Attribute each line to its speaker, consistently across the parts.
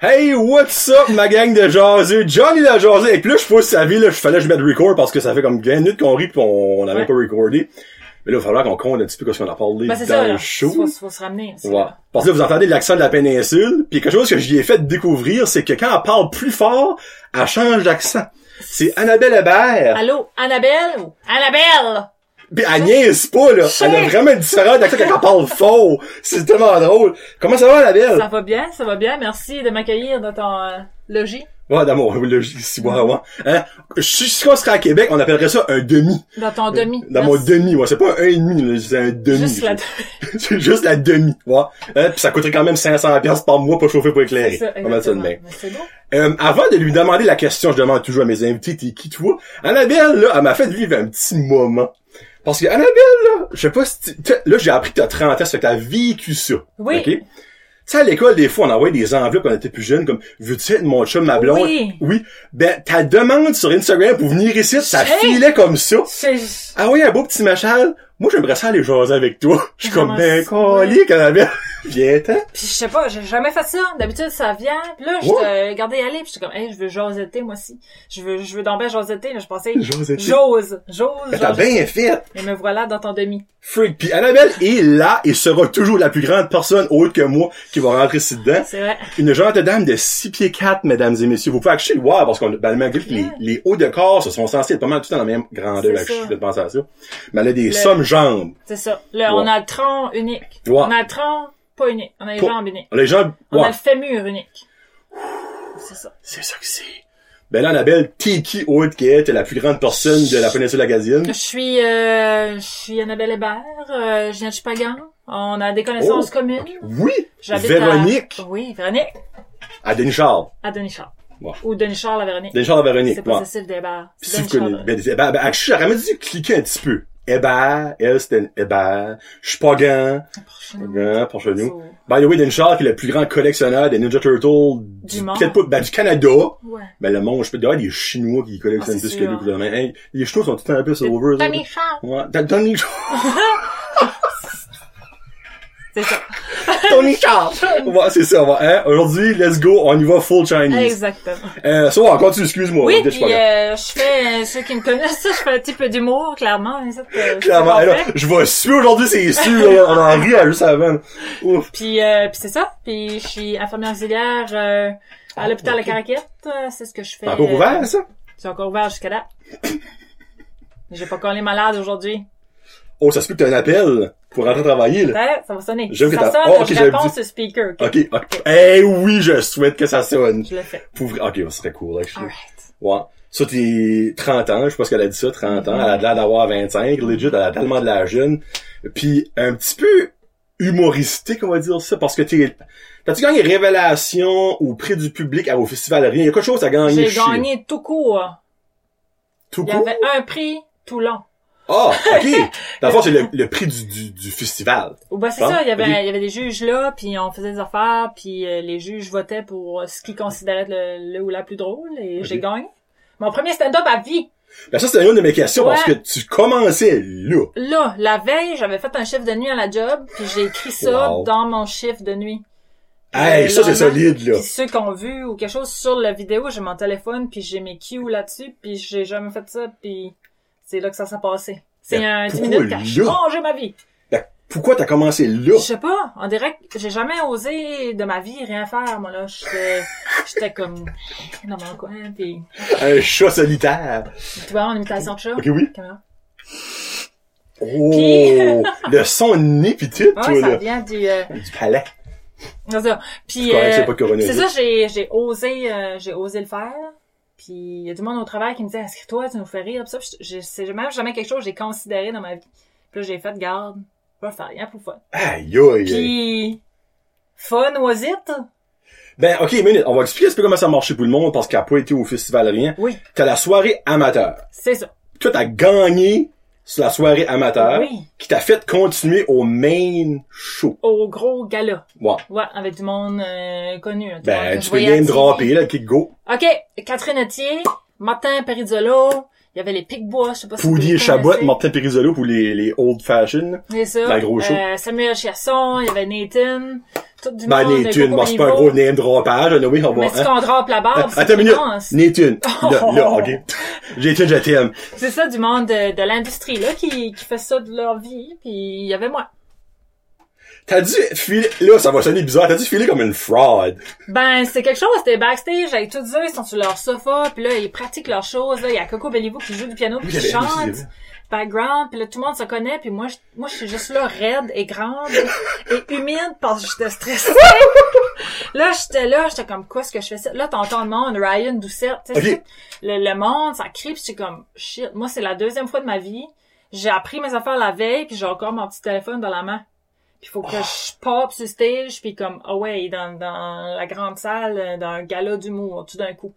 Speaker 1: Hey, what's up, ma gang de jaseux? Johnny la jaseux! Et puis là, je sais pas si ça vit, là, je fallait que je mette record parce que ça fait comme 20 minutes qu'on rit pis on on avait
Speaker 2: Ouais.
Speaker 1: pas recordé. Mais là, il va falloir qu'on compte un petit peu ce qu'on a parlé
Speaker 2: Ben,
Speaker 1: dans
Speaker 2: c'est ça,
Speaker 1: le
Speaker 2: là.
Speaker 1: show.
Speaker 2: Faut, faut se ramener. c'est
Speaker 1: Ouais.
Speaker 2: ça.
Speaker 1: Parce que là, vous entendez l'accent de la péninsule, puis quelque chose que j'y ai fait découvrir, c'est que quand elle parle plus fort, elle change d'accent. C'est Annabelle Hébert.
Speaker 2: Allô, Annabelle? ou Annabelle!
Speaker 1: Puis elle niaise pas, là. Elle a
Speaker 2: Shit.
Speaker 1: vraiment une différence d'accent quand elle parle fort. C'est tellement drôle. Comment ça va, Annabelle?
Speaker 2: Ça va bien, ça va bien. Merci de m'accueillir dans ton euh, logis.
Speaker 1: Ouais, dans mon logique, si ouais, ouais. Hein? Si si on serait à Québec, on appellerait ça un demi.
Speaker 2: Dans ton demi.
Speaker 1: Euh, Dans
Speaker 2: Merci.
Speaker 1: mon demi, ouais. C'est pas un et demi, là. C'est un demi.
Speaker 2: Juste la
Speaker 1: C'est juste la demi, ouais. Hein? Puis ça coûterait quand même 500$ piastres par mois pour chauffer, pour éclairer.
Speaker 2: ça,
Speaker 1: On va mettre ça de
Speaker 2: exactement.
Speaker 1: même.
Speaker 2: Mais C'est beau.
Speaker 1: Euh, avant de lui demander la question, je demande toujours à mes invités, t'es qui toi? Annabelle, là, elle m'a fait vivre un petit moment. Parce que Annabelle, là, je sais pas si... tu- t'as- Là, j'ai appris que t'as 30 ans, ça fait que t'as vécu ça.
Speaker 2: Oui.
Speaker 1: OK? Tu sais, à l'école, des fois, on envoyait des enveloppes quand on était plus jeune, comme « Veux-tu être mon chum, ma blonde? »
Speaker 2: Oui.
Speaker 1: Ben, ta demande sur Instagram pour venir ici, ça
Speaker 2: Hey!
Speaker 1: filait comme ça.
Speaker 2: C'est-
Speaker 1: Ah oui, un beau petit machal. Moi, j'aimerais ça aller jaser avec toi. Je suis comme «
Speaker 2: Vraiment,
Speaker 1: Ben,
Speaker 2: c'est-
Speaker 1: colique, Annabelle! Viens-t'en!
Speaker 2: Puis je sais pas, j'ai jamais fait ça. D'habitude, ça vient. Puis là, je te regardais aller. Puis j'étais comme, hey, je veux jaseter, moi aussi. Je veux, je veux donc bien jaseter. Là, je pensais, »
Speaker 1: Jaser.
Speaker 2: j'ose, j'ose.
Speaker 1: Ben, T'as
Speaker 2: j'ose.
Speaker 1: bien fait!
Speaker 2: Et me voilà dans ton demi.
Speaker 1: Freak. Puis Annabelle est là et sera toujours la plus grande personne autre que moi qui va rentrer ici dedans.
Speaker 2: C'est vrai.
Speaker 1: Une gente dame de 6 pieds 4, mesdames et messieurs. Vous pouvez acheter le voir parce qu'on, ben, malgré que les,
Speaker 2: Ouais.
Speaker 1: les hauts de corps se sont censés être pas mal tout le temps dans la même grandeur.
Speaker 2: C'est
Speaker 1: Fait que
Speaker 2: ça.
Speaker 1: Je de penser à ça. Mais elle a des
Speaker 2: Le-
Speaker 1: sommes jambes.
Speaker 2: C'est ça. Là,
Speaker 1: Ouais.
Speaker 2: on a le tronc unique.
Speaker 1: Ouais.
Speaker 2: On a le tronc pas unique. On a les
Speaker 1: Pas-
Speaker 2: jambes uniques.
Speaker 1: Les jambes,
Speaker 2: On
Speaker 1: ouais.
Speaker 2: a le fémur unique. C'est ça.
Speaker 1: C'est ça que c'est. Ben là, Annabelle, t'es qui autre qu'elle? T'es la plus grande personne de la péninsule acadienne.
Speaker 2: Je suis, euh, je suis Annabelle Hébert. euh, je viens de Chupagan. On a des connaissances
Speaker 1: Oh,
Speaker 2: communes.
Speaker 1: Oui!
Speaker 2: J'habite
Speaker 1: Véronique.
Speaker 2: À... Oui, Véronique.
Speaker 1: À Denis Charles.
Speaker 2: À Denichard.
Speaker 1: Ouais.
Speaker 2: Ou Denichard à Véronique.
Speaker 1: Denis Charles à Véronique.
Speaker 2: C'est
Speaker 1: ouais.
Speaker 2: possessif d'Hébert.
Speaker 1: Pis si vous
Speaker 2: Denichard.
Speaker 1: connaissez, ben, ben, ben, ben, je j'aurais même dû cliquer un petit peu. Hébert, elle, c'était une Hébert. Je suis pas grand.
Speaker 2: Prochaine-
Speaker 1: Grand, pour chez nous.
Speaker 2: So-
Speaker 1: By the way, Dan Shaw, qui est le plus grand collectionneur des Ninja Turtles
Speaker 2: Du monde.
Speaker 1: peut-être pas, ben, du Canada.
Speaker 2: Ouais.
Speaker 1: Ben, le monde, je peux dire, les Chinois qui collectionnent
Speaker 2: Ah, c'est
Speaker 1: plus que
Speaker 2: sûr.
Speaker 1: le gouvernement. Hey, les Chinois sont tout le temps un peu over. ça.
Speaker 2: Denichard.
Speaker 1: Ouais. Dan- Donny
Speaker 2: C'est ça.
Speaker 1: Tony Charles! Ouais, c'est ça, ouais, hein. Aujourd'hui, let's go, on y va full Chinese.
Speaker 2: Exactement.
Speaker 1: Euh, so, on continue, excuse-moi.
Speaker 2: Oui,
Speaker 1: on dit, je suis
Speaker 2: puis
Speaker 1: pas grand.
Speaker 2: euh, je fais, ceux qui me connaissent, je fais un petit peu d'humour, clairement. hein, ça, euh, c'est
Speaker 1: Clairement, eh,
Speaker 2: parfait.
Speaker 1: là, je vais suer aujourd'hui, c'est sûr, là. on en rit, hein, juste avant. Ouf.
Speaker 2: Puis, euh, puis c'est ça. Puis je suis infirmière auxiliaire euh, à
Speaker 1: Ah,
Speaker 2: l'hôpital
Speaker 1: ok.
Speaker 2: La Caraquette. Euh, C'est ce que je fais.
Speaker 1: T'as encore ouvert, ça?
Speaker 2: C'est encore ouvert jusqu'à là. J'ai pas collé malade aujourd'hui.
Speaker 1: Oh, ça se peut que t'as un appel pour rentrer travailler, là.
Speaker 2: Peut-être, Ça va sonner.
Speaker 1: J'aime que
Speaker 2: ça
Speaker 1: t'as-
Speaker 2: sonne,
Speaker 1: Oh, ok,
Speaker 2: je
Speaker 1: j'avais
Speaker 2: réponds
Speaker 1: dit-
Speaker 2: sur speaker. ok?
Speaker 1: Ok, ok. Eh oui, je souhaite que ça sonne.
Speaker 2: Je le fais.
Speaker 1: Pour... Ok, ça serait cool, actually.
Speaker 2: Alright.
Speaker 1: Ouais. Ça, t'es 30 ans, je sais pas ce qu'elle a dit ça, 30 ans. Elle a l'air d'avoir 25, legit, elle a tellement de la jeune. Puis, un petit peu humoristique, on va dire ça, parce que t'es... T'as-tu gagné Révélation ou prix du public à- au Festival Rien? Il y a quelque chose à gagner,
Speaker 2: J'ai
Speaker 1: je sais.
Speaker 2: gagné tout court.
Speaker 1: Tout
Speaker 2: Il y
Speaker 1: court?
Speaker 2: avait un prix tout long.
Speaker 1: Ah, ok. Dans le fond, c'est le, le prix du, du, du festival.
Speaker 2: Ou ben c'est
Speaker 1: Bon,
Speaker 2: ça, il y avait
Speaker 1: ok.
Speaker 2: il y avait des juges là, puis on faisait des affaires, puis euh, les juges votaient pour euh, ce qu'ils considéraient être le, le ou la plus drôle, et
Speaker 1: Ok.
Speaker 2: j'ai gagné. Mon premier stand-up à vie,
Speaker 1: Ben ça, c'était une de mes questions, parce que
Speaker 2: Ouais.
Speaker 1: tu commençais là.
Speaker 2: là, la veille, j'avais fait un chiffre de nuit à la job, puis j'ai écrit ça
Speaker 1: Wow.
Speaker 2: dans mon chiffre de nuit.
Speaker 1: Hey,
Speaker 2: Le
Speaker 1: ça, c'est
Speaker 2: lendemain,
Speaker 1: solide, là.
Speaker 2: Puis ceux qui ont vu ou quelque chose sur la vidéo, j'ai mon téléphone, puis j'ai mes cues là-dessus, puis j'ai jamais fait ça, puis c'est là que ça s'est passé. C'est
Speaker 1: Mais
Speaker 2: un 10
Speaker 1: pourquoi
Speaker 2: minutes qui a
Speaker 1: Ben, là? Oh.
Speaker 2: changé ma vie.
Speaker 1: Ben, pourquoi t'as commencé là?
Speaker 2: Je sais pas, on dirait que j'ai jamais osé de ma vie rien faire, moi, là. J'étais, j'étais comme dans mon coin, pis...
Speaker 1: Un chat solitaire.
Speaker 2: Tu vois, en imitation de chat.
Speaker 1: Ok, oui.
Speaker 2: Comment?
Speaker 1: Oh! le son népitude, toi,
Speaker 2: Ouais, ça
Speaker 1: là.
Speaker 2: vient du... Euh...
Speaker 1: Du palais.
Speaker 2: c'est ça. Pis,
Speaker 1: Correct,
Speaker 2: euh,
Speaker 1: c'est pas le
Speaker 2: c'est
Speaker 1: coronavirus.
Speaker 2: ça, j'ai, j'ai osé, euh, j'ai osé le faire. Puis il y a du monde au travail qui me disait inscris-toi, tu nous fais rire. Pis ça, pis je- c'est même jamais quelque chose que j'ai considéré dans ma vie. Puis là, j'ai fait garde, je vais faire rien pour le fun.
Speaker 1: Aïe, aïe, aïe.
Speaker 2: Puis fun was it?
Speaker 1: Ben, ok, minute. On va expliquer un petit peu comment ça marchait pour le monde, parce qu'elle n'a pas été au festival rien.
Speaker 2: Oui,
Speaker 1: T'as la soirée amateur.
Speaker 2: c'est ça.
Speaker 1: Toi, t'as gagné sur la soirée amateur.
Speaker 2: Oui,
Speaker 1: Qui t'a fait continuer au main show.
Speaker 2: au gros gala.
Speaker 1: Ouais.
Speaker 2: Ouais, avec du monde euh, connu. hein, du monde
Speaker 1: Ben,
Speaker 2: que
Speaker 1: tu
Speaker 2: je
Speaker 1: peux
Speaker 2: voyais à
Speaker 1: game
Speaker 2: TV.
Speaker 1: dropper, là, kick go.
Speaker 2: OK, Catherine Etier, Martin Perizzolo, Il y avait les Picbois, je sais pas si vous
Speaker 1: Poulier
Speaker 2: les
Speaker 1: et Chabot,
Speaker 2: connaissez.
Speaker 1: Martin Périsolo pour les, les old fashion.
Speaker 2: C'est ça.
Speaker 1: dans le gros show.
Speaker 2: Euh, Samuel Chasson, il y avait Nathan. Tout du
Speaker 1: Ben,
Speaker 2: monde. de
Speaker 1: Nétune,
Speaker 2: Coco
Speaker 1: bon, c'est pas un
Speaker 2: Bibo.
Speaker 1: gros name dropage, là, oui, on va,
Speaker 2: Mais si
Speaker 1: hein.
Speaker 2: qu'on drape la barbe, c'est
Speaker 1: Attends une
Speaker 2: du
Speaker 1: minute.
Speaker 2: monde.
Speaker 1: Nétune. Là, là,
Speaker 2: Oh.
Speaker 1: ok. Nétune, je t'aime.
Speaker 2: C'est ça du monde de, de l'industrie, là, qui, qui fait ça de leur vie. Puis il y avait moi.
Speaker 1: T'as dû filer, là, ça va sonner bizarre, t'as dû filer comme une fraude.
Speaker 2: Ben, c'est quelque chose, c'était backstage avec tous eux, ils sont sur leur sofa, puis là, ils pratiquent leurs choses, là, il y a Coco Bellivo qui joue du piano, puis
Speaker 1: Oui,
Speaker 2: qui
Speaker 1: j'avais aimé,
Speaker 2: chante,
Speaker 1: c'est vrai.
Speaker 2: background, puis là, tout le monde se connaît, puis moi, je, moi, je suis juste là, raide et grande, et humide, parce que j'étais stressée. là, j'étais là, j'étais comme, quoi, ce que je fais ça? Là, t'entends le monde, Ryan Doucette, tu sais,
Speaker 1: Ok.
Speaker 2: le, le monde, ça crie, puis j'étais comme, shit, moi, c'est la deuxième fois de ma vie, j'ai appris mes affaires la veille, puis j'ai encore mon petit téléphone dans la main. Puis faut
Speaker 1: Ah.
Speaker 2: que je pop sur stage, puis comme, ah ouais, dans, dans la grande salle, euh, dans un gala d'humour, tout d'un coup.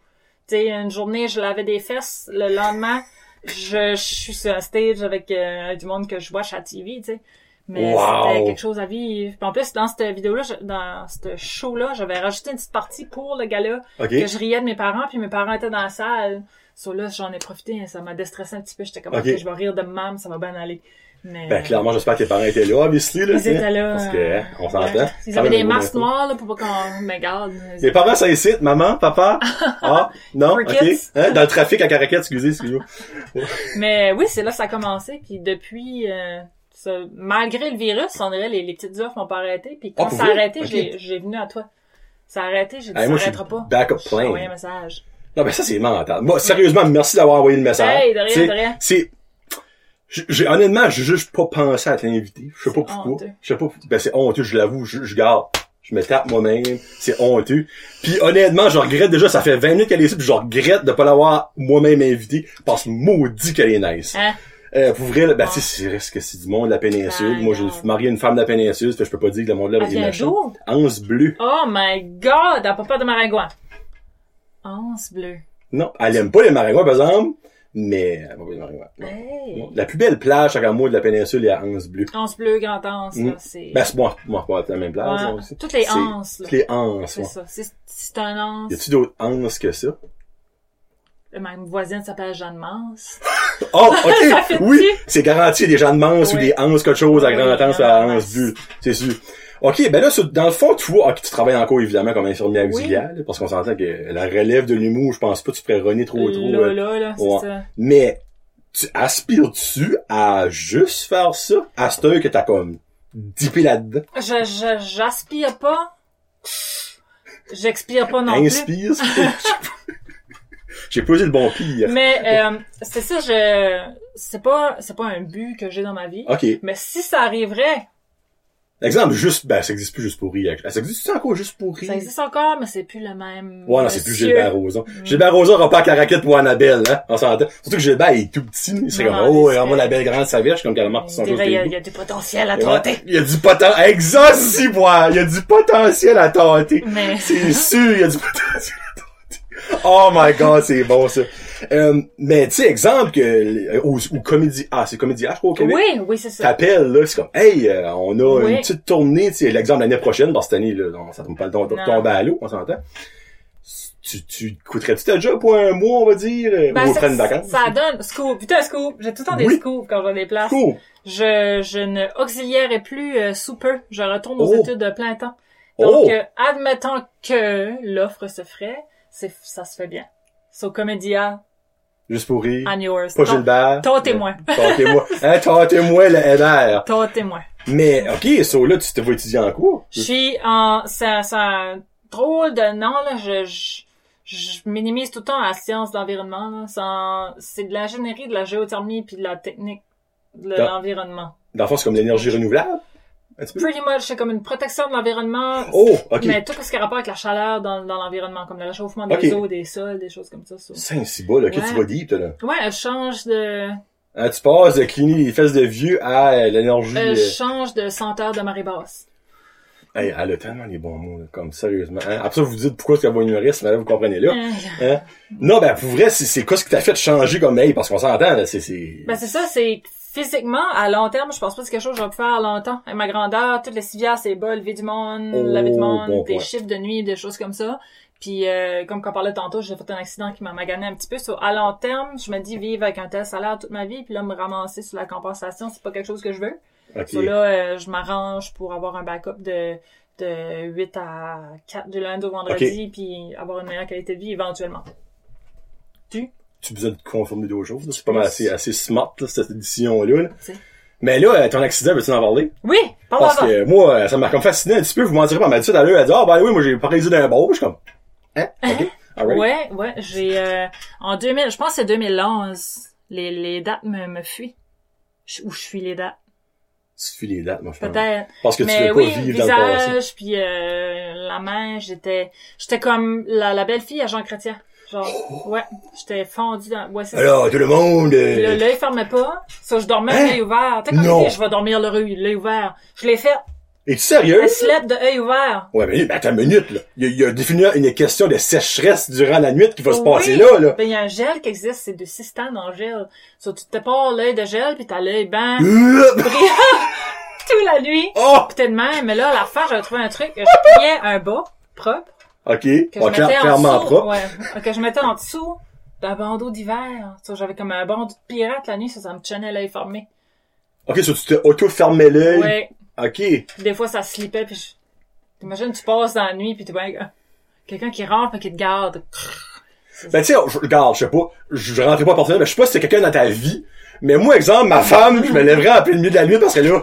Speaker 2: Tu sais, une journée, je lavais des fesses, le lendemain, je, je suis sur un stage avec euh, du monde que je watch à TV, tu sais. Mais
Speaker 1: Wow.
Speaker 2: c'était quelque chose à vivre. Puis en plus, dans cette vidéo-là, je- dans ce show-là, j'avais rajouté une petite partie pour le gala,
Speaker 1: Ok.
Speaker 2: que je riais de mes parents, puis mes parents étaient dans la salle. So là, j'en ai profité, hein, ça m'a déstressé un petit peu. J'étais comme,
Speaker 1: Ok.
Speaker 2: ok, je vais rire de maman, ça va bien aller. Mais...
Speaker 1: Ben, clairement, j'espère que tes parents étaient là, obviously, là.
Speaker 2: Ils
Speaker 1: tu sais.
Speaker 2: étaient là.
Speaker 1: Parce que,
Speaker 2: euh,
Speaker 1: hein, on
Speaker 2: ouais.
Speaker 1: s'entend.
Speaker 2: Ils
Speaker 1: Ça
Speaker 2: avaient
Speaker 1: va,
Speaker 2: des
Speaker 1: on
Speaker 2: masques
Speaker 1: va-
Speaker 2: noires, là, pour pas qu'on me garde.
Speaker 1: Les parents, ça incite, maman, papa. Ah, non,
Speaker 2: For
Speaker 1: ok.
Speaker 2: kids.
Speaker 1: Hein, dans le trafic à Caracat, excusez, excusez-moi.
Speaker 2: Mais oui, c'est là que ça a commencé. Puis depuis, euh, ça- malgré le virus, on dirait les, les petites offres m'ont pas arrêté. Puis quand
Speaker 1: Ah, pour
Speaker 2: ça a
Speaker 1: vrai?
Speaker 2: arrêté,
Speaker 1: Ok.
Speaker 2: j'ai j'ai venu à toi. Ça a arrêté, j'ai dit,
Speaker 1: Hey,
Speaker 2: ça
Speaker 1: moi, je suis
Speaker 2: arrêtera pas. Ah
Speaker 1: backup
Speaker 2: J'ai envoyé
Speaker 1: plan.
Speaker 2: un message.
Speaker 1: Non, ben, ça, c'est mental. Moi, sérieusement, merci d'avoir envoyé le message.
Speaker 2: Hey, de rien,
Speaker 1: C'est-
Speaker 2: de rien.
Speaker 1: C'est, j'ai- j'ai, honnêtement, j'ai juste pas pensé à t'inviter. Je sais pas
Speaker 2: C'est
Speaker 1: pourquoi.
Speaker 2: honteux.
Speaker 1: Je sais pas, ben, c'est honteux, je l'avoue, je, je garde. Je me tape moi-même, c'est honteux. Puis honnêtement, je regrette déjà, ça fait 20 minutes qu'elle est ici, puis je regrette de pas l'avoir moi-même invitée, parce que maudit qu'elle est nice.
Speaker 2: Hein?
Speaker 1: Euh, pour vrai, là, ben,
Speaker 2: Ah.
Speaker 1: tu sais, c'est reste que c'est du monde de la péninsule.
Speaker 2: Ben,
Speaker 1: Moi, j'ai
Speaker 2: non. Ah,
Speaker 1: marié une femme de la péninsule, fait que je peux pas dire que le monde là
Speaker 2: Elle
Speaker 1: est
Speaker 2: vient
Speaker 1: méchant.
Speaker 2: d'où?
Speaker 1: Anse bleue.
Speaker 2: Oh my god, à papa de Maringouin. Anse bleue.
Speaker 1: Non, elle aime pas les maringouins, par exemple, mais elle aime pas les maringouins. Non.
Speaker 2: Hey.
Speaker 1: Non. La plus belle plage, à moi, de la péninsule est à Anse bleue.
Speaker 2: Anse bleue, grande anse, là,
Speaker 1: Mm.
Speaker 2: c'est...
Speaker 1: Ben, c'est moi, moi, moi, c'est la même place,
Speaker 2: Ouais.
Speaker 1: moi aussi.
Speaker 2: Toutes les
Speaker 1: C'est-
Speaker 2: anses, là.
Speaker 1: Toutes les anses,
Speaker 2: C'est
Speaker 1: ouais.
Speaker 2: ça. C'est- C'est un anse.
Speaker 1: Y a-tu d'autres anses que ça?
Speaker 2: Ma voisine s'appelle Jeanne Mance.
Speaker 1: Oh,
Speaker 2: Ça
Speaker 1: ok!
Speaker 2: fait
Speaker 1: oui!
Speaker 2: petit.
Speaker 1: C'est garanti, il y a des gens de manse ou
Speaker 2: Ouais.
Speaker 1: des anses, quelque chose, à
Speaker 2: Ouais,
Speaker 1: grand anse,
Speaker 2: ouais,
Speaker 1: à
Speaker 2: ouais.
Speaker 1: anse bu. C'est sûr. Ok, ben là, sur- dans le fond, tu vois, ok, tu travailles encore, évidemment, comme infirmière
Speaker 2: Oui.
Speaker 1: auxiliaire, là, parce qu'on s'entend que la relève de l'humour, je pense pas que tu pourrais runner trop, trop.
Speaker 2: Là,
Speaker 1: euh,
Speaker 2: là, là, c'est
Speaker 1: ouais.
Speaker 2: ça.
Speaker 1: Mais, tu aspires-tu à juste faire ça? À cette heure que t'as comme dippé là-dedans?
Speaker 2: Je, je, j'aspire pas. J'expire pas non plus.
Speaker 1: Inspire? J'ai posé le bon pire.
Speaker 2: Mais, euh, c'est ça, je, c'est pas, c'est pas un but que j'ai dans ma vie.
Speaker 1: Ok.
Speaker 2: Mais si ça arriverait,
Speaker 1: Exemple, juste, ben, ça existe plus juste pour rire. Ça existe encore juste pour rire?
Speaker 2: ça existe Mm. encore, mais c'est plus le même.
Speaker 1: Ouais, non, c'est plus
Speaker 2: monsieur.
Speaker 1: Gilbert Rozon. Gilbert Rozon aura pas la raquette pour Annabelle, hein. On s'entend. Surtout que Gilbert est tout petit, il serait
Speaker 2: Non,
Speaker 1: comme,
Speaker 2: non,
Speaker 1: oh,
Speaker 2: Ah, il
Speaker 1: vraiment
Speaker 2: serait-
Speaker 1: la belle grande sa vierge, comme qu'elle marque
Speaker 2: Il
Speaker 1: son
Speaker 2: dirait, il y, a- il
Speaker 1: côté.
Speaker 2: y a du potentiel à
Speaker 1: Et ouais,
Speaker 2: tenter.
Speaker 1: Il y a du potentiel, exaucé, moi! Il y a du potentiel à tenter.
Speaker 2: Mais,
Speaker 1: C'est sûr, il y a du potentiel à tenter. Oh my god, c'est bon, ça. Euh, mais, tu sais, exemple que, ou, ou comédie, ah, c'est comédie H, je crois, au Québec.
Speaker 2: oui, oui, c'est ça.
Speaker 1: T'appelles, là, c'est comme, hey, euh, on a
Speaker 2: Oui.
Speaker 1: une petite tournée, tu sais, l'exemple l'année prochaine, parce que cette année, là, on, ça tombe pas tombe,
Speaker 2: Non.
Speaker 1: tombe à l'eau, on s'entend. Tu, tu coûterais-tu ta job pour un mois, on va dire, euh,
Speaker 2: Ben,
Speaker 1: ou
Speaker 2: ça,
Speaker 1: prendre des vacances?
Speaker 2: ça donne, scoop, putain, scoop. J'ai tout le temps des
Speaker 1: Oui.
Speaker 2: scoops quand j'en ai place.
Speaker 1: Cool.
Speaker 2: Je, je ne auxiliaire plus euh, sous peu. Je retourne aux
Speaker 1: Oh.
Speaker 2: études de plein temps. Donc,
Speaker 1: Oh!
Speaker 2: euh, admettant que l'offre se ferait, c'est, ça se fait bien. So, Comédia,
Speaker 1: Juste pour rire.
Speaker 2: on yours.
Speaker 1: Pas
Speaker 2: Ton-
Speaker 1: Gilbert.
Speaker 2: ton témoin.
Speaker 1: Tentez-moi. hein, tentez-moi le LR.
Speaker 2: Ton témoin.
Speaker 1: Mais, ok, so là, tu te vas étudier en cours.
Speaker 2: Je suis en, ça, ça, drôle de nom, là, je, je, je minimise tout le temps la science de l'environnement, là. C'est en- C'est de l'ingénierie, de la géothermie, puis de la technique de
Speaker 1: Dans-
Speaker 2: l'environnement.
Speaker 1: Dans le fond, c'est comme l'énergie renouvelable? Un petit peu?
Speaker 2: Pretty much, c'est comme une protection de l'environnement.
Speaker 1: Oh, ok.
Speaker 2: Mais tout ce qui a rapport avec la chaleur dans, dans l'environnement, comme le réchauffement des
Speaker 1: Ok.
Speaker 2: eaux, des sols, des choses comme ça. ça.
Speaker 1: Cinq, six bas, là, que
Speaker 2: Ouais.
Speaker 1: tu vas deep, toi, là.
Speaker 2: Ouais, elle change de,
Speaker 1: Hein, tu passes de cligner les fesses de vieux à euh, l'énergie...
Speaker 2: elle
Speaker 1: euh,
Speaker 2: change de senteur de marée basse.
Speaker 1: Hey, elle a tellement des bons mots, là, comme sérieusement. hein. Après ça, vous dites pourquoi est-ce qu'elle va humoriste, mais là, vous comprenez là.
Speaker 2: Euh,
Speaker 1: Hein? Non, ben pour vrai, c'est- c'est quoi ce qui t'a fait changer comme hey, parce qu'on s'entend, là, c'est. c'est-
Speaker 2: Ben, c'est ça, c'est physiquement, à long terme, je pense pas que c'est quelque chose que je vais faire longtemps. À ma grandeur, toutes les civières, c'est bas, lever du monde,
Speaker 1: Oh,
Speaker 2: lever du monde,
Speaker 1: bon
Speaker 2: des
Speaker 1: point.
Speaker 2: chiffres de nuit, des choses comme ça. Puis euh, comme qu'on parlait tantôt, j'ai fait un accident qui m'a magané un petit peu. So, à long terme, je me dis vivre avec un tel salaire toute ma vie, puis là me ramasser sur la compensation, c'est pas quelque chose que je veux.
Speaker 1: Ok.
Speaker 2: So, là, euh, je m'arrange pour avoir un backup de de 8 à 4 du lundi au vendredi, puis avoir une meilleure qualité de vie éventuellement.
Speaker 1: Tu faisais de conformer deux choses. là. C'est pas
Speaker 2: Oui.
Speaker 1: mal assez, assez smart, là, cette décision-là. là.
Speaker 2: Tu sais.
Speaker 1: Mais là, euh, ton accident, veux-tu en parler?
Speaker 2: Oui, parle
Speaker 1: Parce que moi, euh, ça m'a comme fasciné un petit peu. Vous m'en direz pas, mais tu sais, elle a dit, ah, ben oui, moi, j'ai paralysé d'un bord. Je suis comme, hein? OK. Alright.
Speaker 2: Ouais, ouais, j'ai euh, en 2000, je pense que c'est 2011. Les, les dates me, me fuient. Je- Ou je suis les dates,
Speaker 1: Tu te files les dates, moi, je pense.
Speaker 2: peut-être.
Speaker 1: Parce Ah, que tu
Speaker 2: Mais
Speaker 1: veux
Speaker 2: oui,
Speaker 1: pas
Speaker 2: le
Speaker 1: vivre dans le passé.
Speaker 2: visage, puis euh, la main, j'étais, j'étais comme la, la belle-fille à Jean Chrétien. Genre, ouais, j'étais fondue dans, ouais, c'est ça.
Speaker 1: Oh. Alors, tout le monde, euh,
Speaker 2: Puis là, L'œil fermait pas, ça, je dormais
Speaker 1: Hein?
Speaker 2: l'œil ouvert. Tu sais, quand
Speaker 1: Non. Hein?
Speaker 2: je dis, je vais dormir le rue- l'œil ouvert. Je l'ai fait,
Speaker 1: es-tu sérieux?
Speaker 2: un slip de œil ouvert.
Speaker 1: Ouais, mais, mais attends une minute, là. Il y a, il y a définitivement une question de sécheresse durant la nuit qui va se passer
Speaker 2: Oui.
Speaker 1: là, là.
Speaker 2: Ben, il y a un gel qui existe, c'est de systane en gel. So, tu te pars l'œil de gel, puis t'as l'œil
Speaker 1: Euh,
Speaker 2: ben,
Speaker 1: Hup!
Speaker 2: toute la nuit.
Speaker 1: Oh!
Speaker 2: Peut-être même, mais là, à la fin, j'avais trouvé un truc. Je pliais un bas propre
Speaker 1: OK.
Speaker 2: que
Speaker 1: Bon,
Speaker 2: je mettais
Speaker 1: clair-
Speaker 2: en
Speaker 1: clairement
Speaker 2: dessous.
Speaker 1: propre.
Speaker 2: ouais, que je mettais en dessous d'un bandeau d'hiver. Tu vois, J'avais comme un bandeau de pirate la nuit, ça, ça me tenait l'œil formé.
Speaker 1: OK, ça, tu t'es auto-fermé l'œil.
Speaker 2: Ouais.
Speaker 1: OK.
Speaker 2: Puis des fois, ça slipait, puis je... T'imagines, tu passes dans la nuit, puis tu vois euh, quelqu'un qui rentre et qui te garde.
Speaker 1: Ben, tu sais, je- regarde, je sais pas, je je rentrais pas par mais je sais pas si c'est quelqu'un dans ta vie. Mais moi, exemple, ma femme, je me lèverais en plein milieu de la nuit parce que là,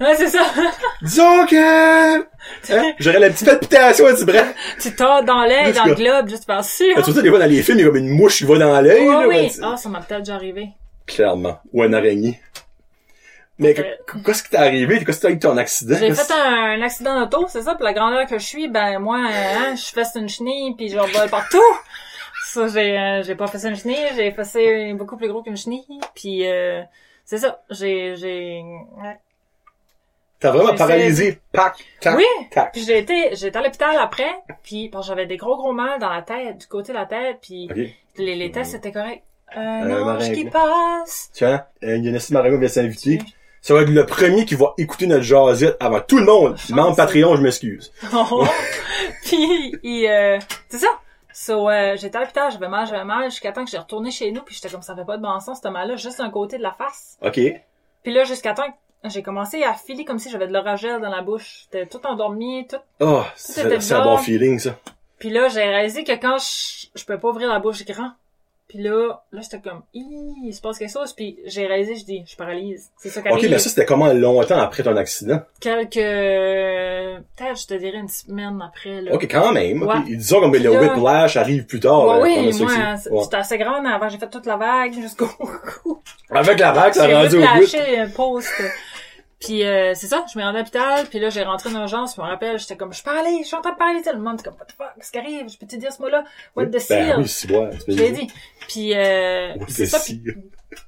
Speaker 2: Ouais, c'est ça.
Speaker 1: disons que, hein, j'aurais la petite palpitation du bras.
Speaker 2: tu tords dans l'œil,
Speaker 1: Juste
Speaker 2: dans le
Speaker 1: que-
Speaker 2: globe, juste par sûr.
Speaker 1: Ben, tu vois, ça, des fois, dans les films, il y a comme une mouche qui va dans l'œil,
Speaker 2: Ouais,
Speaker 1: là. ben,
Speaker 2: oui.
Speaker 1: tu-
Speaker 2: Ah, ça m'a peut-être déjà arrivé.
Speaker 1: Clairement. Ou un araignée. Mais que-
Speaker 2: Euh.
Speaker 1: qu'est-ce qui t'est arrivé? Qu'est-ce qui t'est arrivé avec ton accident?
Speaker 2: J'ai fait un, un accident d'auto, c'est ça, puis la grandeur que je suis, ben moi, euh, hein, je fesse une chenille, puis je revole partout. Ça, j'ai euh, j'ai pas fessé une chenille, j'ai fessé beaucoup plus gros qu'une chenille, puis euh, c'est ça, j'ai... j'ai ouais.
Speaker 1: T'as vraiment
Speaker 2: J'essaie-
Speaker 1: paralysé. Pac, tac,
Speaker 2: Oui.
Speaker 1: tac.
Speaker 2: Puis j'ai été, j'ai été à l'hôpital après, puis bon, j'avais des gros gros mal dans la tête, du côté de la tête, puis
Speaker 1: OK.
Speaker 2: les, les tests étaient corrects. Un
Speaker 1: Euh,
Speaker 2: ange qui
Speaker 1: maringue.
Speaker 2: passe!
Speaker 1: Tiens, euh, Yannissi Maringo vient s'inviter. Ça va être le premier qui va écouter notre jasette avant tout le monde.
Speaker 2: Chance.
Speaker 1: Membre Patreon, je m'excuse.
Speaker 2: Oh. puis il, euh, c'est ça. So, euh, j'étais à l'hôpital, j'avais mal, j'avais mal, jusqu'à temps que j'ai retourné chez nous, puis j'étais comme ça fait pas de bon sens, ce mal-là, juste un côté de la face.
Speaker 1: OK.
Speaker 2: Puis là, jusqu'à temps que j'ai commencé à filer comme si j'avais de l'oragelle dans la bouche. J'étais tout endormi, tout.
Speaker 1: Oh, c'est
Speaker 2: était
Speaker 1: c'est un
Speaker 2: bizarre.
Speaker 1: bon feeling, ça.
Speaker 2: Puis là, j'ai réalisé que quand je, je peux pas ouvrir la bouche grand. Puis là, là, j'étais comme, Ih, il se passe quelque chose, puis j'ai réalisé, je dis, je paralyse. C'est ça qui
Speaker 1: OK,
Speaker 2: arrive.
Speaker 1: mais ça, c'était comment longtemps après ton accident?
Speaker 2: Quelques, peut-être, je te dirais une semaine après, là.
Speaker 1: OK, quand même.
Speaker 2: Ouais.
Speaker 1: OK. Ils disent comme le
Speaker 2: Puis là-
Speaker 1: whiplash arrive plus tard.
Speaker 2: Ouais,
Speaker 1: euh,
Speaker 2: oui,
Speaker 1: qu'on a ça
Speaker 2: moi,
Speaker 1: ici.
Speaker 2: c'est-
Speaker 1: Ouais.
Speaker 2: j'étais assez grande avant, j'ai fait toute la vague jusqu'au cou.
Speaker 1: Avec la vague, Ah, ça
Speaker 2: J'ai
Speaker 1: a rendu au bout.
Speaker 2: lâché un post. Puis euh, c'est ça, je me rendais à l'hôpital, puis là j'ai rentré en urgence, puis je me rappelle, j'étais comme, je parlais, je suis en train de parler, tout le monde était comme, what the fuck, qu'est-ce qui arrive, je peux te dire ce mot-là, what the
Speaker 1: Ben
Speaker 2: seal,
Speaker 1: oui, si, ouais. tu peux
Speaker 2: je l'ai
Speaker 1: dire.
Speaker 2: dit. Puis euh,
Speaker 1: What
Speaker 2: c'est
Speaker 1: the
Speaker 2: ça, puis
Speaker 1: seal.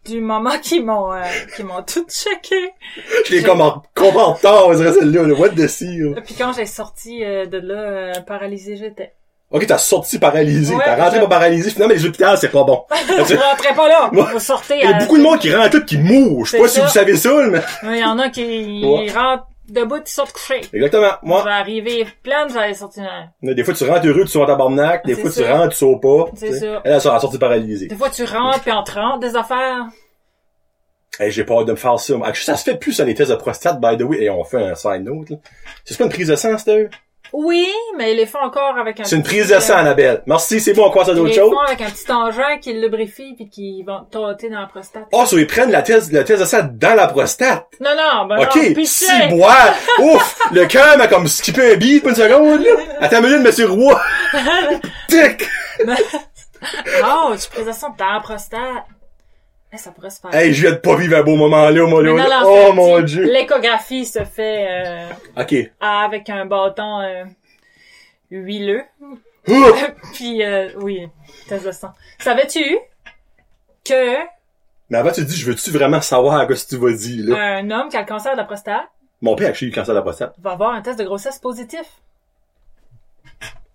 Speaker 2: du moment qu'ils m'ont, euh, qu'ils m'ont tout checké,
Speaker 1: Je l'ai comme en comment tard, on dirait celle-là, le what the seal.
Speaker 2: puis quand j'ai sorti euh, de là, euh, paralysée j'étais.
Speaker 1: OK, t'as sorti paralysé.
Speaker 2: Ouais,
Speaker 1: t'as rentré
Speaker 2: je-
Speaker 1: pas paralysé. Finalement, les hôpitaux, c'est pas bon.
Speaker 2: je rentrais pas là,
Speaker 1: Ouais.
Speaker 2: vous sortez.
Speaker 1: Il y a
Speaker 2: à-
Speaker 1: beaucoup de monde qui rentre et qui mourent. Je sais
Speaker 2: euh, C'est
Speaker 1: pas si
Speaker 2: ça.
Speaker 1: vous savez ça, là, mais...
Speaker 2: Il y en a qui
Speaker 1: Ouais.
Speaker 2: rentrent debout, ils sortent couchés.
Speaker 1: Exactement. Moi,
Speaker 2: J'allais arriver pleine, j'allais sortir un.
Speaker 1: des fois, tu rentres heureux, tu sors en tabarnak. Des
Speaker 2: C'est
Speaker 1: fois, tu
Speaker 2: ça.
Speaker 1: rentres, tu sors pas.
Speaker 2: C'est
Speaker 1: tu sais.
Speaker 2: ça.
Speaker 1: Elle, elle sort elle sortit paralysée.
Speaker 2: Des fois, tu rentres puis en rentre des affaires.
Speaker 1: Hey, j'ai peur de me faire ça. moi. Actually, ça se fait plus sur les tests de prostate, by the way. Et on fait un side note, là. C'est pas une prise de sang, c'était
Speaker 2: Oui, mais ils les font encore avec un.
Speaker 1: C'est une
Speaker 2: petit,
Speaker 1: prise de
Speaker 2: euh,
Speaker 1: sang, Annabelle. Merci, c'est bon, on croise à
Speaker 2: Ils
Speaker 1: d'autres
Speaker 2: les
Speaker 1: choses.
Speaker 2: font avec un petit engin qui le lubrifie puis qui vont te tâter dans la prostate.
Speaker 1: Oh, ça, ils prennent la thèse, la thèse de sang dans la prostate.
Speaker 2: Non, non, ben non,
Speaker 1: OK,
Speaker 2: pitié.
Speaker 1: six bois. Ouf, le cœur m'a comme skippé un beat pour une seconde. là. Attends une minute, monsieur Roy. Tic.
Speaker 2: Oh, tu prises ça dans la prostate. Eh, ça pourrait se faire.
Speaker 1: Hey, je viens de pas vivre un beau moment là, mon
Speaker 2: Mais non,
Speaker 1: là.
Speaker 2: non,
Speaker 1: Oh
Speaker 2: c'est
Speaker 1: mon
Speaker 2: petit.
Speaker 1: dieu.
Speaker 2: L'échographie se fait euh,
Speaker 1: OK.
Speaker 2: avec un bâton euh, huileux.
Speaker 1: Ouh.
Speaker 2: puis, euh, oui, test de sang. Savais-tu que
Speaker 1: Mais avant, tu te dis, je veux-tu vraiment savoir ce que tu vas dire, là?
Speaker 2: un homme qui a le cancer de la prostate
Speaker 1: Mon père, actually, il a eu le cancer de la prostate.
Speaker 2: va avoir un test de grossesse positif?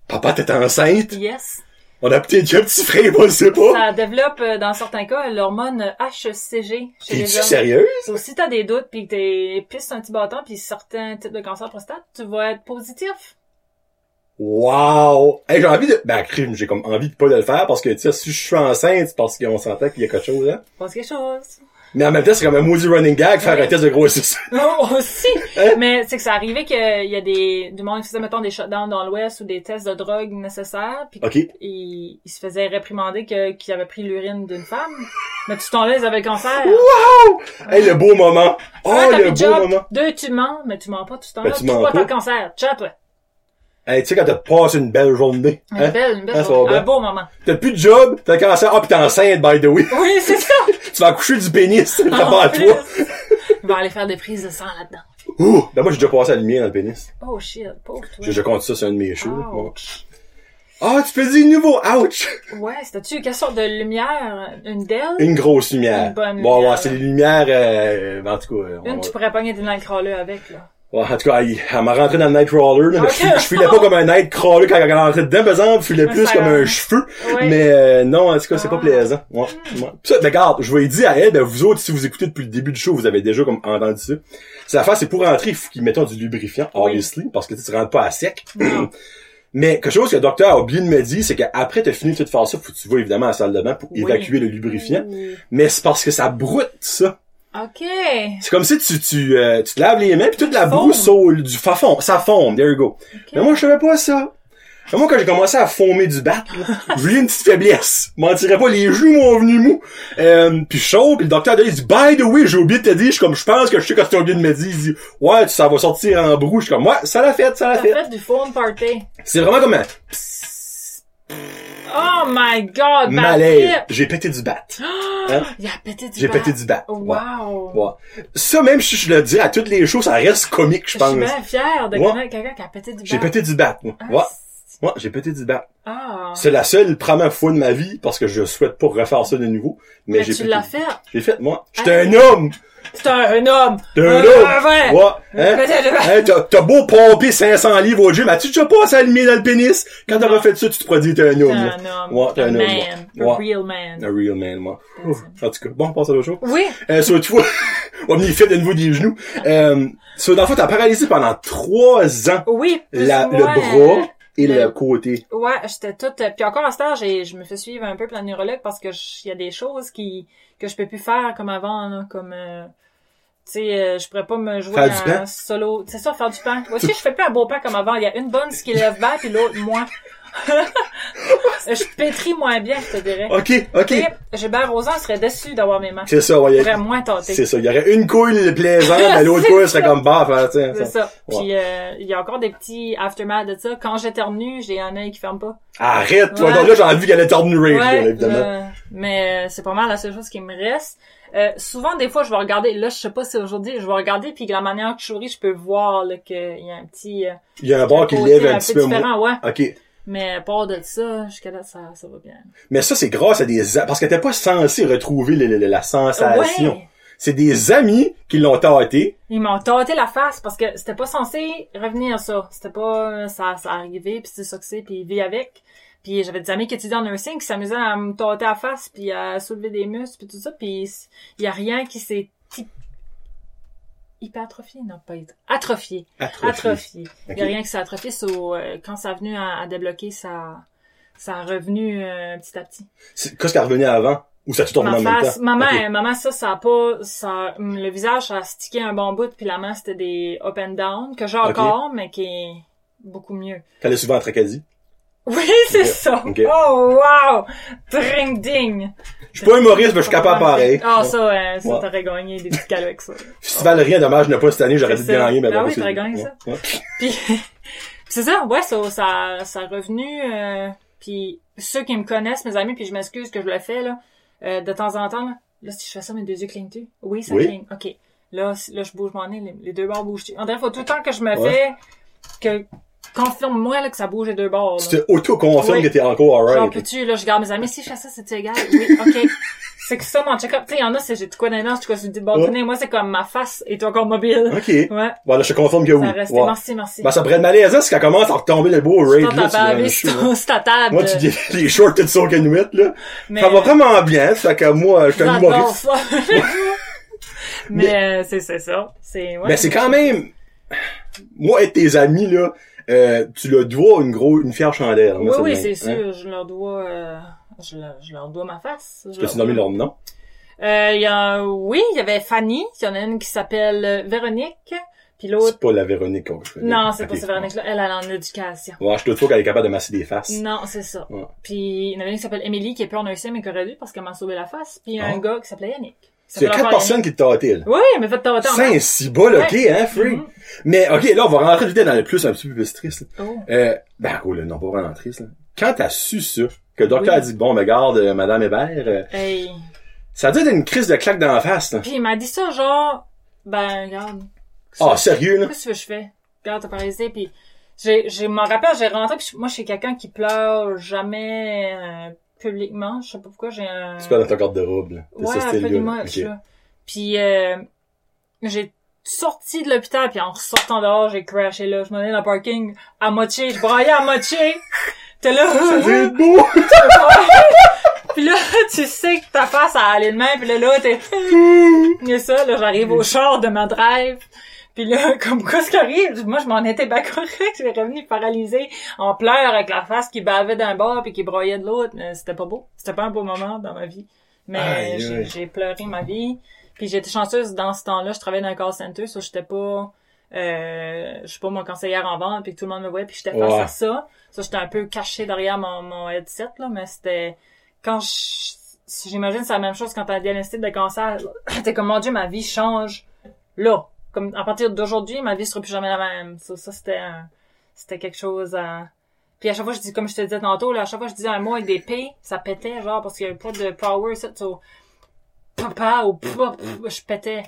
Speaker 1: Papa, t'étais enceinte?
Speaker 2: Yes.
Speaker 1: On a peut-être eu un petit frère, on le sait pas.
Speaker 2: Ça développe, euh, dans certains cas, l'hormone HCG chez
Speaker 1: T'es-tu
Speaker 2: les hommes.
Speaker 1: sérieux?
Speaker 2: So, si t'as des doutes puis que t'es pisse un petit bâton puis certains types de cancer de prostate, tu vas être positif.
Speaker 1: Wow! Hey, j'ai envie de... Ben, crime, j'ai comme envie de pas de le faire parce que, tu sais, si je suis enceinte, c'est parce qu'on s'entend qu'il y a quelque chose, là.
Speaker 2: Pense quelque chose.
Speaker 1: Mais en même temps, c'est comme un maudit running gag, faire
Speaker 2: Ouais.
Speaker 1: un test de grossesse.
Speaker 2: Moi aussi.
Speaker 1: Hein?
Speaker 2: Mais c'est que ça arrivait qu'il y a des, du monde qui faisait, mettons, des shutdowns dans l'Ouest ou des tests de drogue nécessaires, puis
Speaker 1: OK.
Speaker 2: il, il se faisait réprimander que, qu'il avait pris l'urine d'une femme. Mais tout ce temps-là, ils avaient le cancer.
Speaker 1: Hey, le beau moment! Oh,
Speaker 2: Un,
Speaker 1: le
Speaker 2: t'as plus
Speaker 1: beau
Speaker 2: de job.
Speaker 1: moment!
Speaker 2: Deux, tu mens, mais tu mens pas tout ce temps-là.
Speaker 1: Ben, tu mens
Speaker 2: Pourquoi
Speaker 1: pas.
Speaker 2: t'as le cancer? Ciao, toi.
Speaker 1: Hey, tu sais, quand t'as passé une belle journée,
Speaker 2: Une
Speaker 1: hein?
Speaker 2: belle, une belle
Speaker 1: Hein, ça
Speaker 2: journée.
Speaker 1: va bien.
Speaker 2: Un beau moment.
Speaker 1: T'as plus de job, t'as le cancer, ah, pis t'es enceinte, by the way.
Speaker 2: Oui, c'est ça.
Speaker 1: tu vas accoucher du pénis,
Speaker 2: En
Speaker 1: là-bas à toi.
Speaker 2: plus, Il va aller faire des prises de sang là-dedans.
Speaker 1: Ouh! Ben, moi, j'ai déjà passé la lumière dans le pénis.
Speaker 2: Oh shit, pauvre toi.
Speaker 1: Je, je compte ça, c'est un de mes cheveux.
Speaker 2: Ouch.
Speaker 1: Bon. Ah, tu peux dire nouveau, ouch!
Speaker 2: Ouais, c'était-tu quelle sorte de lumière? Une d'elle?
Speaker 1: Une grosse lumière.
Speaker 2: Une bonne
Speaker 1: bon,
Speaker 2: lumière,
Speaker 1: ouais, c'est
Speaker 2: là.
Speaker 1: les lumières, euh, ben, en tout cas, on
Speaker 2: Une,
Speaker 1: va-
Speaker 2: tu pourrais pogner des Nightcrawler avec, là.
Speaker 1: Ouais, en tout cas, elle, elle m'a rentré dans le Nightcrawler, là.
Speaker 2: Ok.
Speaker 1: Je, je filais pas comme un Nightcrawler quand elle rentrait dedans, par exemple, je filais
Speaker 2: Ça,
Speaker 1: plus
Speaker 2: ça
Speaker 1: comme
Speaker 2: va.
Speaker 1: un cheveu.
Speaker 2: Ouais.
Speaker 1: Mais, euh, non, en tout cas, c'est pas
Speaker 2: Ah.
Speaker 1: plaisant. Ouais. ouais. Pis ça, ben, regarde, je vais dire à elle, ben, vous autres, si vous écoutez depuis le début du show, vous avez déjà comme entendu ça. C'est la c'est pour rentrer, il faut qu'ils mettent du lubrifiant,
Speaker 2: Oui.
Speaker 1: obviously, parce que tu sais, tu rentres pas à sec.
Speaker 2: Non.
Speaker 1: Mais quelque chose que le docteur a oublié de me dire, c'est qu'après t'as fini de tout faire ça, faut que tu vas évidemment à la salle de bain pour
Speaker 2: Oui.
Speaker 1: évacuer le lubrifiant. Mais c'est parce que ça broute, ça.
Speaker 2: Ok.
Speaker 1: C'est comme si tu, tu, euh, tu te laves les mains puis toute la
Speaker 2: Forme.
Speaker 1: brousse au, du fafon, ça forme, there you go.
Speaker 2: Ok.
Speaker 1: Mais moi, je savais pas ça. Mais moi, quand j'ai commencé à fommer du bat, là, j'ai eu une petite faiblesse. Je Mentirais pas, les joues m'ont venu mou. Euh, puis chaud, puis le docteur il dit, by the way, j'ai oublié de te dire, je suis comme, je pense que je sais quand tu as oublié de me dire, il dit, ouais, ça va sortir en brou. Je suis comme, ouais, ça l'a fait, ça l'a
Speaker 2: T'as
Speaker 1: fait.
Speaker 2: fait du phone party.
Speaker 1: C'est vraiment comme un
Speaker 2: Oh my god,
Speaker 1: malaise.
Speaker 2: Malaise.
Speaker 1: J'ai pété du bat. Hein?
Speaker 2: Il a pété du
Speaker 1: J'ai
Speaker 2: bat.
Speaker 1: pété du bat. Ouais.
Speaker 2: Wow.
Speaker 1: Ouais. Ça, même si je le dis à toutes les shows, ça reste comique, je
Speaker 2: Je suis
Speaker 1: pense.
Speaker 2: bien fière de
Speaker 1: Ouais.
Speaker 2: connaître quelqu'un qui a pété du bat.
Speaker 1: J'ai pété du bat, moi.
Speaker 2: Ah,
Speaker 1: Ouais.
Speaker 2: c'est-
Speaker 1: Ouais, j'ai pété du bat.
Speaker 2: Ah.
Speaker 1: C'est la seule première fois de ma vie, parce que je souhaite pas refaire ça de nouveau, mais,
Speaker 2: Mais
Speaker 1: j'ai
Speaker 2: tu
Speaker 1: pété.
Speaker 2: l'as fait.
Speaker 1: J'ai fait, moi. J'étais
Speaker 2: Ah.
Speaker 1: un homme!
Speaker 2: C'est un, un homme.
Speaker 1: T'es un
Speaker 2: Euh,
Speaker 1: homme!
Speaker 2: ouais.
Speaker 1: Ouais, hein?
Speaker 2: Pété du bat.
Speaker 1: Hein, t'as, t'as beau pomper 500 livres au gym, as-tu déjà pas allumé dans le pénis? Quand t'auras fait ça, tu te pourras dire t'es un
Speaker 2: T'es
Speaker 1: homme. là.
Speaker 2: un homme.
Speaker 1: Ouais, t'es un homme,
Speaker 2: man.
Speaker 1: ouais. Ouais.
Speaker 2: A real man.
Speaker 1: Un real man, moi. En tout cas, bon, on passe à l'autre chose.
Speaker 2: Oui.
Speaker 1: Euh, so, tu vois, on me fait de nouveau des genoux. Euh, so, dans le fond, t'as paralysé pendant trois ans
Speaker 2: Oui. plus
Speaker 1: la,
Speaker 2: ou
Speaker 1: le
Speaker 2: moins,
Speaker 1: bras et
Speaker 2: le-
Speaker 1: le côté.
Speaker 2: Ouais, j'étais toute. euh, Puis encore à ce temps, j'ai, je me fais suivre un peu par la neurologue parce que je- il y a des choses qui que je peux plus faire comme avant, là, comme. euh, tu sais, euh, je pourrais pas me jouer
Speaker 1: Faire du
Speaker 2: en
Speaker 1: pan?
Speaker 2: solo. C'est ça, faire du pan. Moi aussi, je fais plus un beau pan comme avant. Il y a une bonne ce qui lève bien, puis l'autre moins. je pétris moins bien, je te dirais.
Speaker 1: Ok, ok.
Speaker 2: Et Gilbert Rosan serait déçu d'avoir mes mains.
Speaker 1: C'est ça, ouais. y a-
Speaker 2: J'aurais moins tenté.
Speaker 1: C'est ça. Il y aurait une couille plaisante, mais l'autre couille serait comme bah, enfin, tiens.
Speaker 2: C'est
Speaker 1: ça.
Speaker 2: ça.
Speaker 1: Ouais.
Speaker 2: Puis euh, il y a encore des petits aftermath de ça. Quand j'éternue, j'ai un œil qui ferme pas.
Speaker 1: Arrête, toi.
Speaker 2: Ouais.
Speaker 1: Donc là, j'ai envie qu'elle ait tordu une rage,
Speaker 2: Ouais,
Speaker 1: là, évidemment.
Speaker 2: là, mais euh, c'est pas mal la seule chose qui me reste. Euh, souvent, des fois, je vais regarder. Là, je sais pas si aujourd'hui, je vais regarder, puis de la manière que je souris, je peux voir là, qu'il y a un petit. euh,
Speaker 1: Il y a un bord qui
Speaker 2: côté
Speaker 1: lève un petit peu moins.
Speaker 2: différent, ouais.
Speaker 1: Ok.
Speaker 2: Mais à part de ça, jusqu'à là, ça, ça va bien.
Speaker 1: Mais ça, c'est grâce à des, a- parce qu'elle était pas censée retrouver le- le- le- la sensation.
Speaker 2: ouais.
Speaker 1: C'est des amis qui l'ont tâté.
Speaker 2: Ils m'ont tâté la face parce que c'était pas censé revenir ça. C'était pas euh, ça, ça arrivé puis c'est ça que c'est puis vit avec. Puis j'avais des amis qui étudiaient en nursing qui s'amusaient à me tâter la face puis à soulever des muscles puis tout ça puis s- il y a rien qui s'est hy- hypertrophié non pas hyper- atrophié
Speaker 1: Atrophié.
Speaker 2: atrophié. Il y a
Speaker 1: Ok.
Speaker 2: rien qui s'est atrophié so, euh, quand ça a venu à, à débloquer ça ça a revenu euh, petit à petit.
Speaker 1: C'est- Qu'est-ce qu'elle revenait avant? Ou ça a tout tourné
Speaker 2: Ma
Speaker 1: en même
Speaker 2: face,
Speaker 1: temps?
Speaker 2: ma
Speaker 1: Ok.
Speaker 2: main, ma main, ça, ça a pas, ça, hum, le visage, ça a stické un bon bout, puis la main, c'était des up and down, que j'ai
Speaker 1: Ok.
Speaker 2: encore, mais qui est beaucoup mieux.
Speaker 1: T'allais souvent en Tracadie.
Speaker 2: Oui, c'est
Speaker 1: Ok.
Speaker 2: ça!
Speaker 1: Ok.
Speaker 2: Oh, wow! Dring ding!
Speaker 1: Je suis pas humoriste, mais je suis capable pareil.
Speaker 2: Ah, ça, euh, ça,
Speaker 1: Ouais.
Speaker 2: t'aurais gagné des petits cadeaux avec ça.
Speaker 1: Festival rien, dommage, je n'ai pas cette année, j'aurais dû
Speaker 2: C'est ça.
Speaker 1: gagner, mais
Speaker 2: Ah
Speaker 1: bon,
Speaker 2: oui,
Speaker 1: c'est-
Speaker 2: t'aurais gagné ça.
Speaker 1: Ouais.
Speaker 2: Puis, puis c'est ça, ouais, ça, ça, ça a revenu. euh, puis ceux qui me connaissent, mes amis, puis je m'excuse que je le fais là, euh, de temps en temps. Là, là, si je fais ça, mes deux yeux clignent-tu? Oui, ça
Speaker 1: Oui.
Speaker 2: cligne. Ok. Là, si- là, je bouge mon nez, les, les deux bords bougent. En vrai, faut tout le temps que je me
Speaker 1: Ouais.
Speaker 2: fais que confirme-moi là que ça bouge les deux bords. là.
Speaker 1: Tu te auto-confirmes
Speaker 2: Oui.
Speaker 1: que t'es encore
Speaker 2: Genre,
Speaker 1: alright.
Speaker 2: peux-tu, là, je garde mes amis, si je fais ça, c'est égal? Oui, ok. c'est que ça, mon check-up. Tu sais, il y en a, c'est j'ai de quoi dans les dents, j'ai de quoi sur le bord du
Speaker 1: Ouais.
Speaker 2: nez. Moi, c'est comme ma face est encore mobile.
Speaker 1: Ok.
Speaker 2: Ouais.
Speaker 1: Voilà, je te confirme que oui.
Speaker 2: Ça reste.
Speaker 1: Ouais.
Speaker 2: Merci, merci.
Speaker 1: Ben, ça pourrait être malaisant si qu'elle commence à retomber le beau
Speaker 2: Tu
Speaker 1: raid,
Speaker 2: tends ta
Speaker 1: là, sur
Speaker 2: table,
Speaker 1: le show,
Speaker 2: c'est
Speaker 1: là.
Speaker 2: ton- c'est ta table.
Speaker 1: Moi, tu dis les shorts de son canouette, là.
Speaker 2: Mais- euh,
Speaker 1: Ça va vraiment bien, fait que moi, je suis un
Speaker 2: J'adore
Speaker 1: humoriste.
Speaker 2: ça. Mais, euh, c'est c'est ça. C'est ouais.
Speaker 1: Ben, Mais c'est quand même, moi et tes amis, là, euh, tu le dois une gros, une fière chandelle.
Speaker 2: Oui,
Speaker 1: Moi, ça
Speaker 2: oui,
Speaker 1: me-
Speaker 2: c'est
Speaker 1: hein.
Speaker 2: sûr. Je leur dois, euh, je, leur, je leur dois ma face. Je
Speaker 1: Peux-tu nommer
Speaker 2: dois-
Speaker 1: leur nom?
Speaker 2: Euh, il y a, oui, il y avait Fanny. Il y en a une qui s'appelle euh, Véronique. Puis l'autre,
Speaker 1: C'est pas la Véronique qu'on connaît.
Speaker 2: non, c'est
Speaker 1: Ok.
Speaker 2: pas cette Véronique-là. Elle, elle est en éducation.
Speaker 1: Ouais, je te trouve qu'elle est capable de masser des faces.
Speaker 2: Non, c'est ça.
Speaker 1: Ouais.
Speaker 2: Puis il y en avait une qui s'appelle Émilie, qui est plus en nursing, mais qui aurait dû parce qu'elle m'a sauvé la face. Puis il y a
Speaker 1: Ah.
Speaker 2: un gars qui s'appelait Yannick. qui
Speaker 1: C'est
Speaker 2: s'appelle
Speaker 1: quatre
Speaker 2: encore
Speaker 1: personnes qui te tâtaient, là.
Speaker 2: Yannick. Oui, mais faites ton retour.
Speaker 1: Cinq, six bas, là, ok, hein, free.
Speaker 2: Mhm.
Speaker 1: Mais, ok, là, on va rentrer vite dans le plus, un petit peu plus triste, là.
Speaker 2: Oh.
Speaker 1: Euh, ben, quoi, là, non, pas vraiment triste, là. Quand t'as su ça, que le docteur
Speaker 2: Oui.
Speaker 1: a dit, bon, mais garde, euh, Madame Hébert, euh,
Speaker 2: Hey.
Speaker 1: ça a dû être une crise de claque dans la face, là.
Speaker 2: Puis il m'a dit ça, genre, ben, regarde.
Speaker 1: Ah, sérieux, là?
Speaker 2: Qu'est-ce que je fais? Regarde, t'as paralysé, puis j'ai, j'ai, m'en rappelle, j'ai rentré, puis je- moi, je suis quelqu'un qui pleure jamais euh, publiquement. Je sais pas pourquoi, j'ai un...
Speaker 1: Tu parles dans ton garde-robe, là. T'es
Speaker 2: Ouais,
Speaker 1: ce style-là,
Speaker 2: absolument,
Speaker 1: là.
Speaker 2: je
Speaker 1: Ok.
Speaker 2: suis là. Puis euh, j'ai sorti de l'hôpital, puis en ressortant dehors, j'ai crashé là. Je m'en allais dans le parking à moitié, je braillais à moitié. T'es là,
Speaker 1: Ça doit être beau!
Speaker 2: puis là, tu sais que ta face a allé de main, puis là, là, t'es... Et ça, là, j'arrive au char de ma drive. Puis là, comme quoi ce qui arrive, moi je m'en étais pas correct, j'ai revenu paralysé en pleurs avec la face qui bavait d'un bord puis qui broyait de l'autre. Mais C'était pas beau, c'était pas un beau moment dans ma vie. Mais
Speaker 1: Aïe,
Speaker 2: j'ai-
Speaker 1: aïe.
Speaker 2: j'ai pleuré ma vie. Puis j'étais chanceuse dans ce temps-là, je travaillais dans un call center, so j'étais pas euh, je suis pas mon conseillère en vente puis que tout le monde me voyait puis j'étais face
Speaker 1: Ouais.
Speaker 2: à ça. Ça j'étais un peu cachée derrière mon, mon headset là, mais c'était quand je j'imagine c'est la même chose quand t'as un diagnostic de cancer, t'es comme mon dieu ma vie change là. Comme à partir d'aujourd'hui, ma vie sera plus jamais la même. Ça, ça c'était un- c'était quelque chose à puis à chaque fois je dis comme je te disais tantôt là, à chaque fois je disais un mot avec des p, ça pétait genre parce qu'il y avait pas de power ça so, papa ou pop, je pétais.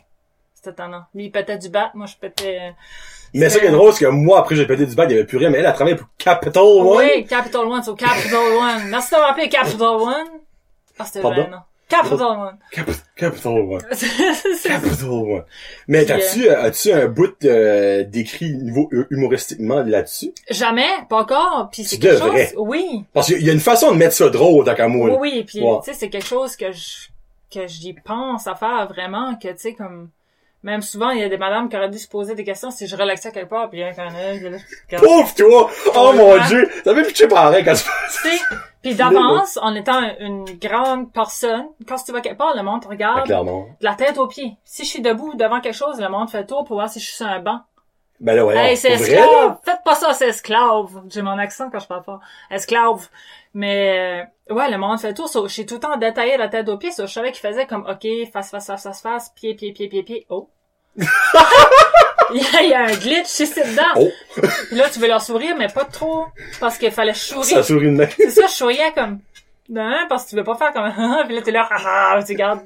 Speaker 2: C'était tendant. Lui il pétait du bat, moi je pétais euh,
Speaker 1: Mais ça qui est drôle, c'est que moi, après, j'ai pété du bac, il y avait plus rien, mais elle a travaillé pour Capital One.
Speaker 2: Oui, Capital One, so Capital One. Merci d'avoir appelé Capital One. Ah, c'était
Speaker 1: Pardon?
Speaker 2: gênant. Capital One.
Speaker 1: Cap- Capital One.
Speaker 2: C'est-
Speaker 1: Capital One. Mais
Speaker 2: Puis,
Speaker 1: t'as-tu, euh, as-tu un bout euh, d'écrit niveau hu- humoristiquement là-dessus?
Speaker 2: Jamais, pas encore. Puis c'est
Speaker 1: Tu
Speaker 2: quelque
Speaker 1: devrais.
Speaker 2: chose. Oui.
Speaker 1: Parce qu'il y a une façon de mettre ça drôle, dans Camoul.
Speaker 2: Oui, oui. Puis
Speaker 1: Ouais.
Speaker 2: tu sais, c'est quelque chose que je que j'y pense à faire vraiment, que tu sais, comme même souvent, il y a des madames qui auraient dû se poser des questions si je relaxais quelque part, puis il y en a quand même, puis là, je-
Speaker 1: Pauvre toi! Oh
Speaker 2: Ouais.
Speaker 1: mon dieu! Ça fait pitcher pareil quand tu
Speaker 2: tu sais. Puis d'avance, en étant une grande personne, quand tu vas quelque part, le monde te
Speaker 1: Ah,
Speaker 2: regarde de
Speaker 1: clairement.
Speaker 2: la tête aux pieds. Si je suis debout devant quelque chose, le monde fait tour pour voir si je suis sur un banc.
Speaker 1: Ben là, ouais.
Speaker 2: Hey, c'est
Speaker 1: c'est vrai, là.
Speaker 2: esclave! Faites pas ça, c'est esclave! J'ai mon accent quand je parle pas. Esclave! Mais, euh, ouais, le monde fait le tour. So, j'ai tout le temps détaillé la tête aux pieds. So, je savais qu'il faisait comme, OK, face, face, face, face, face, pied, pied, pied, pied, pied, oh. il, y a, il y a un glitch ici dedans.
Speaker 1: Oh.
Speaker 2: Puis là, tu veux leur sourire, mais pas trop. Parce qu'il fallait sourire.
Speaker 1: Ça sourit une main.
Speaker 2: C'est ça, je souriais comme, non, parce que tu veux pas faire comme, Ah, puis là, t'es là, ah, ah, tu regardes.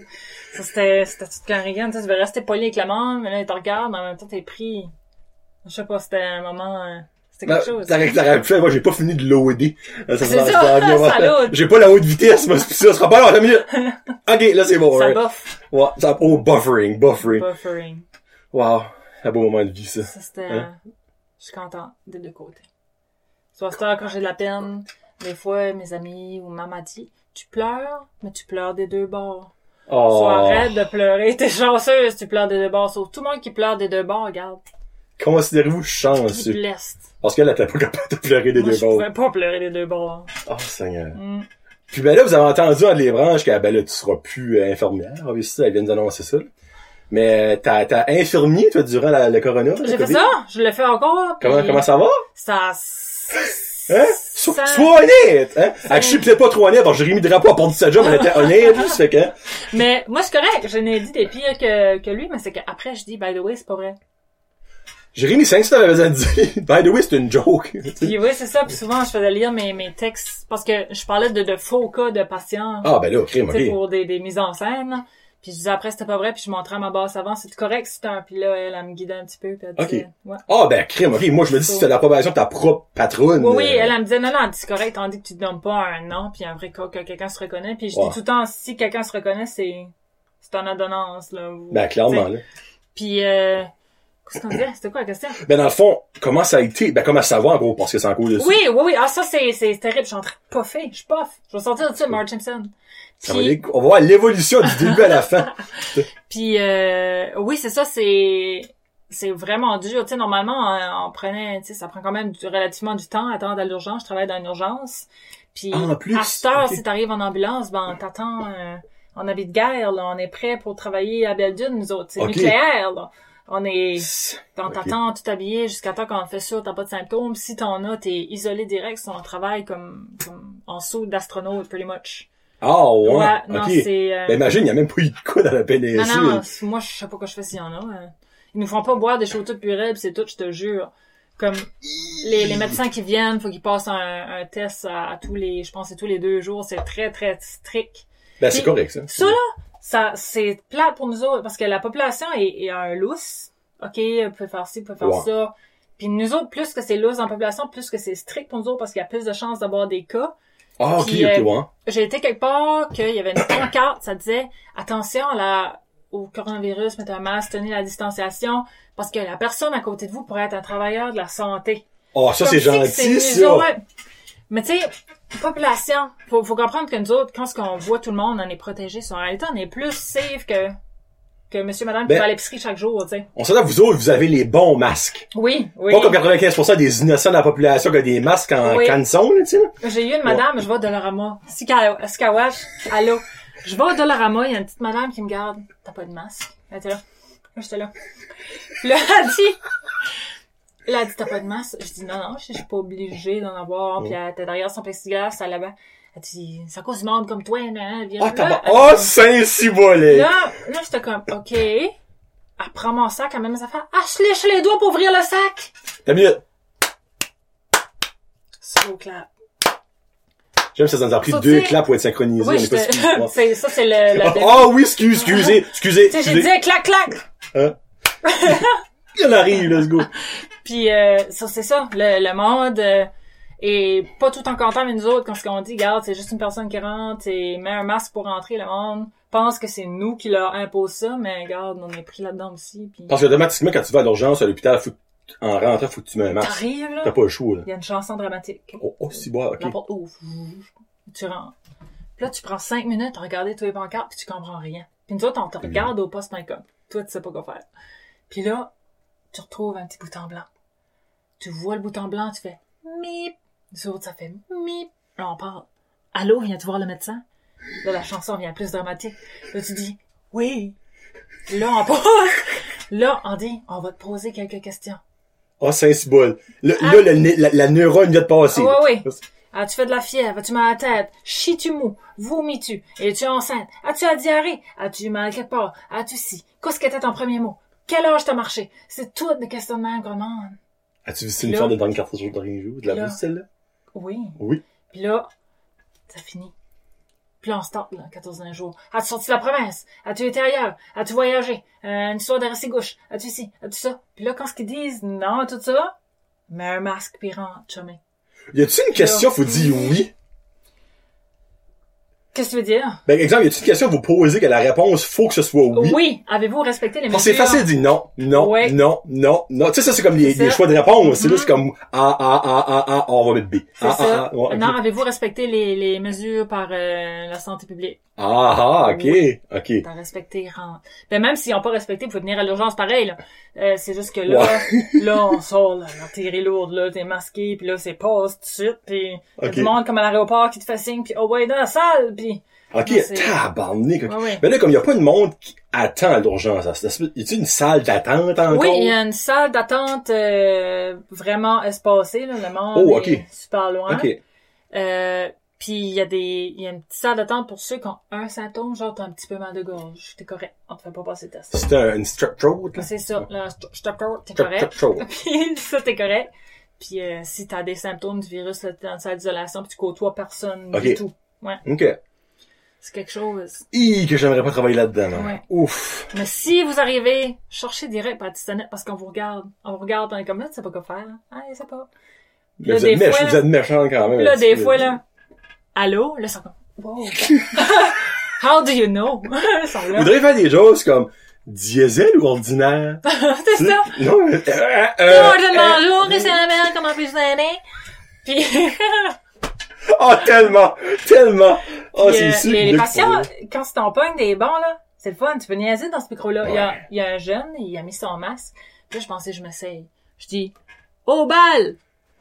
Speaker 2: Ça, c'était, c'était tout qu'un Reagan, tu sais, tu veux rester poli avec la monde, mais là, ils te regardent, mais en même temps, t'es pris. Je sais pas, c'était un moment, euh, c'était
Speaker 1: Ben,
Speaker 2: quelque chose.
Speaker 1: T'aurais t'aurais pu faire, moi j'ai pas fini de loader. Ça,
Speaker 2: C'est ça, ça load.
Speaker 1: J'ai pas la haute vitesse, moi, c'est ça sera pas là, la minute. Ok, là c'est bon,
Speaker 2: Ça
Speaker 1: ouais.
Speaker 2: buff,
Speaker 1: Ouais, ça, oh, buffering, buffering.
Speaker 2: buffering.
Speaker 1: Wow. Un beau moment de vie, ça.
Speaker 2: Ça, c'était,
Speaker 1: Hein?
Speaker 2: euh, je suis contente des deux côtés. Soit ça, quand j'ai de la peine, des fois, mes amis ou maman dit, tu pleures, mais tu pleures des deux bords.
Speaker 1: Oh.
Speaker 2: Soit arrête de pleurer, t'es chanceuse, tu pleures des deux bords. Sauf tout le monde qui pleure des deux bords, regarde.
Speaker 1: Considérez-vous
Speaker 2: Qui
Speaker 1: chanceux.
Speaker 2: blesse.
Speaker 1: Parce qu'elle était pas capable de pleurer des
Speaker 2: Moi,
Speaker 1: deux
Speaker 2: je
Speaker 1: bords.
Speaker 2: pouvais pas pleurer les deux bords.
Speaker 1: Oh, Seigneur.
Speaker 2: Mm.
Speaker 1: Puis ben là, vous avez entendu entre les branches que ben là, tu seras plus euh, infirmière. Oui, ça, elle vient de nous annoncer ça. là. Mais euh, t'as, t'as infirmier, toi, durant la, le corona. le
Speaker 2: J'ai fait
Speaker 1: COVID.
Speaker 2: ça, je le fais encore. puis
Speaker 1: Comment, comment ça va?
Speaker 2: Ça...
Speaker 1: Hein? So-
Speaker 2: ça-
Speaker 1: Sois honnête! Hein? Ah, je suis peut-être pas trop honnête, parce que Jérémy Drapeau à part de sa job, elle était honnête, juste fait que... hein?
Speaker 2: Mais moi, c'est correct. Je n'ai dit des pires que, que lui, mais c'est qu'après, je dis, by the way, c'est pas vrai.
Speaker 1: Jérémy, c'est ça que t'avais besoin de dire. By the way, c'est une joke. tu sais.
Speaker 2: Puis oui, c'est ça. Puis souvent, je faisais lire mes, mes textes parce que je parlais de, de faux cas de patients
Speaker 1: Ah, ben là, crime,
Speaker 2: tu sais,
Speaker 1: ok.
Speaker 2: pour des, des mises en scène. Puis je disais après, c'était pas vrai. Puis je montrais à ma boss avant, c'est correct, c'est un. Puis là, elle, elle me guidait un petit peu. Puis elle
Speaker 1: Ok.
Speaker 2: disait, ouais.
Speaker 1: Ah, ben crime, ok. Moi, je me dis, si t'as l'approbation de ta propre patronne...
Speaker 2: Oui, oui,
Speaker 1: euh,
Speaker 2: elle, elle me disait, non, non, c'est correct, tandis que tu te donnes pas un nom, puis un vrai cas que quelqu'un se reconnaît. Puis je
Speaker 1: Ouais.
Speaker 2: dis tout le temps, si quelqu'un se reconnaît, c'est, c'est en ordonnance, là. ou-
Speaker 1: Ben, clairement, là.
Speaker 2: Puis, euh, qu'est-ce qu'on disait? C'était quoi la question?
Speaker 1: Ben, dans le fond, comment ça a été? Ben, comment ça va, en gros, parce que c'est en cours de
Speaker 2: Oui, oui, oui. Ah, ça, c'est, c'est terrible. Je suis en train de puffer. Je puffe. Je vais sortir de ça, Marge Simpson.
Speaker 1: Ça va
Speaker 2: Puis-
Speaker 1: aller- On va voir l'évolution du début à la fin.
Speaker 2: Puis euh, oui, c'est ça, c'est c'est vraiment dur. Tu sais, normalement, on, on prenait, tu sais, ça prend quand même du- relativement du temps à attendre à l'urgence. Je travaille dans une urgence. Puis,
Speaker 1: Ah, en plus,
Speaker 2: à cette heure,
Speaker 1: ok.
Speaker 2: si t'arrives en ambulance, ben, t'attends, euh, en habit de guerre, là. On est prêt pour travailler à Belle-Dune, nous autres. C'est
Speaker 1: Ok.
Speaker 2: nucléaire, là. On est... Quand
Speaker 1: Ok.
Speaker 2: t'attends tout habillé jusqu'à temps qu'on fait sûr, t'as pas de symptômes. Si t'en as, t'es isolé direct. Si on travaille comme, comme en saut d'astronaute, pretty much.
Speaker 1: Ah, ouais.
Speaker 2: non,
Speaker 1: ok.
Speaker 2: c'est... euh,
Speaker 1: Ben, imagine, il n'y a même pas eu de quoi dans la PNSU.
Speaker 2: non, non, c'est- moi, je sais pas quoi je fais s'il y en a. hein. Ils nous font pas boire des chaudes de purée, pis c'est tout, je te jure. Comme les, les médecins qui viennent, faut qu'ils passent un, un test à, à tous les, je pense, c'est tous les deux jours. C'est très, très strict.
Speaker 1: Ben, c'est
Speaker 2: Puis-
Speaker 1: correct, ça.
Speaker 2: Ça, là, ça, c'est plate pour nous autres, parce que la population est, est un lousse. OK, on peut faire ci, on peut faire
Speaker 1: Ouais.
Speaker 2: ça. Puis nous autres, plus que c'est lousse en population, plus que c'est strict pour nous autres, parce qu'il y a plus de chances d'avoir des cas.
Speaker 1: Ah, ok, ok,
Speaker 2: Puis, euh,
Speaker 1: ouais.
Speaker 2: J'ai été quelque part qu'il y avait une pancarte, ça disait attention là au coronavirus, mettez un masque, tenez la distanciation, parce que la personne à côté de vous pourrait être un travailleur de la santé.
Speaker 1: Ah, ça, c'est
Speaker 2: Comme si
Speaker 1: gentil,
Speaker 2: c'est nous
Speaker 1: ça.
Speaker 2: autres. Mais tu sais, population, faut, faut comprendre que nous autres, quand ce qu'on voit tout le monde, on est protégé. En réalité, on est plus safe que que monsieur, madame qui
Speaker 1: Ben-
Speaker 2: va à l'épicerie chaque jour, tu sais.
Speaker 1: On s'entend, vous autres, vous avez les bons masques.
Speaker 2: Oui, oui.
Speaker 1: Pas comme 95% des innocents de la population qui ont des masques en
Speaker 2: Oui.
Speaker 1: canson, là, tu sais. là.
Speaker 2: J'ai eu une madame, je vais au Dollarama. Sika- Sikawash, allô. Je vais au Dollarama, il y a une petite madame qui me garde. T'as pas de masque? Elle était là. Moi, j'étais là. Puis là, elle dit... Là, elle dit, t'as pas de masque? Je dis, non, non, je je suis pas obligée d'en avoir.
Speaker 1: Oh.
Speaker 2: Puis elle était derrière son plexiglas, elle là-bas. Elle dit, c'est à cause du monde comme toi, hein, viens
Speaker 1: Ah,
Speaker 2: là.
Speaker 1: t'as
Speaker 2: Elle
Speaker 1: Oh,
Speaker 2: dit,
Speaker 1: Saint-Cibolet!
Speaker 2: Là, là, j'étais comme, OK. Elle prend mon sac, elle met mes affaires. Ah, je lèche les doigts pour ouvrir le sac!
Speaker 1: T'as mis le-
Speaker 2: Slow clap.
Speaker 1: J'aime ça, ça nous a pris
Speaker 2: Ça,
Speaker 1: deux
Speaker 2: tu sais-
Speaker 1: claps pour être synchronisés.
Speaker 2: Oui,
Speaker 1: on est pas
Speaker 2: j'étais-
Speaker 1: si- Ah,
Speaker 2: c'est- ça, c'est le, la-
Speaker 1: Ah oui, excuse, excusez, excusez,
Speaker 2: Tu sais, j'ai
Speaker 1: excusez.
Speaker 2: dit clac clac.
Speaker 1: Il arrive, let's go.
Speaker 2: Puis euh, ça c'est ça, le, le monde euh, est pas tout en content mais nous autres quand ce qu'on dit, regarde, c'est juste une personne qui rentre et met un masque pour rentrer, le monde pense que c'est nous qui leur impose ça, mais regarde, on est pris là-dedans aussi. Puis
Speaker 1: Parce que automatiquement, quand tu vas à l'urgence, à l'hôpital, faut que- en rentrant, faut que tu mets un masque.
Speaker 2: t'arrives là,
Speaker 1: T'as pas le choix, là.
Speaker 2: il y a une chanson dramatique,
Speaker 1: Oh, oh, si, bois,
Speaker 2: la
Speaker 1: ok.
Speaker 2: porte ouvre, tu rentres. Puis là tu prends cinq minutes à regarder tous les pancartes puis tu comprends rien. Puis nous autres on te regarde au poste d'incom, toi tu sais pas quoi faire. Puis là tu retrouves un petit bouton blanc. Tu vois le bouton blanc, tu fais mip. Nous autres, ça fait mip. Là, on parle. Allô, viens-tu voir le médecin? Là, la chanson vient plus dramatique. Là, tu dis oui. Là, on parle. Là, on dit, on va te poser quelques questions.
Speaker 1: Ah, Saint-Cibolet. Là,
Speaker 2: Ah.
Speaker 1: là, le nez- la, la neurone vient de passer.
Speaker 2: Ouais,
Speaker 1: là.
Speaker 2: ouais. As-tu fait Ah, de la fièvre? As-tu mal à la tête? Chies-tu mou? Vomis-tu? Es-tu enceinte? As-tu la diarrhée? As-tu mal quelque part? As-tu si? Qu'est-ce qu'était ton premier mot? Quel âge t'as marché? C'est tout des questionnements qu'on demande.
Speaker 1: As-tu vu une
Speaker 2: Là.
Speaker 1: sorte de dernière carte sur le dernier jour? De la
Speaker 2: Là.
Speaker 1: bouse, celle-là?
Speaker 2: Oui.
Speaker 1: Oui.
Speaker 2: Puis là, ça finit. Puis là, on start, là, 14 d'un jour. As-tu sorti de la province? As-tu été ailleurs? As-tu voyagé? Euh, une histoire de rester gauche? As-tu ci? As-tu ça? Puis là, quand ce qu'ils disent, non, tout ça, mets un masque puis rentre, chumé.
Speaker 1: Y a-t-il une question, faut dire oui?
Speaker 2: Qu'est-ce que tu veux dire?
Speaker 1: Ben, exemple, y a-t-il une question, vous posez que la réponse, faut que ce soit oui?
Speaker 2: Oui. Avez-vous respecté les
Speaker 1: Parce
Speaker 2: mesures?
Speaker 1: que c'est facile de dire non, non,
Speaker 2: Ouais.
Speaker 1: non, non, non. Tu sais, ça, c'est comme les,
Speaker 2: C'est ça.
Speaker 1: les choix de réponse. C'est
Speaker 2: Mhm.
Speaker 1: là, c'est comme, ah, ah, ah, ah, ah, ah, on va mettre B.
Speaker 2: C'est
Speaker 1: Ah,
Speaker 2: ça.
Speaker 1: ah, ah, ouais, ok.
Speaker 2: Non, avez-vous respecté les, les mesures par euh, la santé publique?
Speaker 1: Ah, ah, ok, ok.
Speaker 2: T'as respecté, rentre. Ben, même s'ils n'ont pas respecté, vous pouvez venir à l'urgence pareil, là. Euh, c'est juste que là, là, on sort, là, l'artillerie lourde, là, t'es masqué, puis là, c'est passe tout de suite, puis y a
Speaker 1: Ok.
Speaker 2: du monde comme à l'aéroport qui te fait signe, puis oh, ouais, dans la salle, puis...
Speaker 1: Ok,
Speaker 2: Non, c'est-
Speaker 1: tabarnak. ok.
Speaker 2: Ouais, ouais.
Speaker 1: Mais là, comme y a pas de monde qui attend à l'urgence, ça se peut- y a-t-il une salle d'attente encore?
Speaker 2: Oui, il y a une salle d'attente euh, vraiment espacée, là, le monde
Speaker 1: Oh, ok.
Speaker 2: est super loin.
Speaker 1: Ok.
Speaker 2: Euh, puis il y a des, il y a une petite salle d'attente pour ceux qui ont un symptôme, genre t'as un petit peu mal de gorge, t'es correct, on te fait pas passer le test.
Speaker 1: C'était un, une strep throat, là.
Speaker 2: C'est ça, là, je te- je te cours, t'es
Speaker 1: Strep-
Speaker 2: correct.
Speaker 1: strep throat.
Speaker 2: Puis ça, t'es correct. Puis euh, si t'as des symptômes du virus, là, t'es dans une salle d'isolation, puis tu côtoies personne du
Speaker 1: Ok.
Speaker 2: tout.
Speaker 1: Ok.
Speaker 2: C'est quelque chose.
Speaker 1: Hi, que j'aimerais pas travailler là-dedans, là.
Speaker 2: Ouais.
Speaker 1: Ouf.
Speaker 2: Mais si vous arrivez, cherchez direct par la petite sonnette, parce qu'on vous regarde. On vous regarde, on est comme là, tu sais pas quoi faire. là. Ah, il sait pas.
Speaker 1: Mais
Speaker 2: Là,
Speaker 1: vous êtes
Speaker 2: des
Speaker 1: méchants,
Speaker 2: fois,
Speaker 1: vous êtes méchants quand même.
Speaker 2: Puis
Speaker 1: un
Speaker 2: là,
Speaker 1: petit
Speaker 2: des
Speaker 1: peu.
Speaker 2: fois, là, allô? Là, ils sont comme, wow. How do you know? Ils sont
Speaker 1: Vous
Speaker 2: là.
Speaker 1: devriez faire des choses comme diesel ou ordinaire?
Speaker 2: C'est ça. Oh,
Speaker 1: non, mais... euh, euh,
Speaker 2: Bonjour,
Speaker 1: euh,
Speaker 2: bonjour, ici Annabelle, comment puis-je vous aider? Puis,
Speaker 1: oh, tellement! Tellement! Oh,
Speaker 2: Puis, euh,
Speaker 1: c'est sûr.
Speaker 2: les, les
Speaker 1: Luc,
Speaker 2: patients,
Speaker 1: euh,
Speaker 2: quand tu t'en pognes des bons, là, c'est le fun, tu peux niaiser dans ce micro-là. Il, y a,
Speaker 1: Ouais.
Speaker 2: il y a un jeune, il a mis son masque, Puis là, je pensais, je m'essaye. Je dis, au bal!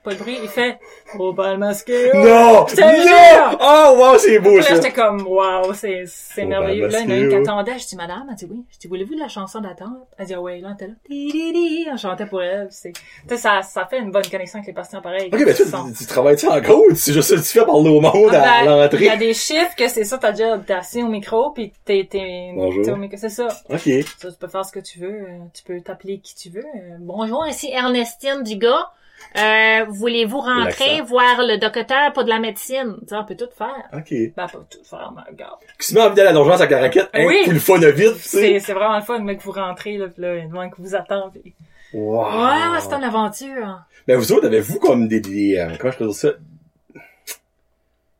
Speaker 2: Pas de bruit, il fait, au bal masqué! oh!
Speaker 1: Non!
Speaker 2: Putain,
Speaker 1: Non!
Speaker 2: merde!
Speaker 1: Oh, wow, c'est beau,
Speaker 2: Puis
Speaker 1: ça!
Speaker 2: là, j'étais comme, waouh, c'est, c'est
Speaker 1: Au
Speaker 2: merveilleux.
Speaker 1: bal
Speaker 2: Là, il y en a
Speaker 1: masqué, oh.
Speaker 2: une qui
Speaker 1: ouais.
Speaker 2: attendait. Je dis, madame, elle dit oui. Je dis, voulez-vous de la chanson d'attente? Elle dit, ah ouais, là, on était là. Di, di, di. On chantait pour elle. puis c'est, tu sais, ça, ça fait une bonne connexion avec les patients pareils.
Speaker 1: Ok, ben, tu, tu, tu travailles-tu encore ou tu, je sais, tu fais parler au monde à
Speaker 2: Ah, ben, Il y a
Speaker 1: l'entrée?
Speaker 2: des chiffres que c'est ça, t'as déjà, t'es assis au micro, puis t'es, t'es,
Speaker 1: Bonjour.
Speaker 2: t'es au micro, c'est ça.
Speaker 1: Ok.
Speaker 2: Ça, tu peux faire ce que tu veux. euh, Tu peux t'appeler qui tu veux. euh, Bonjour, ici Ernestine Dugas. Euh, voulez-vous rentrer
Speaker 1: L'accent.
Speaker 2: voir le docteur pour de la médecine? Tu sais, on peut tout faire.
Speaker 1: Ok. Qui
Speaker 2: Ben, pas tout faire, mais regarde.
Speaker 1: se met envie d'aller à l'urgence avec la raquette, hein,
Speaker 2: Oui.
Speaker 1: pour le fun de vite, tu sais.
Speaker 2: C'est, c'est vraiment le fun, mais que vous rentrez, là, pis là, il y a demande que vous attend. puis-
Speaker 1: Wow.
Speaker 2: Ouais, ouais, c'est une aventure.
Speaker 1: Ben, vous autres, avez-vous comme des, des, euh, comment je peux dire ça?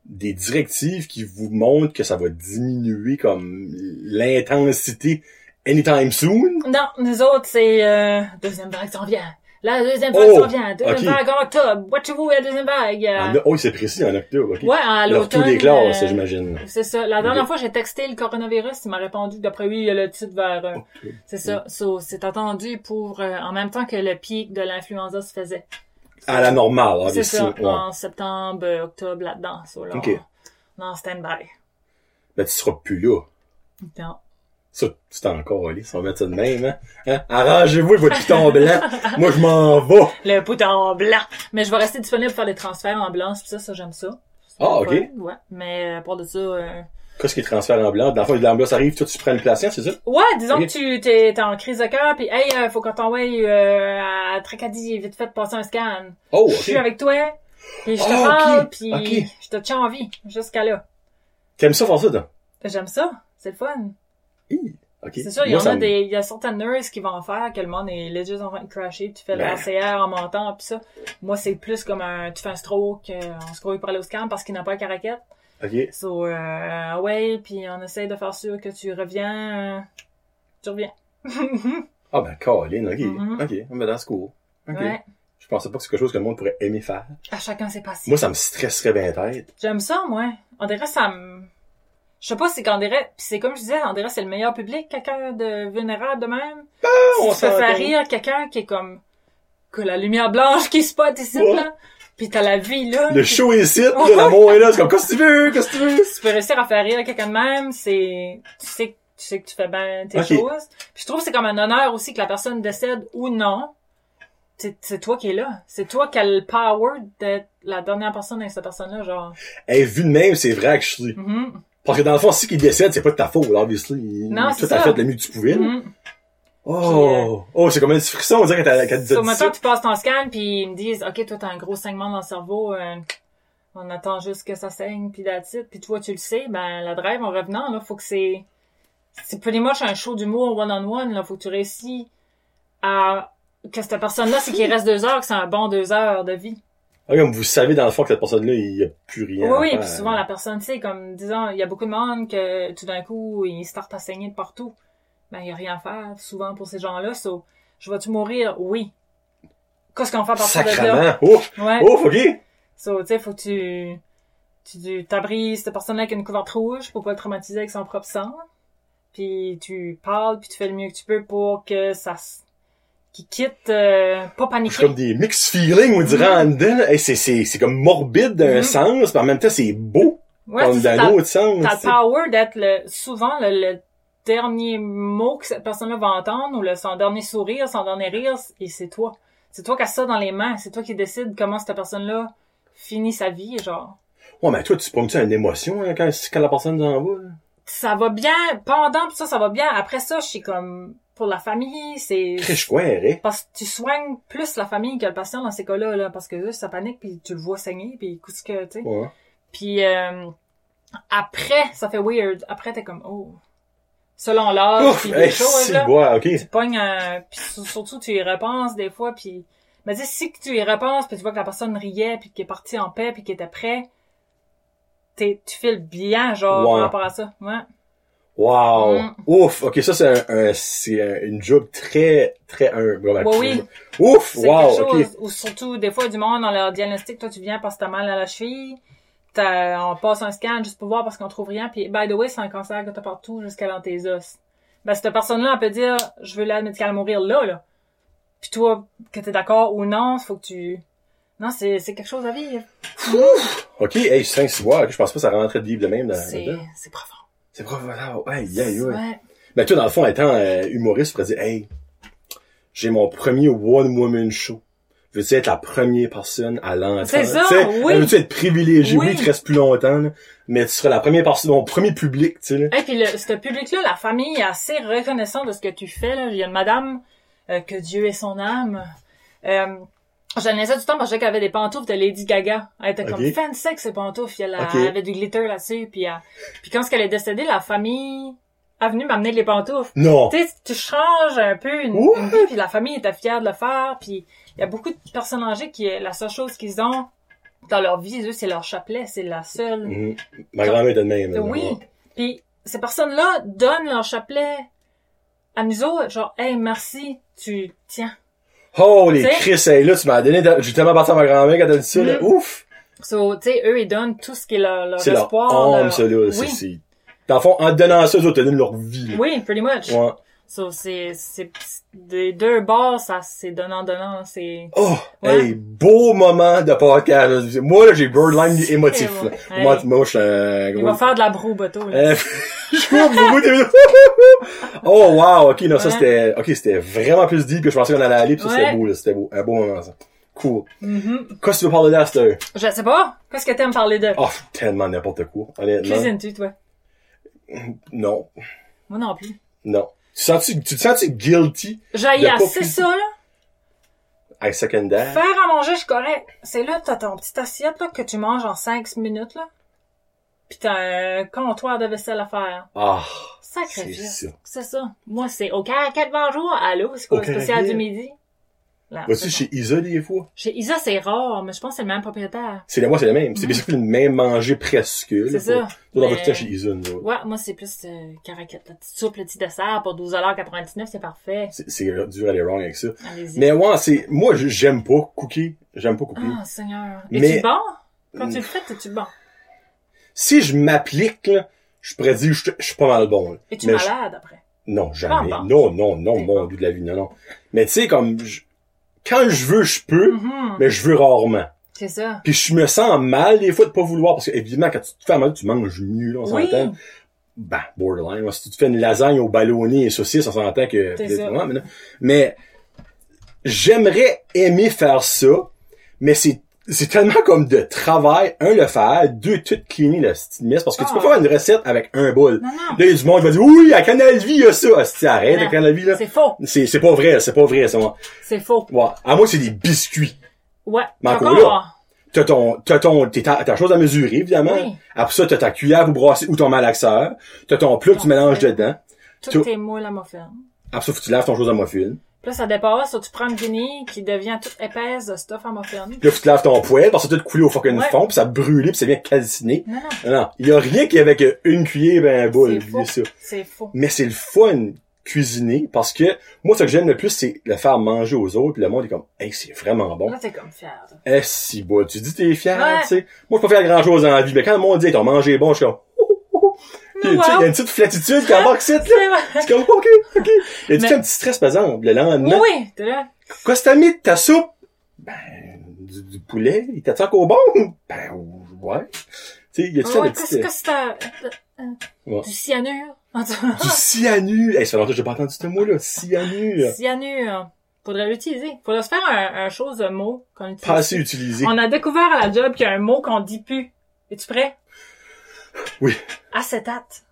Speaker 1: Des directives qui vous montrent que ça va diminuer comme l'intensité anytime soon?
Speaker 2: Non, nous autres, c'est, euh, deuxième vague s'en vient. La deuxième vague
Speaker 1: Oh,
Speaker 2: s'en vient. Deuxième
Speaker 1: ok.
Speaker 2: vague en octobre. Watchez-vous la deuxième vague. euh.
Speaker 1: En- oh, c'est précis, en octobre, ok.
Speaker 2: Ouais, à
Speaker 1: Là,
Speaker 2: l'automne.
Speaker 1: tous les classes,
Speaker 2: euh,
Speaker 1: j'imagine.
Speaker 2: C'est ça. La dernière
Speaker 1: Ok.
Speaker 2: fois, j'ai texté le coronavirus, il m'a répondu que d'après lui, il y a le titre vers... euh, C'est ça. So, c'est attendu pour... euh, en même temps que le pic de l'influenza se faisait.
Speaker 1: À la normale,
Speaker 2: C'est
Speaker 1: obviously.
Speaker 2: ça.
Speaker 1: Ah, ben Ouais.
Speaker 2: En septembre, euh, octobre, là-dedans. So, là,
Speaker 1: Ok.
Speaker 2: on, on est en stand-by.
Speaker 1: Ben, tu seras plus là.
Speaker 2: Non.
Speaker 1: Ça, c'est encore allé, ça va mettre ça de même, hein? Hein? Arrangez-vous avec votre piton blanc. Moi, je m'en vais.
Speaker 2: Le bouton blanc! Mais je vais rester disponible pour faire des transferts en blanc, c'est ça, ça, j'aime ça.
Speaker 1: Ah, ok.
Speaker 2: Ouais, Ouais, mais euh, pour de ça... euh,
Speaker 1: Qu'est-ce qui est transfert en blanc? Dans le fond, l'ambulance arrive, toi, tu prends le patient, c'est ça?
Speaker 2: Ouais, disons
Speaker 1: Ok.
Speaker 2: que tu t'es, t'es en crise de cœur, puis hey, euh, faut qu'on t'envoie euh, à Tracadie, vite fait, passer un scan.
Speaker 1: Oh,
Speaker 2: Je suis
Speaker 1: ok.
Speaker 2: avec toi, puis je te
Speaker 1: Ah, ok,
Speaker 2: parle, puis
Speaker 1: ok.
Speaker 2: je te tiens en vie jusqu'à là.
Speaker 1: T'aimes ça faire ça, toi?
Speaker 2: J'aime ça, c'est le fun.
Speaker 1: Hi, Ok.
Speaker 2: C'est sûr, il y
Speaker 1: Moi,
Speaker 2: en
Speaker 1: ça
Speaker 2: a
Speaker 1: me-
Speaker 2: des, il y a certaines nurses qui vont en faire que le monde est legit en train de crasher, puis tu fais le
Speaker 1: Ben.
Speaker 2: RCR en montant, puis ça. Moi, c'est plus comme un, tu fais un stroke, euh, on se croit pour aller au scan parce qu'il n'a pas la caraquette.
Speaker 1: Ok.
Speaker 2: So, euh, ouais, puis on essaye de faire sûr que tu reviens, euh, tu reviens.
Speaker 1: Ah, ben, Colin, ok.
Speaker 2: Mhm.
Speaker 1: Ok. Ah, Ben, dans ce cours. Ok.
Speaker 2: Ouais.
Speaker 1: Je pensais pas que c'est quelque chose que le monde pourrait aimer faire.
Speaker 2: À chacun ses passions.
Speaker 1: Moi, ça me stresserait bien tête.
Speaker 2: J'aime ça, moi. On dirait ça me... Je sais pas, c'est qu'on dirait... Puis c'est comme je disais, on dirait c'est le meilleur public, quelqu'un de vulnérable de même.
Speaker 1: Ah, on
Speaker 2: si tu peux
Speaker 1: s'entend.
Speaker 2: faire rire quelqu'un qui est comme... Que la lumière blanche qui spot ici,
Speaker 1: Ouais.
Speaker 2: là. Puis t'as la vie, là.
Speaker 1: Le show est ici, là, l'amour est là. C'est comme, qu'est-ce que tu veux? Qu'est-ce que tu veux?
Speaker 2: Si tu peux réussir à faire rire quelqu'un de même, c'est... Tu sais, que- tu sais que tu fais bien tes
Speaker 1: Ok.
Speaker 2: choses. Puis je trouve que c'est comme un honneur aussi que la personne décède ou non. C'est c'est toi qui es là. C'est toi qui as le power d'être la dernière personne avec cette personne-là, genre.
Speaker 1: Hey, vu de même, c'est vrai que je suis.
Speaker 2: Mhm.
Speaker 1: Parce que dans le fond, si qu'il décède, c'est pas de ta faute, obviously.
Speaker 2: Non, c'est
Speaker 1: Toi, t'as
Speaker 2: ça. euh,
Speaker 1: fait le mieux que tu pouvais.
Speaker 2: Mhm.
Speaker 1: Oh! Oh, c'est comme un petit frisson, on dirait qu'elle t'a- qu'elle te
Speaker 2: So,
Speaker 1: dit ça.
Speaker 2: maintenant, tu passes ton scan, puis ils me disent, OK, toi, t'as un gros saignement dans le cerveau, euh, on attend juste que ça saigne, puis that's it. Puis toi, tu le sais, ben, la drive, en revenant, là, faut que c'est... C'est pretty much un show d'humour one-on-one, là. Faut que tu réussis à... Que cette personne-là, c'est qu'il reste deux heures, que c'est un bon deux heures de vie.
Speaker 1: Ah, comme vous savez, dans le fond, que cette personne-là, il y a euh, plus rien. à
Speaker 2: oui, oui,
Speaker 1: faire.
Speaker 2: puis souvent, la personne, tu sais, comme, disons, il y a beaucoup de monde que, tout d'un coup, ils startent à saigner de partout. Ben, il y a rien à faire, souvent, pour ces gens-là. So, je vais-tu mourir? Oui. Qu'est-ce qu'on fait à partir de là?
Speaker 1: Sacrement! Oh!
Speaker 2: Ouais.
Speaker 1: Oh, ok!
Speaker 2: So, tu sais, faut que tu, tu t'abrises cette personne-là avec une couverte rouge pour pas le traumatiser avec son propre sang. Puis tu parles, puis tu fais le mieux que tu peux pour que ça s- qu'il quitte, euh,
Speaker 1: Je
Speaker 2: pas
Speaker 1: suis
Speaker 2: paniquer.
Speaker 1: comme des mixed feelings, on dirait
Speaker 2: Mm-hmm.
Speaker 1: en dedans. là. Hey, c'est, c'est, c'est comme morbide d'un
Speaker 2: Mhm.
Speaker 1: sens, mais en même temps, c'est beau.
Speaker 2: Ouais,
Speaker 1: comme
Speaker 2: c'est ça,
Speaker 1: d'un
Speaker 2: t'as,
Speaker 1: autre sens.
Speaker 2: t'as
Speaker 1: tu sais.
Speaker 2: le power d'être le, souvent le, le dernier mot que cette personne-là va entendre ou le, son dernier sourire, son dernier rire, et c'est toi. C'est toi qui as ça dans les mains. C'est toi qui décide comment cette personne-là finit sa vie, genre.
Speaker 1: Ouais, mais toi, tu prends-tu une émotion hein, quand, quand la personne s'en va? là?
Speaker 2: ça va bien pendant pis ça ça va bien après ça je suis comme pour la famille c'est
Speaker 1: Très chouette, hein?
Speaker 2: parce que tu soignes plus la famille que le patient dans ces cas-là là, parce que eux, ça panique puis tu le vois saigner puis écoute ce que tu sais
Speaker 1: Ouais.
Speaker 2: puis euh, après ça fait weird après t'es comme oh selon l'âge
Speaker 1: Ouf!
Speaker 2: puis
Speaker 1: Hey,
Speaker 2: les choses
Speaker 1: c'est
Speaker 2: là
Speaker 1: bois, ok.
Speaker 2: tu pognes un... puis sur- surtout tu y repenses des fois puis mais tu sais si que tu y repenses puis tu vois que la personne riait puis qu'elle est partie en paix puis qu'elle était prêt t'es tu files bien genre
Speaker 1: Ouais.
Speaker 2: par rapport à ça ouais
Speaker 1: Wow!
Speaker 2: Mm.
Speaker 1: Ouf! Ok, ça, c'est un, un- c'est un- une job très, très humble. Ouais,
Speaker 2: Ouais, oui.
Speaker 1: Ouf!
Speaker 2: C'est
Speaker 1: Wow!
Speaker 2: quelque
Speaker 1: Ok.
Speaker 2: chose, ou surtout, des fois, du monde, dans leur diagnostic, toi, tu viens parce que t'as mal à la cheville, t'as, on passe un scan juste pour voir parce qu'on trouve rien, puis by the way, c'est un cancer que t'as partout jusqu'à dans tes os. Ben, cette personne-là, elle peut dire, je veux l'aide médicale à mourir là, là. Puis toi, que t'es d'accord ou non, faut que tu... Non, c'est c'est quelque chose à vivre.
Speaker 1: Ok, hey, 5 6 voix, je pense pas que ça rentrait deep de même dans
Speaker 2: C'est
Speaker 1: dedans.
Speaker 2: c'est profond.
Speaker 1: C'est pas voilà, ouais, Ben, yeah, yeah.
Speaker 2: Ouais.
Speaker 1: Ben, toi, dans le fond, étant euh, humoriste, tu pourrais dire, hey, j'ai mon premier one woman show. Veux-tu être la première personne à l'entendre?
Speaker 2: C'est ça,
Speaker 1: Tu sais,
Speaker 2: oui.
Speaker 1: Veux-tu être privilégié? Oui,
Speaker 2: Oui.
Speaker 1: tu restes plus longtemps, là, mais tu seras la première personne, mon premier public, tu sais, là.
Speaker 2: Et puis le, ce public-là, la famille est assez reconnaissante de ce que tu fais. Là. Il y a une madame, euh, que Dieu ait son âme. Euh, J'en ai ça du temps parce que j'avais des pantoufles de Lady Gaga. Elle était comme
Speaker 1: Ok.
Speaker 2: fan sec ces pantoufles. Elle, a-
Speaker 1: Ok.
Speaker 2: elle avait du glitter là-dessus. Puis, elle- puis quand elle est décédée, la famille a venu m'amener les pantoufles.
Speaker 1: Non!
Speaker 2: Tu sais, tu changes un peu une,
Speaker 1: Ouais.
Speaker 2: une vie, puis la famille était fière de le faire. Puis il y a beaucoup de personnes âgées qui, la seule chose qu'ils ont dans leur vie, eux, c'est leur chapelet. C'est la seule.
Speaker 1: Mhm. Ma grand-mère était de même. là,
Speaker 2: Oui.
Speaker 1: non.
Speaker 2: Puis ces personnes-là donnent leur chapelet à nous autres, genre hey merci, tu tiens.
Speaker 1: Oh, les
Speaker 2: Tu sais-
Speaker 1: Chris, hey, là, tu m'as donné, de- j'ai tellement pensé à ma grand-mère quand elle a dit ça, là.
Speaker 2: Mhm.
Speaker 1: Ouf!
Speaker 2: So, tu sais, eux ils donnent tout ce qui est leur, leur
Speaker 1: C'est leur
Speaker 2: espoir.
Speaker 1: âme,
Speaker 2: leur-
Speaker 1: ça, là. C'est,
Speaker 2: Oui.
Speaker 1: c'est- Dans le fond, en te donnant ça, eux autres, te donnent leur vie, là.
Speaker 2: Oui, pretty much.
Speaker 1: Ouais.
Speaker 2: So c'est c'est des deux bords, ça c'est donnant donnant, c'est
Speaker 1: Oh,
Speaker 2: Ouais.
Speaker 1: hey, beau moment de podcast. Moi, là, j'ai Birdline
Speaker 2: C'est
Speaker 1: émotif. là.
Speaker 2: bon. Hey.
Speaker 1: Moi, moi, je suis un
Speaker 2: il va
Speaker 1: gros...
Speaker 2: faire de la broue bateau là.
Speaker 1: Euh, je coupe beaucoup de... Oh, wow, ok, non, ça,
Speaker 2: Ouais.
Speaker 1: c'était... Ok, c'était vraiment plus deep que je pensais qu'on allait aller, puis ça, c'était
Speaker 2: Ouais.
Speaker 1: beau, là, c'était beau. Un beau moment, ça. Cool.
Speaker 2: Mhm.
Speaker 1: Qu'est-ce que tu veux parler là, Esther?
Speaker 2: Je sais pas, qu'est-ce que t'aimes parler de
Speaker 1: Oh, tellement n'importe quoi, honnêtement.
Speaker 2: Cuisines-tu toi
Speaker 1: Non,
Speaker 2: Moi non plus.
Speaker 1: non. Tu, sens-tu, tu te sens-tu guilty
Speaker 2: J'ai
Speaker 1: De pas
Speaker 2: assez
Speaker 1: cuisiner.
Speaker 2: ça là.
Speaker 1: à secondaire?
Speaker 2: Faire à manger, je correct. C'est là, t'as ton petite assiette là, que tu manges en 5 minutes, là. Pis t'as un comptoir de vaisselle à faire.
Speaker 1: Ah,
Speaker 2: Sacré
Speaker 1: c'est
Speaker 2: fils.
Speaker 1: ça.
Speaker 2: C'est ça. Moi, c'est au caraquet de bonjour. Allô, c'est quoi
Speaker 1: Au
Speaker 2: le spécial
Speaker 1: caraquet.
Speaker 2: du midi? Là,
Speaker 1: Vois-tu
Speaker 2: c'est ça.
Speaker 1: chez Isa, des fois?
Speaker 2: Chez Isa, c'est rare, mais je pense que c'est le même propriétaire.
Speaker 1: C'est, moi, c'est le même. C'est basically le même manger presque. là.
Speaker 2: Mhm. C'est ça.
Speaker 1: Nous, on va
Speaker 2: Mais-
Speaker 1: tout chez Isa, nous autres.
Speaker 2: Ouais, moi, c'est plus euh, caraquet. La petite soupe, le petit dessert pour 12,99$, c'est parfait.
Speaker 1: C'est c'est dur à aller wrong avec ça.
Speaker 2: Allez-y.
Speaker 1: Mais ouais, c'est, moi, j- j'aime pas cookie. J'aime pas cookie.
Speaker 2: Ah, Seigneur.
Speaker 1: Mais-
Speaker 2: Es-tu bon? Quand tu le fais, es-tu bon?
Speaker 1: Si je m'applique, là, je pourrais dire, je, je suis pas mal bon. là.
Speaker 2: Es-tu
Speaker 1: Mais
Speaker 2: malade après?
Speaker 1: je- non, jamais.
Speaker 2: Ah, bon.
Speaker 1: Non, non, non,
Speaker 2: C'est
Speaker 1: mon
Speaker 2: bon.
Speaker 1: Dieu de la vie, non, non. Mais tu sais, comme, je- quand je veux, je peux,
Speaker 2: Mhm.
Speaker 1: mais je veux rarement.
Speaker 2: C'est ça.
Speaker 1: Puis je me sens mal des fois de pas vouloir, parce que évidemment, quand tu te fais mal, tu manges mieux, là, on
Speaker 2: Oui.
Speaker 1: s'entend. bah borderline. ouais. Si tu te fais une lasagne au ballonné et saucisse, on s'entend que...
Speaker 2: C'est ça.
Speaker 1: Ouais, mais, non. Mais j'aimerais aimer faire ça, mais c'est c'est tellement comme de travail, un, le faire, deux, tout cleaner le style mess, parce que tu peux
Speaker 2: Ah.
Speaker 1: faire une recette avec un bol.
Speaker 2: Non, non.
Speaker 1: Là, il y a du monde qui va dire, oui, à Canal Vie, il y a ça. Hostie, arrête,
Speaker 2: Non.
Speaker 1: à Canal Vie, là.
Speaker 2: C'est faux.
Speaker 1: C'est c'est pas vrai, c'est pas vrai, ça. moi.
Speaker 2: C'est faux.
Speaker 1: Ouais. À moi, c'est des biscuits.
Speaker 2: Ouais.
Speaker 1: Mais
Speaker 2: Encore,
Speaker 1: encore là. T'as ton, t'as ton, t'es ta, ta chose à mesurer, évidemment.
Speaker 2: Oui.
Speaker 1: Après ça, t'as ta cuillère pour brasser ou ton malaxeur. T'as ton plat que tu
Speaker 2: Non,
Speaker 1: mélanges
Speaker 2: c'est-
Speaker 1: dedans.
Speaker 2: Tout
Speaker 1: Tout.
Speaker 2: tes moules à muffin.
Speaker 1: Après ça, faut que tu laves ton chose à muffin.
Speaker 2: Puis là, ça dépasse, soit tu prends une guinée qui devient toute épaisse de stuff à muffin.
Speaker 1: Puis là, faut que tu laves ton poêle, parce que ça tout coulé au fucking
Speaker 2: Ouais.
Speaker 1: fond, puis ça brûlait, puis ça vient calciné.
Speaker 2: Non, non,
Speaker 1: Non, Non, il y a rien qui est avec euh, une cuillère, ben, un boule,
Speaker 2: C'est faux.
Speaker 1: oubliez ça.
Speaker 2: c'est faux.
Speaker 1: Mais c'est le fun, cuisiner, parce que, moi, ce que j'aime le plus, c'est le faire manger aux autres, puis le monde est comme, hey, c'est vraiment bon.
Speaker 2: Là, t'es comme fier. là.
Speaker 1: Eh, si, bois, tu dis t'es fier,
Speaker 2: Ouais.
Speaker 1: tu sais. Moi, je peux faire grand chose dans la vie, mais quand le monde dit, t'as mangé bon, je suis comme, il y a une petite- il y a une petite flatitude qui embarque ici, là.
Speaker 2: C'est vrai.
Speaker 1: C'est comme, ok, ok. Y a-tu
Speaker 2: Mais-
Speaker 1: un petit stress, par exemple, le
Speaker 2: Oui,
Speaker 1: lendemain?
Speaker 2: oui, t'es là.
Speaker 1: Qu'est-ce que t'as mis de ta soupe? Ben, du, du poulet. Il t'a au bon? Ben, ouais. Tu sais, y a-tu
Speaker 2: Ouais,
Speaker 1: un
Speaker 2: qu'est-ce
Speaker 1: petit...
Speaker 2: que c'est euh, euh, euh,
Speaker 1: Ouais.
Speaker 2: Du cyanure. En tout
Speaker 1: Du cyanure! Hey, ça fait longtemps que j'ai pas entendu ce mot-là. Cyanure.
Speaker 2: Cyanure. Faudrait l'utiliser. Faudrait se faire un, un chose, un mot qu'on utilise.
Speaker 1: Pas assez utilisé.
Speaker 2: On a découvert à la job qu'il y a un mot qu'on dit plus. Es-tu prêt?
Speaker 1: Oui.
Speaker 2: Acétate.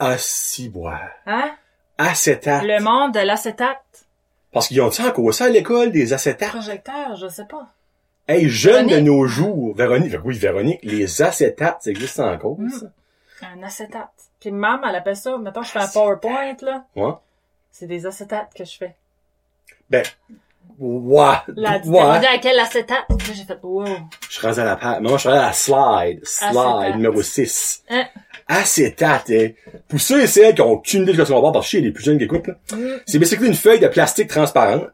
Speaker 1: Ah, Aciboire.
Speaker 2: Hein?
Speaker 1: Acétate.
Speaker 2: Le monde de l'acétate.
Speaker 1: Parce qu'ils ont-tu encore ça à l'école, des acétates?
Speaker 2: Projecteur, je sais pas.
Speaker 1: Hey, jeune de
Speaker 2: Véronique.
Speaker 1: nos jours. Véronique, ben oui, Véronique, les acétates, ça existe encore,
Speaker 2: Mm.
Speaker 1: ça?
Speaker 2: Un acétate. Puis maman, elle appelle ça, mettons, je fais un PowerPoint, là.
Speaker 1: Ouais.
Speaker 2: C'est des acétates que je fais.
Speaker 1: Ouais.
Speaker 2: Là, tu t'es
Speaker 1: Ouais.
Speaker 2: demandé à quel acétate? Puis là, j'ai fait, wow.
Speaker 1: Je suis rendu à la page. Moi, je suis rendu à la slide. Slide
Speaker 2: Acétate.
Speaker 1: numéro 6.
Speaker 2: Hein?
Speaker 1: Acétate, hein. Pour ceux et celles qui ont aucune idée de ce qu'on parle, parce que je sais, les plus jeunes qui écoutent, là,
Speaker 2: Mm.
Speaker 1: c'est basically une feuille de plastique transparente,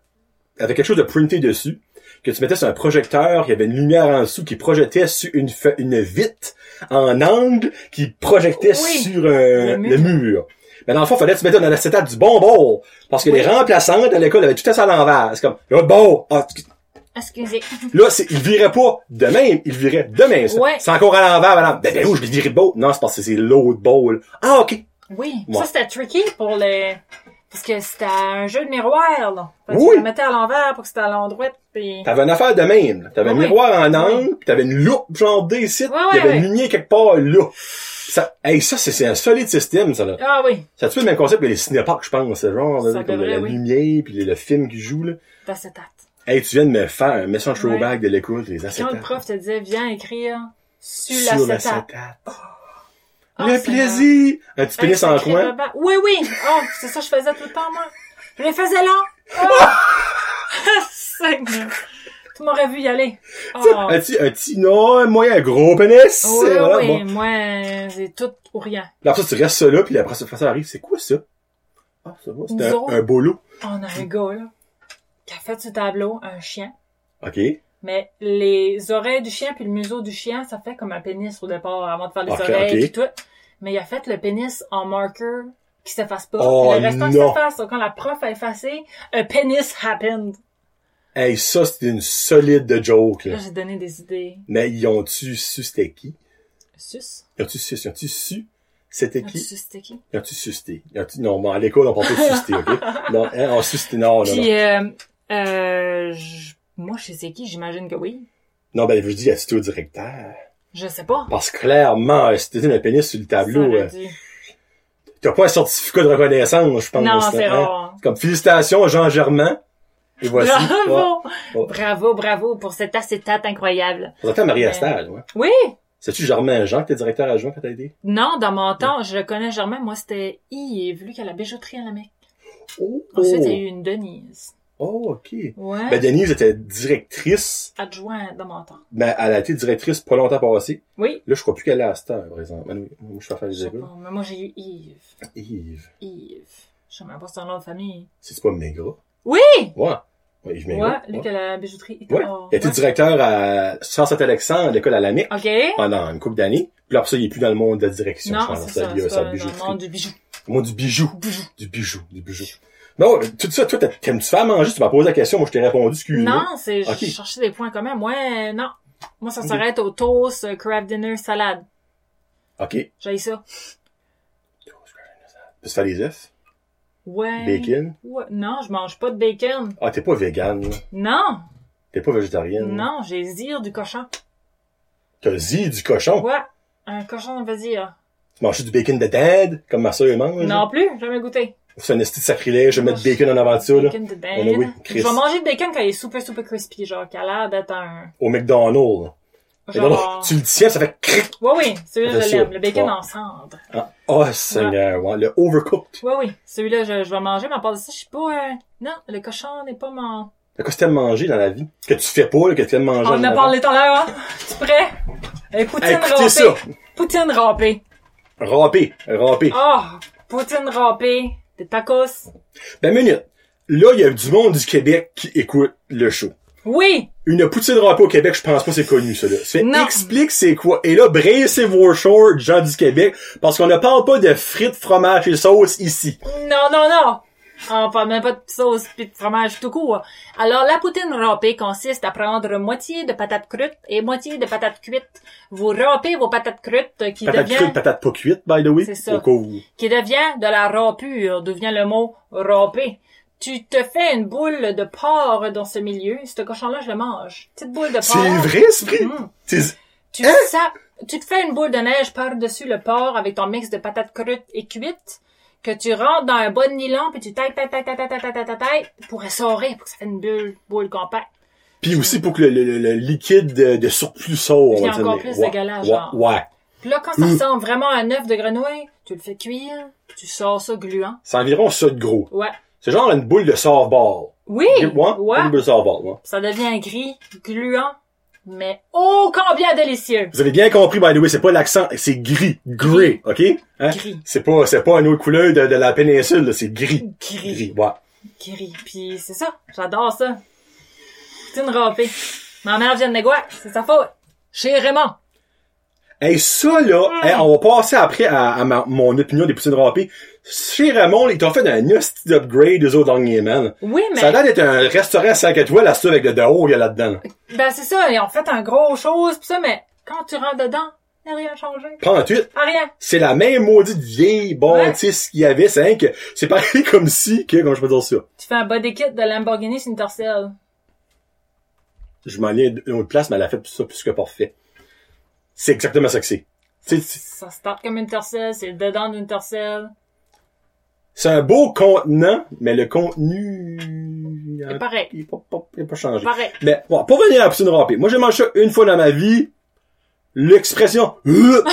Speaker 1: avec quelque chose de printé dessus, que tu mettais sur un projecteur, il y avait une lumière en dessous qui projetait sur une, feu- une vitre en angle, qui projetait
Speaker 2: Oui.
Speaker 1: sur euh,
Speaker 2: Le
Speaker 1: le mur. Mais dans le fond, fallait que tu mettes dans l'acétate du bon bord. Parce que les remplaçantes à l'école avaient tout à ça à l'envers. C'est comme, le bon, ah, tu-
Speaker 2: Excusez.
Speaker 1: Là, c'est, il virait pas de même, il virait de même. ça.
Speaker 2: Ouais.
Speaker 1: C'est encore à l'envers, madame. Ben, ben, où je l'ai viré de bord? Non, c'est parce que c'est l'autre ball. Ah, ok.
Speaker 2: Oui.
Speaker 1: Ouais.
Speaker 2: Ça, c'était tricky pour les... Parce que c'était un jeu de miroir, là. Parce
Speaker 1: Oui.
Speaker 2: que tu le mettais à l'envers pour que c'était à l'endroit, puis...
Speaker 1: T'avais une affaire de même. là. T'avais un
Speaker 2: Ouais.
Speaker 1: miroir en angle, pis t'avais une loupe genre des sites,
Speaker 2: Ouais,
Speaker 1: pis
Speaker 2: ouais,
Speaker 1: y'avait
Speaker 2: ouais.
Speaker 1: une lignée quelque part là. Ça, hey, ça, c'est, c'est un solide système, ça, là.
Speaker 2: Ah oui.
Speaker 1: Ça tue le même concept que les cinéparks, je pense. C'est genre, là,
Speaker 2: Ça
Speaker 1: comme
Speaker 2: devrait,
Speaker 1: la
Speaker 2: oui.
Speaker 1: lumière, puis le, le film qui joue, là.
Speaker 2: D'acétate.
Speaker 1: Hey, tu viens de me faire un message
Speaker 2: Ouais.
Speaker 1: throwback de l'écoute, les
Speaker 2: Quand le
Speaker 1: acétates.
Speaker 2: prof te disait, viens écrire sur,
Speaker 1: Sur
Speaker 2: l'acétate.
Speaker 1: l'acétate.
Speaker 2: Oh,
Speaker 1: le
Speaker 2: Seigneur.
Speaker 1: plaisir! Un petit
Speaker 2: Hey,
Speaker 1: pénis en
Speaker 2: sacré
Speaker 1: coin.
Speaker 2: baba. Oui, oui. Oh, c'est ça que je faisais tout le temps, moi. Je les faisais là. Oh. Seigneur. Tu m'aurais vu y aller. Oh.
Speaker 1: Ah, Tu sais, Un petit, un petit, non, un moyen, un gros pénis!
Speaker 2: Oui,
Speaker 1: Et voilà,
Speaker 2: oui,
Speaker 1: bon.
Speaker 2: moi, j'ai tout ou rien.
Speaker 1: Là, après ça, tu restes ça là, puis après ça, après ça arrive. C'est quoi ça? Ah, ça va, c'est
Speaker 2: Nous
Speaker 1: un,
Speaker 2: autres.
Speaker 1: un bolo.
Speaker 2: Oh, On a un gars, là, qui a fait du tableau un chien,
Speaker 1: OK.
Speaker 2: mais les oreilles du chien puis le museau du chien, ça fait comme un pénis au départ, avant de faire les
Speaker 1: Ok,
Speaker 2: oreilles
Speaker 1: ok.
Speaker 2: et tout. Mais il a fait le pénis en marker qui s'efface pas.
Speaker 1: Oh,
Speaker 2: puis le restant qui
Speaker 1: non.
Speaker 2: s'efface. Donc, quand la prof a effacé, a penis happened.
Speaker 1: Hey, ça, c'est une solide de joke, là.
Speaker 2: Là, j'ai donné des idées.
Speaker 1: Mais ils ont-tu su c'était qui?
Speaker 2: Sus.
Speaker 1: Ils ont-tu su, ils ont-tu su c'était
Speaker 2: Ah, tu
Speaker 1: qui?
Speaker 2: sais, C'était qui?
Speaker 1: Ils ont-tu susté? Ils ont-tu, non, bon, à l'école, on parle pas de suster, OK? Non, hein, on susté, non, non, non.
Speaker 2: Puis, euh, euh, je- moi, je sais qui, j'imagine que oui.
Speaker 1: Non, ben, je dis, as-tu au directeur?
Speaker 2: Je sais pas.
Speaker 1: Parce que clairement, euh, si t'étais un pénis sur le
Speaker 2: Ça
Speaker 1: tableau,
Speaker 2: aurait
Speaker 1: euh,
Speaker 2: dû.
Speaker 1: t'as pas un certificat de reconnaissance, je pense.
Speaker 2: Non,
Speaker 1: là,
Speaker 2: c'est
Speaker 1: hein.
Speaker 2: rare.
Speaker 1: Comme, félicitations, Jean Germain. Et voici. Ouais.
Speaker 2: Bravo!
Speaker 1: Ouais.
Speaker 2: Bravo, bravo pour cet acétate incroyable.
Speaker 1: Pourtant, Marie
Speaker 2: Mais-
Speaker 1: Astal, ouais.
Speaker 2: Oui!
Speaker 1: C'est-tu Germain Jean que t'es directeur adjoint quand t'as aidé?
Speaker 2: Non, dans mon temps, je le connais Germain, moi c'était I, il est venu qu'à la bijouterie à la mec.
Speaker 1: Oh, oh.
Speaker 2: Ensuite, il y a eu une Denise.
Speaker 1: Oh, ok.
Speaker 2: Ouais.
Speaker 1: Ben, Denise était directrice,
Speaker 2: Adjointe dans mon temps.
Speaker 1: mais elle a été directrice pas longtemps passée.
Speaker 2: Oui.
Speaker 1: Là, je crois plus qu'elle est à cette heure, par exemple. Ben oui, Moi, je suis faire
Speaker 2: Je
Speaker 1: les
Speaker 2: sais
Speaker 1: écoles.
Speaker 2: pas, mais moi j'ai eu Yves.
Speaker 1: Yves.
Speaker 2: Yves. Je sais même pas son nom de famille.
Speaker 1: C'est pas méga.
Speaker 2: Oui!
Speaker 1: Ouais. Ouais, je
Speaker 2: Ouais,
Speaker 1: méga.
Speaker 2: lui qu'à la bijouterie.
Speaker 1: Ouais.
Speaker 2: Oh,
Speaker 1: Il a été
Speaker 2: ouais.
Speaker 1: directeur à Charles Saint-Alexandre, à l'école à la MIC,
Speaker 2: Ok.
Speaker 1: pendant une couple d'années. Puis après ça, il est plus dans le monde de la direction. je
Speaker 2: Non,
Speaker 1: pense.
Speaker 2: c'est ça,
Speaker 1: il a
Speaker 2: c'est
Speaker 1: sa
Speaker 2: pas dans le
Speaker 1: bijouterie.
Speaker 2: monde du bijou.
Speaker 1: Le monde du bijou. Du bijou. Du bijou. Non, tout ça, toi, t'a- t'aimes-tu faire manger? Tu m'as posé la question, moi, je t'ai répondu, excuse-moi.
Speaker 2: Non, c'est, je
Speaker 1: Ok.
Speaker 2: cherchais des points communs. Moi, euh, non. Moi, ça
Speaker 1: Ok.
Speaker 2: s'arrête au toast, euh, craft dinner, salade.
Speaker 1: OK.
Speaker 2: J'ai ça.
Speaker 1: Tu fais les œufs?
Speaker 2: Ouais.
Speaker 1: Bacon?
Speaker 2: Ouais. Non, je mange pas de bacon.
Speaker 1: Ah, t'es pas vegan, là.
Speaker 2: Non.
Speaker 1: T'es pas végétarienne. là.
Speaker 2: Non, j'ai zire du cochon.
Speaker 1: T'as zi du cochon.
Speaker 2: Ouais. Un cochon, on va dire.
Speaker 1: Tu manges du bacon de dad, comme ma soeur mange. là?
Speaker 2: Non plus, jamais goûté.
Speaker 1: C'est un esti de sacrilège, je vais mettre
Speaker 2: Moi,
Speaker 1: bacon en avant de ça, là.
Speaker 2: Bacon de
Speaker 1: Oh, mais oui,
Speaker 2: dinde.
Speaker 1: Chris.
Speaker 2: je vais manger de bacon quand il est super, super crispy, genre, qui a l'air d'être un,
Speaker 1: Au McDonald's. Mais non, non,
Speaker 2: genre...
Speaker 1: tu le tiens, ça fait cric.
Speaker 2: Ouais, oui, celui-là,
Speaker 1: Bien
Speaker 2: je
Speaker 1: sûr.
Speaker 2: l'aime. Le bacon
Speaker 1: Ouais.
Speaker 2: en cendre.
Speaker 1: Ah, oh, Seigneur, ouais, le overcooked.
Speaker 2: Ouais, oui, celui-là, je, je vais manger, mais à part de ça, je suis pas, euh, non, le cochon n'est pas mon,
Speaker 1: T'as quoi que t'aimes manger dans la vie? Que tu fais pas, là, que tu aimes manger.
Speaker 2: On en
Speaker 1: en
Speaker 2: a
Speaker 1: avant.
Speaker 2: parlé tout à l'heure, hein? Tu prêt? Hey, poutine
Speaker 1: Écoutez
Speaker 2: râpée.
Speaker 1: ça.
Speaker 2: Poutine râpée.
Speaker 1: Râpé, râpé.
Speaker 2: Oh, poutine râpée. Des tacos.
Speaker 1: Ben, minute. Là, il y a du monde du Québec qui écoute le show.
Speaker 2: Oui!
Speaker 1: Une poutine râpée au Québec, je pense pas que c'est connu, ça, là. Fait,
Speaker 2: Non.
Speaker 1: explique c'est quoi. Et là, braissez vos shorts, gens du Québec, parce qu'on ne parle pas de frites, fromage et sauce ici.
Speaker 2: Non, non, non! On parle même pas de sauce pis de fromage tout court. Alors, la poutine râpée consiste à prendre moitié de patates crues et moitié de patates cuites. Vous râpez vos patates crues euh, qui
Speaker 1: Patate
Speaker 2: devient,
Speaker 1: crue, patate pas cuite, by the way.
Speaker 2: C'est ça.
Speaker 1: Au cas où.
Speaker 2: qui devient de la râpure, d'où vient le mot râpée. Tu te fais une boule de porc dans ce milieu. Ce cochon-là, je le mange. Petite boule de porc.
Speaker 1: C'est vrai, c'est vrai.
Speaker 2: Mm.
Speaker 1: C'est-
Speaker 2: Tu, sapes- tu te fais une boule de neige par-dessus le porc avec ton mix de patates crues et cuites que tu rentres dans un bas de nylon puis tu tailles, tailles, tailles, tailles, tailles, tailles, tailles, tailles, tailles, pour essorer, pour que ça fasse une bulle, boule compacte.
Speaker 1: Puis aussi pour que le, le- le- le liquide de, de surplus sort.
Speaker 2: Puis
Speaker 1: on va dire.
Speaker 2: encore plus de
Speaker 1: ouais,
Speaker 2: galage,
Speaker 1: ouais,
Speaker 2: genre.
Speaker 1: ouais.
Speaker 2: Puis là, quand ça
Speaker 1: Mm.
Speaker 2: ressemble vraiment à un œuf de grenouille, tu le fais cuire, tu sors ça gluant.
Speaker 1: C'est environ ça de gros.
Speaker 2: Ouais.
Speaker 1: C'est genre une boule de softball.
Speaker 2: Oui!
Speaker 1: Ouais, Une boule de softball, ouais.
Speaker 2: Ça devient gris, gluant, mais oh combien délicieux!
Speaker 1: Vous avez bien compris, by the way, c'est pas l'accent, c'est gris, gris, ok? Hein?
Speaker 2: Gris,
Speaker 1: C'est pas, c'est pas une autre couleur de, de la péninsule, là, c'est gris.
Speaker 2: gris,
Speaker 1: Gris, ouais.
Speaker 2: gris. Puis c'est ça, j'adore ça. Poutine râpée. Ma mère vient de Négoac, c'est sa faute. Chez Raymond.
Speaker 1: Hey, ça, là,
Speaker 2: Mm.
Speaker 1: hey, on va passer après à, à ma- mon opinion des poutines râpées. Chez Raymond, ils t'ont fait un hostie d'upgrade eux autres derniers, man.
Speaker 2: Oui, mais
Speaker 1: Ça a l'air d'être un restaurant 5 étoiles, à ça, avec le dehors, il y a là-dedans.
Speaker 2: ben c'est ça, ils ont fait un gros chose pis ça, mais quand tu rentres dedans, il a rien changé.
Speaker 1: Prends ensuite,
Speaker 2: Ah, rien.
Speaker 1: c'est la même maudite vieille bâtisse qu'il y avait, c'est rien que, c'est pareil comme si, que, comment je peux dire ça?
Speaker 2: Tu fais un body kit de Lamborghini Sintercell.
Speaker 1: Je m'en viens d'une autre place, mais elle a fait ça plus que parfait. C'est exactement ça que c'est. Tu sais, tu-
Speaker 2: Ça start comme une tercelle, c'est dedans d'une tercelle.
Speaker 1: C'est un beau contenant, mais le contenu, il a-
Speaker 2: C'est pareil.
Speaker 1: il a pas, pas- il a pas changé.
Speaker 2: Pareil.
Speaker 1: Mais bon, pour venir à la poutine râpée, moi j'ai mangé ça une fois dans ma vie. L'expression Euh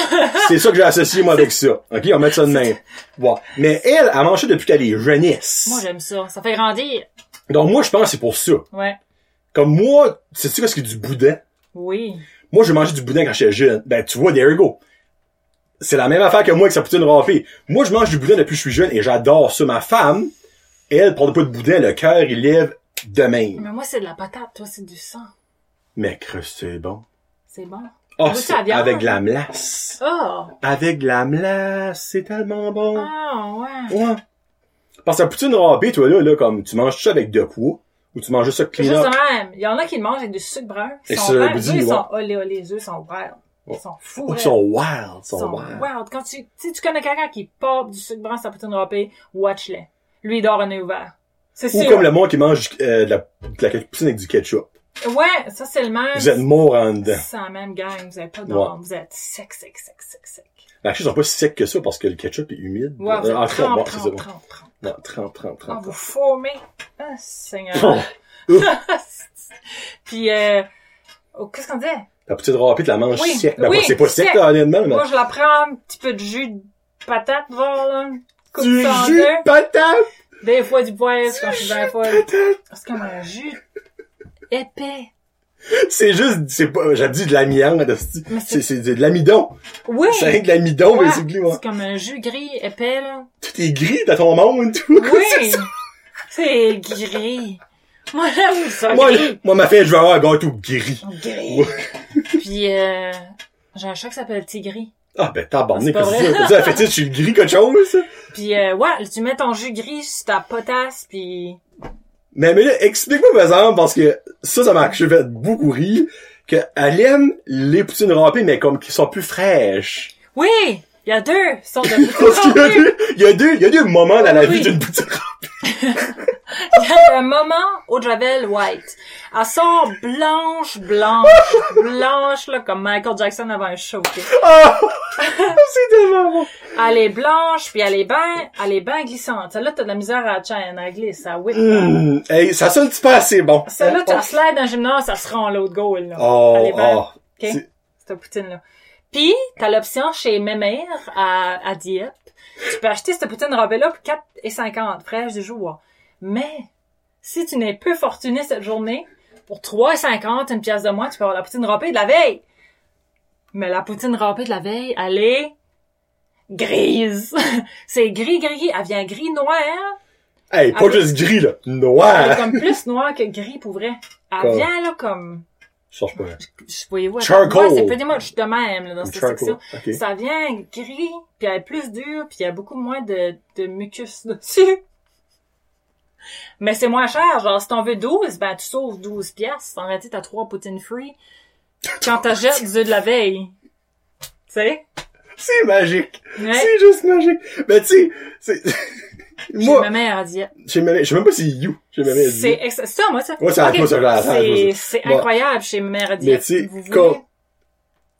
Speaker 1: c'est ça que j'ai associé moi avec ça. OK, on met ça de même. Bon, mais elle a mangé depuis qu'elle est jeunesse.
Speaker 2: Moi, j'aime ça. Ça fait grandir.
Speaker 1: Donc moi je pense que c'est pour ça.
Speaker 2: Ouais.
Speaker 1: Comme moi, sais-tu qu'est-ce que du boudin
Speaker 2: Oui.
Speaker 1: Moi j'ai mangé du boudin quand j'étais jeune. Ben tu vois, there you go. C'est la même affaire que moi avec sa poutine râpée. Moi je mange du boudin depuis que je suis jeune et j'adore ça ma femme. Elle prend pas de boudin, le cœur il lève de même.
Speaker 2: Mais moi, c'est de la patate. Toi, c'est du sang.
Speaker 1: Mais creux, c'est bon.
Speaker 2: Ah, C'est bon.
Speaker 1: Oh,
Speaker 2: Goûte
Speaker 1: c'est
Speaker 2: la viande.
Speaker 1: avec de la melasse.
Speaker 2: Oh!
Speaker 1: Avec de la melasse, c'est tellement bon.
Speaker 2: Ah, ouais.
Speaker 1: Ouais. Parce que la poutine râpée, toi, là, là, comme, tu manges ça avec de quoi? Ou tu manges juste ça
Speaker 2: Juste
Speaker 1: clean up?
Speaker 2: de même. Il y en a qui le mangent avec du sucre brun.
Speaker 1: Et
Speaker 2: Ils sont
Speaker 1: ça,
Speaker 2: verts.
Speaker 1: vous
Speaker 2: Les
Speaker 1: dites,
Speaker 2: œufs ils
Speaker 1: ouais.
Speaker 2: sont olé, olé. Les œufs sont verts. Ils sont fous.
Speaker 1: Ou
Speaker 2: raides.
Speaker 1: ils sont wild, ils
Speaker 2: Ils
Speaker 1: sont wild.
Speaker 2: wild. Quand tu, tu sais, tu connais quelqu'un qui pop du sucre brun sur sa poutine râpée, watch-le. Lui, il dort un œil ouvert. C'est Euh,
Speaker 1: Ou
Speaker 2: sûr.
Speaker 1: comme le monde qui mange euh, de, la, de la poutine avec du ketchup.
Speaker 2: Ouais, ça, c'est le même.
Speaker 1: Vous êtes morts en dedans.
Speaker 2: C'est la même gang. Vous êtes pas dans Vous êtes sec, sec, sec, sec, sec.
Speaker 1: Les choses sont pas si secs que ça parce que le ketchup est humide.
Speaker 2: Ouais, vous êtes
Speaker 1: Ah,
Speaker 2: 30,
Speaker 1: très
Speaker 2: 30,
Speaker 1: bon,
Speaker 2: 30,
Speaker 1: c'est bon.
Speaker 2: 30,
Speaker 1: Non, 30, 30,
Speaker 2: Ah,
Speaker 1: 30.
Speaker 2: vous formez. Ah, Seigneur.
Speaker 1: Ouf.
Speaker 2: Puis, euh, oh, qu'est-ce qu'on disait?
Speaker 1: La poutine râpée, tu la manges
Speaker 2: Oui,
Speaker 1: sec. Ben,
Speaker 2: oui,
Speaker 1: c'est pas sec,
Speaker 2: sec.
Speaker 1: là, honnêtement. Mais...
Speaker 2: Moi, je la prends, un petit peu de jus de patate, voir, là. Coupe
Speaker 1: Du
Speaker 2: ça en
Speaker 1: jus de
Speaker 2: deux.
Speaker 1: patate!
Speaker 2: Des fois du poivre, quand je suis bien folle.
Speaker 1: patate.
Speaker 2: C'est comme un jus épais.
Speaker 1: C'est juste, c'est pas, j'ai dit de l'amiante, hostie.
Speaker 2: Mais
Speaker 1: c'est,
Speaker 2: c'est-
Speaker 1: c'est de l'amidon.
Speaker 2: Oui!
Speaker 1: C'est rien que de l'amidon,
Speaker 2: Ouais,
Speaker 1: mais c'est plus, moi.
Speaker 2: C'est comme un jus gris épais, là.
Speaker 1: tout est gris dans ton monde, tout. C'est
Speaker 2: Oui!
Speaker 1: ça.
Speaker 2: C'est gris. Moi, j'aime ça.
Speaker 1: Moi,
Speaker 2: gris.
Speaker 1: moi, ma fille, je veux avoir un gâteau gris.
Speaker 2: Gris. Puis, euh, j'ai un chat qui s'appelle Tigri.
Speaker 1: Ah, ben, tabarné,
Speaker 2: C'est pas
Speaker 1: comme ça.
Speaker 2: vrai.
Speaker 1: Comme ça, fait-tu, je suis gris quelque chose, ça?
Speaker 2: Puis euh, ouais, tu mets ton jus gris sur ta potasse, puis
Speaker 1: Mais, mais là, explique-moi, par exemple, parce que ça, ça m'a je fait beaucoup rire, qu'elle aime les poutines râpées, mais comme qui sont plus fraîches.
Speaker 2: oui, il y a deux sortes de
Speaker 1: Parce qu'il y a
Speaker 2: poutine.
Speaker 1: deux, il y a deux, il y a deux moments dans la
Speaker 2: Oui.
Speaker 1: vie d'une poutine râpée.
Speaker 2: Il y a un moment au Javel White. Elle sort blanche, blanche, blanche là comme Michael Jackson avant un show. ok?
Speaker 1: Ah! c'est tellement bon.
Speaker 2: Elle est blanche, puis elle est ben, elle est ben glissante. Celle-là t'as de la misère à la chaîne, elle glisse, ça whip.
Speaker 1: Hum, hey, ça sonne pas assez bon.
Speaker 2: Celle-là t'as slide dans le gymnase, ça se rend l'autre goal là. Elle
Speaker 1: Oh,
Speaker 2: est ben-
Speaker 1: oh.
Speaker 2: Ok?
Speaker 1: C'est-
Speaker 2: Cette poutine-là. Puis, t'as l'option chez Mémère à, à Dieppe. Tu peux acheter cette poutine râpée-là pour 4,50 fraîche du jour. Mais, si tu n'es peu fortuné cette journée, pour 3,50, une pièce de moins, tu peux avoir la poutine râpée de la veille. Mais la poutine râpée de la veille, elle est grise. C'est gris, gris, gris. Elle vient gris noir.
Speaker 1: Hey, pas
Speaker 2: Ah.
Speaker 1: juste gris, là.
Speaker 2: Elle est
Speaker 1: Noir.
Speaker 2: comme plus noire que gris pour vrai. Elle
Speaker 1: Ah. Comme-
Speaker 2: vient là comme...
Speaker 1: Je cherche pas.
Speaker 2: je- Voyez-vous, elle-
Speaker 1: Charcoal.
Speaker 2: Ouais, c'est plus des mots, je suis de même là, dans cette
Speaker 1: Charcoal.
Speaker 2: section.
Speaker 1: Ok.
Speaker 2: Ça vient gris, puis elle est plus dure, puis il y a beaucoup moins de, de mucus dessus. Mais c'est moins cher. Genre, si t'en veux 12, ben tu sauves 12 piastres. En réalité, t'as trois poutines free quand t'achètes du œuf de la veille. Tu sais?
Speaker 1: C'est magique.
Speaker 2: Ouais.
Speaker 1: C'est juste magique. Mais tu sais, c'est...
Speaker 2: Moi,
Speaker 1: moi,
Speaker 2: ma mère a dit...
Speaker 1: je sais même je sais même pas si You, je sais même pas si
Speaker 2: C'est
Speaker 1: You.
Speaker 2: ex- c'est ça, moi, ça.
Speaker 1: Ouais, c'est à
Speaker 2: Ok.
Speaker 1: toi, ça, je la- ça, je vois
Speaker 2: C'est
Speaker 1: ça.
Speaker 2: c'est
Speaker 1: Bon.
Speaker 2: incroyable chez ma mère à
Speaker 1: Mais
Speaker 2: dire.
Speaker 1: tu sais,
Speaker 2: Vous voulez-
Speaker 1: quand-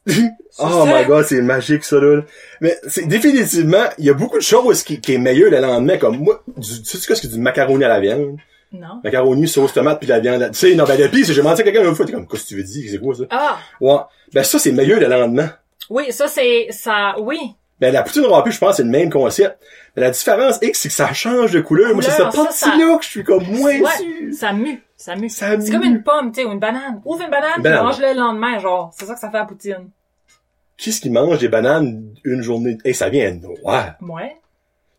Speaker 2: C'est
Speaker 1: Oh
Speaker 2: ça.
Speaker 1: my god, c'est magique ça là. Mais c'est définitivement, il y a beaucoup de choses qui, qui est meilleur le lendemain comme moi, du, tu sais ce que c'est du macaroni à la viande,
Speaker 2: Non.
Speaker 1: macaroni sauce tomate puis la viande. Tu sais non ben le pire, c'est que j'ai menti à quelqu'un une fois, t'es comme qu'est-ce que tu veux dire, c'est quoi ça
Speaker 2: Ah!
Speaker 1: Ouais. Ben ça c'est meilleur le lendemain.
Speaker 2: Oui, ça, c'est... ça, Oui.
Speaker 1: Ben la poutine râpée, je pense c'est le même concept. Mais la différence X c'est que ça change de couleur. moi c'est
Speaker 2: Couleur,
Speaker 1: cette
Speaker 2: ça,
Speaker 1: partie là que je suis comme moins
Speaker 2: Ouais.
Speaker 1: sûr.
Speaker 2: Ça mue, ça mue.
Speaker 1: Ça
Speaker 2: C'est
Speaker 1: mue.
Speaker 2: comme une pomme, tu sais, ou une banane. Ouvre une banane,
Speaker 1: Une
Speaker 2: puis
Speaker 1: banane.
Speaker 2: mange-le le lendemain, genre. C'est ça que ça fait à la poutine.
Speaker 1: Qui est-ce qui mange des bananes une journée? Eh, ça vient noir.
Speaker 2: Ouais.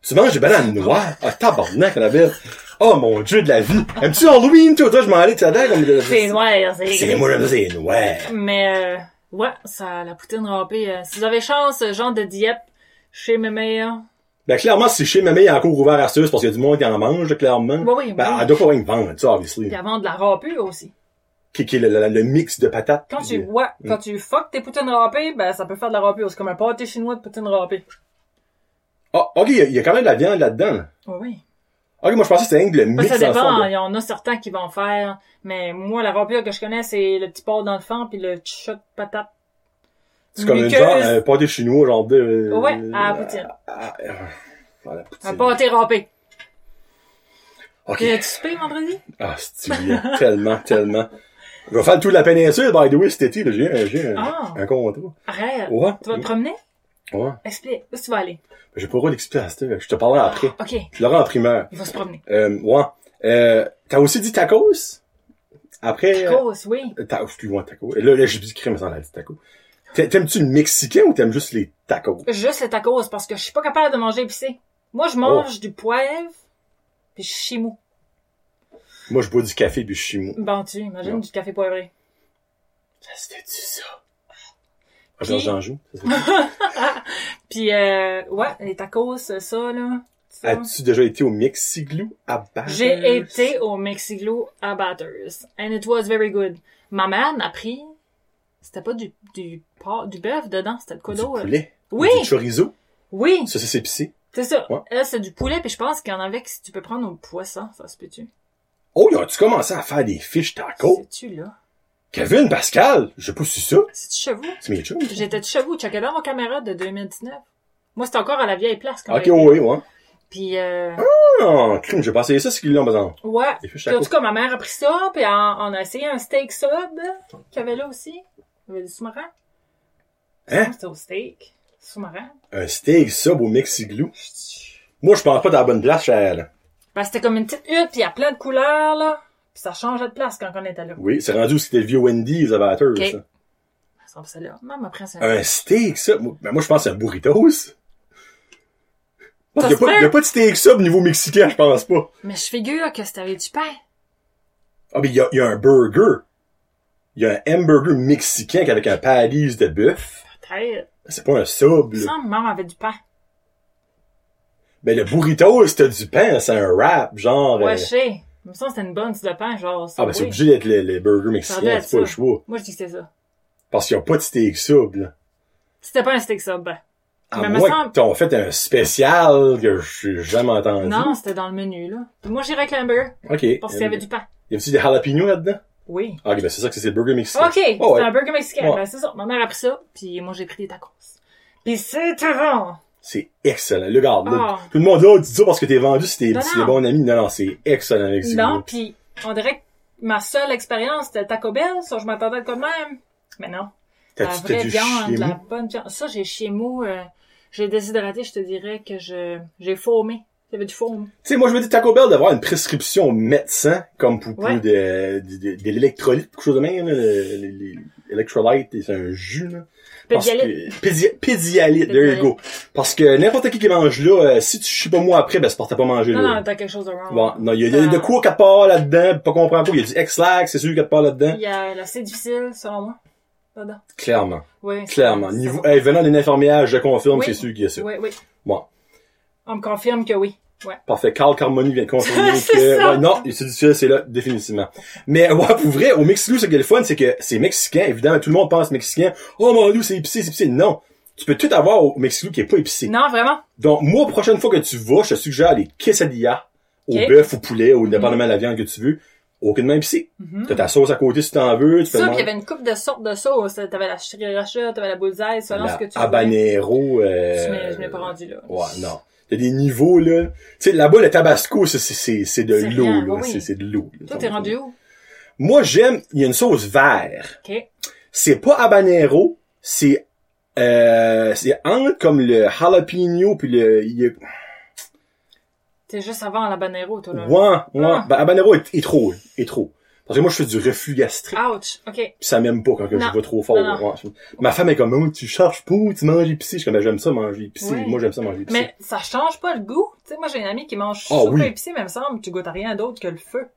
Speaker 1: Tu manges des bananes noires? Ah, tabarnak, Annabelle. Oh, mon dieu de la vie. Aimes-tu Halloween, toi? Toi, je m'en allais, tu sais, là, comme...
Speaker 2: C'est noir, c'est...
Speaker 1: C'est moi, j'aime ça, c'est noir.
Speaker 2: Mais, euh, Ouais, ça, la poutine râpée. euh, si vous avez chance, euh, genre de Dieppe, chez mes meilleurs.
Speaker 1: Ben, clairement, si chez Mamie est encore ouvert à Suisse, parce qu'il y a du monde qui en mange, clairement.
Speaker 2: Ouais, Bah oui,
Speaker 1: Ben, elle
Speaker 2: oui.
Speaker 1: doit pas rien vendre, tu sais, obviously.
Speaker 2: Puis avant de la râpée aussi.
Speaker 1: Qui, qui est le, le- le mix de patates.
Speaker 2: Quand tu,
Speaker 1: puis-
Speaker 2: ouais, quand tu fuck tes poutines râpées, ben, ça peut faire de la râpée. C'est comme un pâté chinois de poutine râpée.
Speaker 1: Ah, ok, il y, a- il y a quand même de la viande là-dedans.
Speaker 2: Oui, oui.
Speaker 1: Ok, moi, je pensais que c'était rien que le
Speaker 2: Ben,
Speaker 1: mix
Speaker 2: ça dépend.
Speaker 1: ensemble.
Speaker 2: Il y en a certains qui vont faire. Mais moi, la râpée que je connais, c'est le petit porc dans le fond puis le shot de patate.
Speaker 1: C'est comme une
Speaker 2: Muqueuse.
Speaker 1: genre, un pâté chinois, genre de... euh,
Speaker 2: Ouais, à la poutine.
Speaker 1: Ah, euh, voilà, poutine.
Speaker 2: Un pâté râpé.
Speaker 1: Ok.
Speaker 2: Tu As-tu soupé vendredi?
Speaker 1: Ah, c'est tellement, tellement. Je vais faire le tour de la péninsule, by the way, cet été, là. J'ai un, j'ai un,
Speaker 2: Ah.
Speaker 1: un contrat.
Speaker 2: Arrête.
Speaker 1: Ouais.
Speaker 2: Tu vas te promener?
Speaker 1: Ouais. Ben,
Speaker 2: Explique. Où est-ce que tu vas aller?
Speaker 1: J'ai pas le droit d'expliquer à cette heure. Je te parlerai après.
Speaker 2: OK.
Speaker 1: Je l'aurai en primeur.
Speaker 2: Il va se promener.
Speaker 1: Euh, ouais. Euh, t'as aussi dit tacos? Après. euh,
Speaker 2: Grosse, oui.
Speaker 1: ta- Excuse-moi, tacos. Là, là, j'ai dit crème sans la dit tacos. T'a- T'aimes-tu le mexicain ou t'aimes juste les tacos?
Speaker 2: Juste c'est à cause parce que je suis pas capable de manger épicé. Moi, je
Speaker 1: Oh.
Speaker 2: mange du poivre puis je suis mou.
Speaker 1: Moi, je bois du café puis je suis mou.
Speaker 2: Bon, tu imagines
Speaker 1: Non.
Speaker 2: du café poivré.
Speaker 1: Ça se fait-tu, ça? Regarde,
Speaker 2: Puis-
Speaker 1: Ah, j'en joue. Ça se fait-tu?
Speaker 2: Puis euh, ouais, les tacos, ça là. ça.
Speaker 1: As-tu déjà été au Mexiglou à Basse?
Speaker 2: J'ai été au Mexiglo à Batters and it was very good. Ma mère m'a pris c'était pas du du porc, du bœuf dedans, c'était de quoi
Speaker 1: Du
Speaker 2: d'autre?
Speaker 1: poulet.
Speaker 2: Oui,
Speaker 1: Du chorizo.
Speaker 2: oui,
Speaker 1: Ça, c'est épicé.
Speaker 2: c'est ça.
Speaker 1: Ouais.
Speaker 2: Elle, c'est du poulet puis je pense qu'il y en avait que si tu peux prendre au poisson, ça se peut-tu?
Speaker 1: Oh, ils ont-tu commencé à faire des fiches tacos?
Speaker 2: C'est-tu là?
Speaker 1: Kevin, Pascal, je sais pas si c'est ça.
Speaker 2: C'est-tu chez vous?
Speaker 1: C'est mes chums.
Speaker 2: J'étais de chez vous, checkais dans ma caméra de 2019. Moi, c'était encore à la vieille place quand
Speaker 1: Ok,
Speaker 2: j'ai été.
Speaker 1: oui, ouais.
Speaker 2: Puis, euh,
Speaker 1: Non, crime, j'ai pas essayé ça, c'est qu'ils l'ont besoin.
Speaker 2: ouais.
Speaker 1: Des fiches
Speaker 2: Puis, en
Speaker 1: tacos.
Speaker 2: tout cas, ma mère a pris ça, puis on, on a essayé un steak sub qu'il y avait là aussi. Il y avait du sous-marin.
Speaker 1: Hein?
Speaker 2: C'était au steak. Sous-marin.
Speaker 1: Un steak sub au Mexiglou.
Speaker 2: Chut.
Speaker 1: Moi, je pense pas dans la bonne place, chère.
Speaker 2: Ben, c'était comme une petite hutte, puis il y a plein de couleurs, là. Puis ça changeait de place quand on était là.
Speaker 1: Oui, c'est rendu où c'était le vieux Wendy's à Batters.
Speaker 2: Ok.
Speaker 1: ça.
Speaker 2: Ça me là. Maman prend ça.
Speaker 1: Un steak sub. moi- Ben, moi, je pense que c'est un burritos. Parce
Speaker 2: Ça
Speaker 1: qu'il y a
Speaker 2: se
Speaker 1: pas-
Speaker 2: peut.
Speaker 1: il y a pas de steak sub niveau mexicain, je pense pas.
Speaker 2: Mais je figure que c'était avec du pain.
Speaker 1: Ah, mais il y a, il y a un burger. Il y a un hamburger mexicain avec un patties de bœuf.
Speaker 2: Peut-être.
Speaker 1: C'est pas un sub,
Speaker 2: Il me
Speaker 1: là.
Speaker 2: semble que maman avait du pain.
Speaker 1: Ben, le burrito, c'était du pain, c'est un wrap, genre.
Speaker 2: Ouais,
Speaker 1: euh,
Speaker 2: je sais. Il me semble que c'était une bonne petite de pain, genre.
Speaker 1: Ah, ben, c'est
Speaker 2: Subway.
Speaker 1: obligé d'être les, les burgers
Speaker 2: Ça doit
Speaker 1: mexicains,
Speaker 2: être
Speaker 1: c'est pas le
Speaker 2: ça.
Speaker 1: choix.
Speaker 2: Moi, je dis que c'est ça.
Speaker 1: Parce qu'il n'y a pas de steak sub, là.
Speaker 2: Si C'était pas un steak sub, ben.
Speaker 1: À
Speaker 2: Mais me
Speaker 1: moins
Speaker 2: semble-
Speaker 1: que t'as fait un spécial que j'ai jamais entendu.
Speaker 2: Non, c'était dans le menu, là. Puis moi, j'irais avec l'hamburger,
Speaker 1: OK.
Speaker 2: parce qu'il y avait du pain.
Speaker 1: Y a-tu des jalapenos là-dedans?
Speaker 2: Oui.
Speaker 1: Ah, ok, ben c'est ça que c'est c'est le burger mexicain.
Speaker 2: OK, c'est
Speaker 1: ouais.
Speaker 2: un burger mexicain.
Speaker 1: Ouais.
Speaker 2: Ben, c'est ça. Ma mère a pris ça, puis moi, j'ai pris des tacos. Puis c'était bon!
Speaker 1: C'est excellent. Le garde, là,
Speaker 2: Ah.
Speaker 1: Tout le monde, là, dis ça parce que t'es vendu si t'es
Speaker 2: Non,
Speaker 1: si t'es
Speaker 2: non.
Speaker 1: bon ami. Non, non, c'est excellent, Mexico.
Speaker 2: Non, puis on dirait que ma seule expérience, c'était Taco Bell, ça, je m'attendais quand même. Mais non. La
Speaker 1: T'as-tu t'as
Speaker 2: vraie
Speaker 1: du
Speaker 2: viande,
Speaker 1: chien
Speaker 2: la
Speaker 1: mou?
Speaker 2: bonne viande. Ça, j'ai chez moi, euh, j'ai déshydraté, je te dirais que je j'ai foamé. Il y avait du foam.
Speaker 1: Tu sais, moi, je me dis Taco Bell d'avoir une prescription au médecin, comme pour, pour
Speaker 2: Ouais.
Speaker 1: de, de, de, de l'électrolyte, quelque chose de même, là. le- le- le- L'électrolyte, c'est un jus, là. Parce
Speaker 2: Pédialyte.
Speaker 1: que- Pédia- Pédialyte, there
Speaker 2: Pédialyte.
Speaker 1: you go. Parce que n'importe qui qui mange là, euh, si tu suis pas moi après, ben c'est parce que t'as pas mangé
Speaker 2: Non,
Speaker 1: là.
Speaker 2: non, t'as quelque chose de wrong.
Speaker 1: Bon, non, il y a, il y a de quoi qu'à part là-dedans, pas comprendre quoi. Il y a du X-Lax, c'est sûr qu'à part là-dedans.
Speaker 2: Il y a là, c'est difficile, selon moi. Dedans.
Speaker 1: Clairement,
Speaker 2: Oui. c'est-
Speaker 1: clairement.
Speaker 2: c'est
Speaker 1: Niveau, hey, venant d'une infirmière, je confirme,
Speaker 2: Oui.
Speaker 1: c'est sûr qu'il y a ça.
Speaker 2: Oui, oui.
Speaker 1: Bon,
Speaker 2: On me confirme que oui. Ouais.
Speaker 1: parfait. Carl Carmoni vient de confirmer
Speaker 2: C'est
Speaker 1: que,
Speaker 2: ça.
Speaker 1: ouais, non, c'est difficile, c'est là, définitivement. Mais, ouais, pour vrai, au Mexico, ce qui est le fun, c'est que c'est mexicain. Évidemment, tout le monde pense mexicain. Oh mon dieu, c'est épicé, c'est épicé. Non. Tu peux tout avoir au Mexico qui est pas épicé.
Speaker 2: Non, vraiment.
Speaker 1: Donc, moi, prochaine fois que tu vas, je te suggère les quesadillas au
Speaker 2: Ok. Mm.
Speaker 1: bœuf, au poulet, au dépendamment de la viande que tu veux. Aucune même ici.
Speaker 2: Mhm.
Speaker 1: T'as ta sauce à côté si t'en veux. Tu peux
Speaker 2: Ça, puis il y
Speaker 1: demander
Speaker 2: avait une coupe de sortes de sauce. T'avais la sriracha, t'avais la bullseye, selon ce
Speaker 1: la
Speaker 2: que tu voulais.
Speaker 1: habanero.
Speaker 2: Je
Speaker 1: Euh...
Speaker 2: m'ai- je m'ai pas rendu là.
Speaker 1: Ouais, non. T'as des niveaux, là. Tu sais, là-bas, le tabasco, c'est, c'est, c'est, c'est de
Speaker 2: C'est
Speaker 1: l'eau,
Speaker 2: rien,
Speaker 1: là.
Speaker 2: oui, oui.
Speaker 1: C'est, c'est de l'eau. là.
Speaker 2: Toi, t'es rendu où?
Speaker 1: Moi, j'aime, il y a une sauce verte.
Speaker 2: OK.
Speaker 1: C'est pas habanero, c'est, euh, c'est entre comme le jalapeno puis le, il y a-
Speaker 2: T'es juste avant la banero, toi, là.
Speaker 1: Ouais, ouais.
Speaker 2: Ah.
Speaker 1: Ben, habanero est, est trop, est trop. Parce que moi, je fais du reflux gastrique.
Speaker 2: Ouch. OK.
Speaker 1: Pis ça m'aime pas quand que
Speaker 2: Non.
Speaker 1: je vais trop fort.
Speaker 2: Non, non.
Speaker 1: Ouais. Ma femme est comme, oh, tu cherches pas, tu manges épicé. Je suis comme, ben, j'aime ça manger épicé.
Speaker 2: Ouais.
Speaker 1: Moi, j'aime ça manger épicé.
Speaker 2: Mais ça change pas le goût. Tu sais, moi, j'ai une amie qui mange
Speaker 1: Ah
Speaker 2: super
Speaker 1: oui.
Speaker 2: épicé, mais il me semble que tu goûtes à rien d'autre que le feu.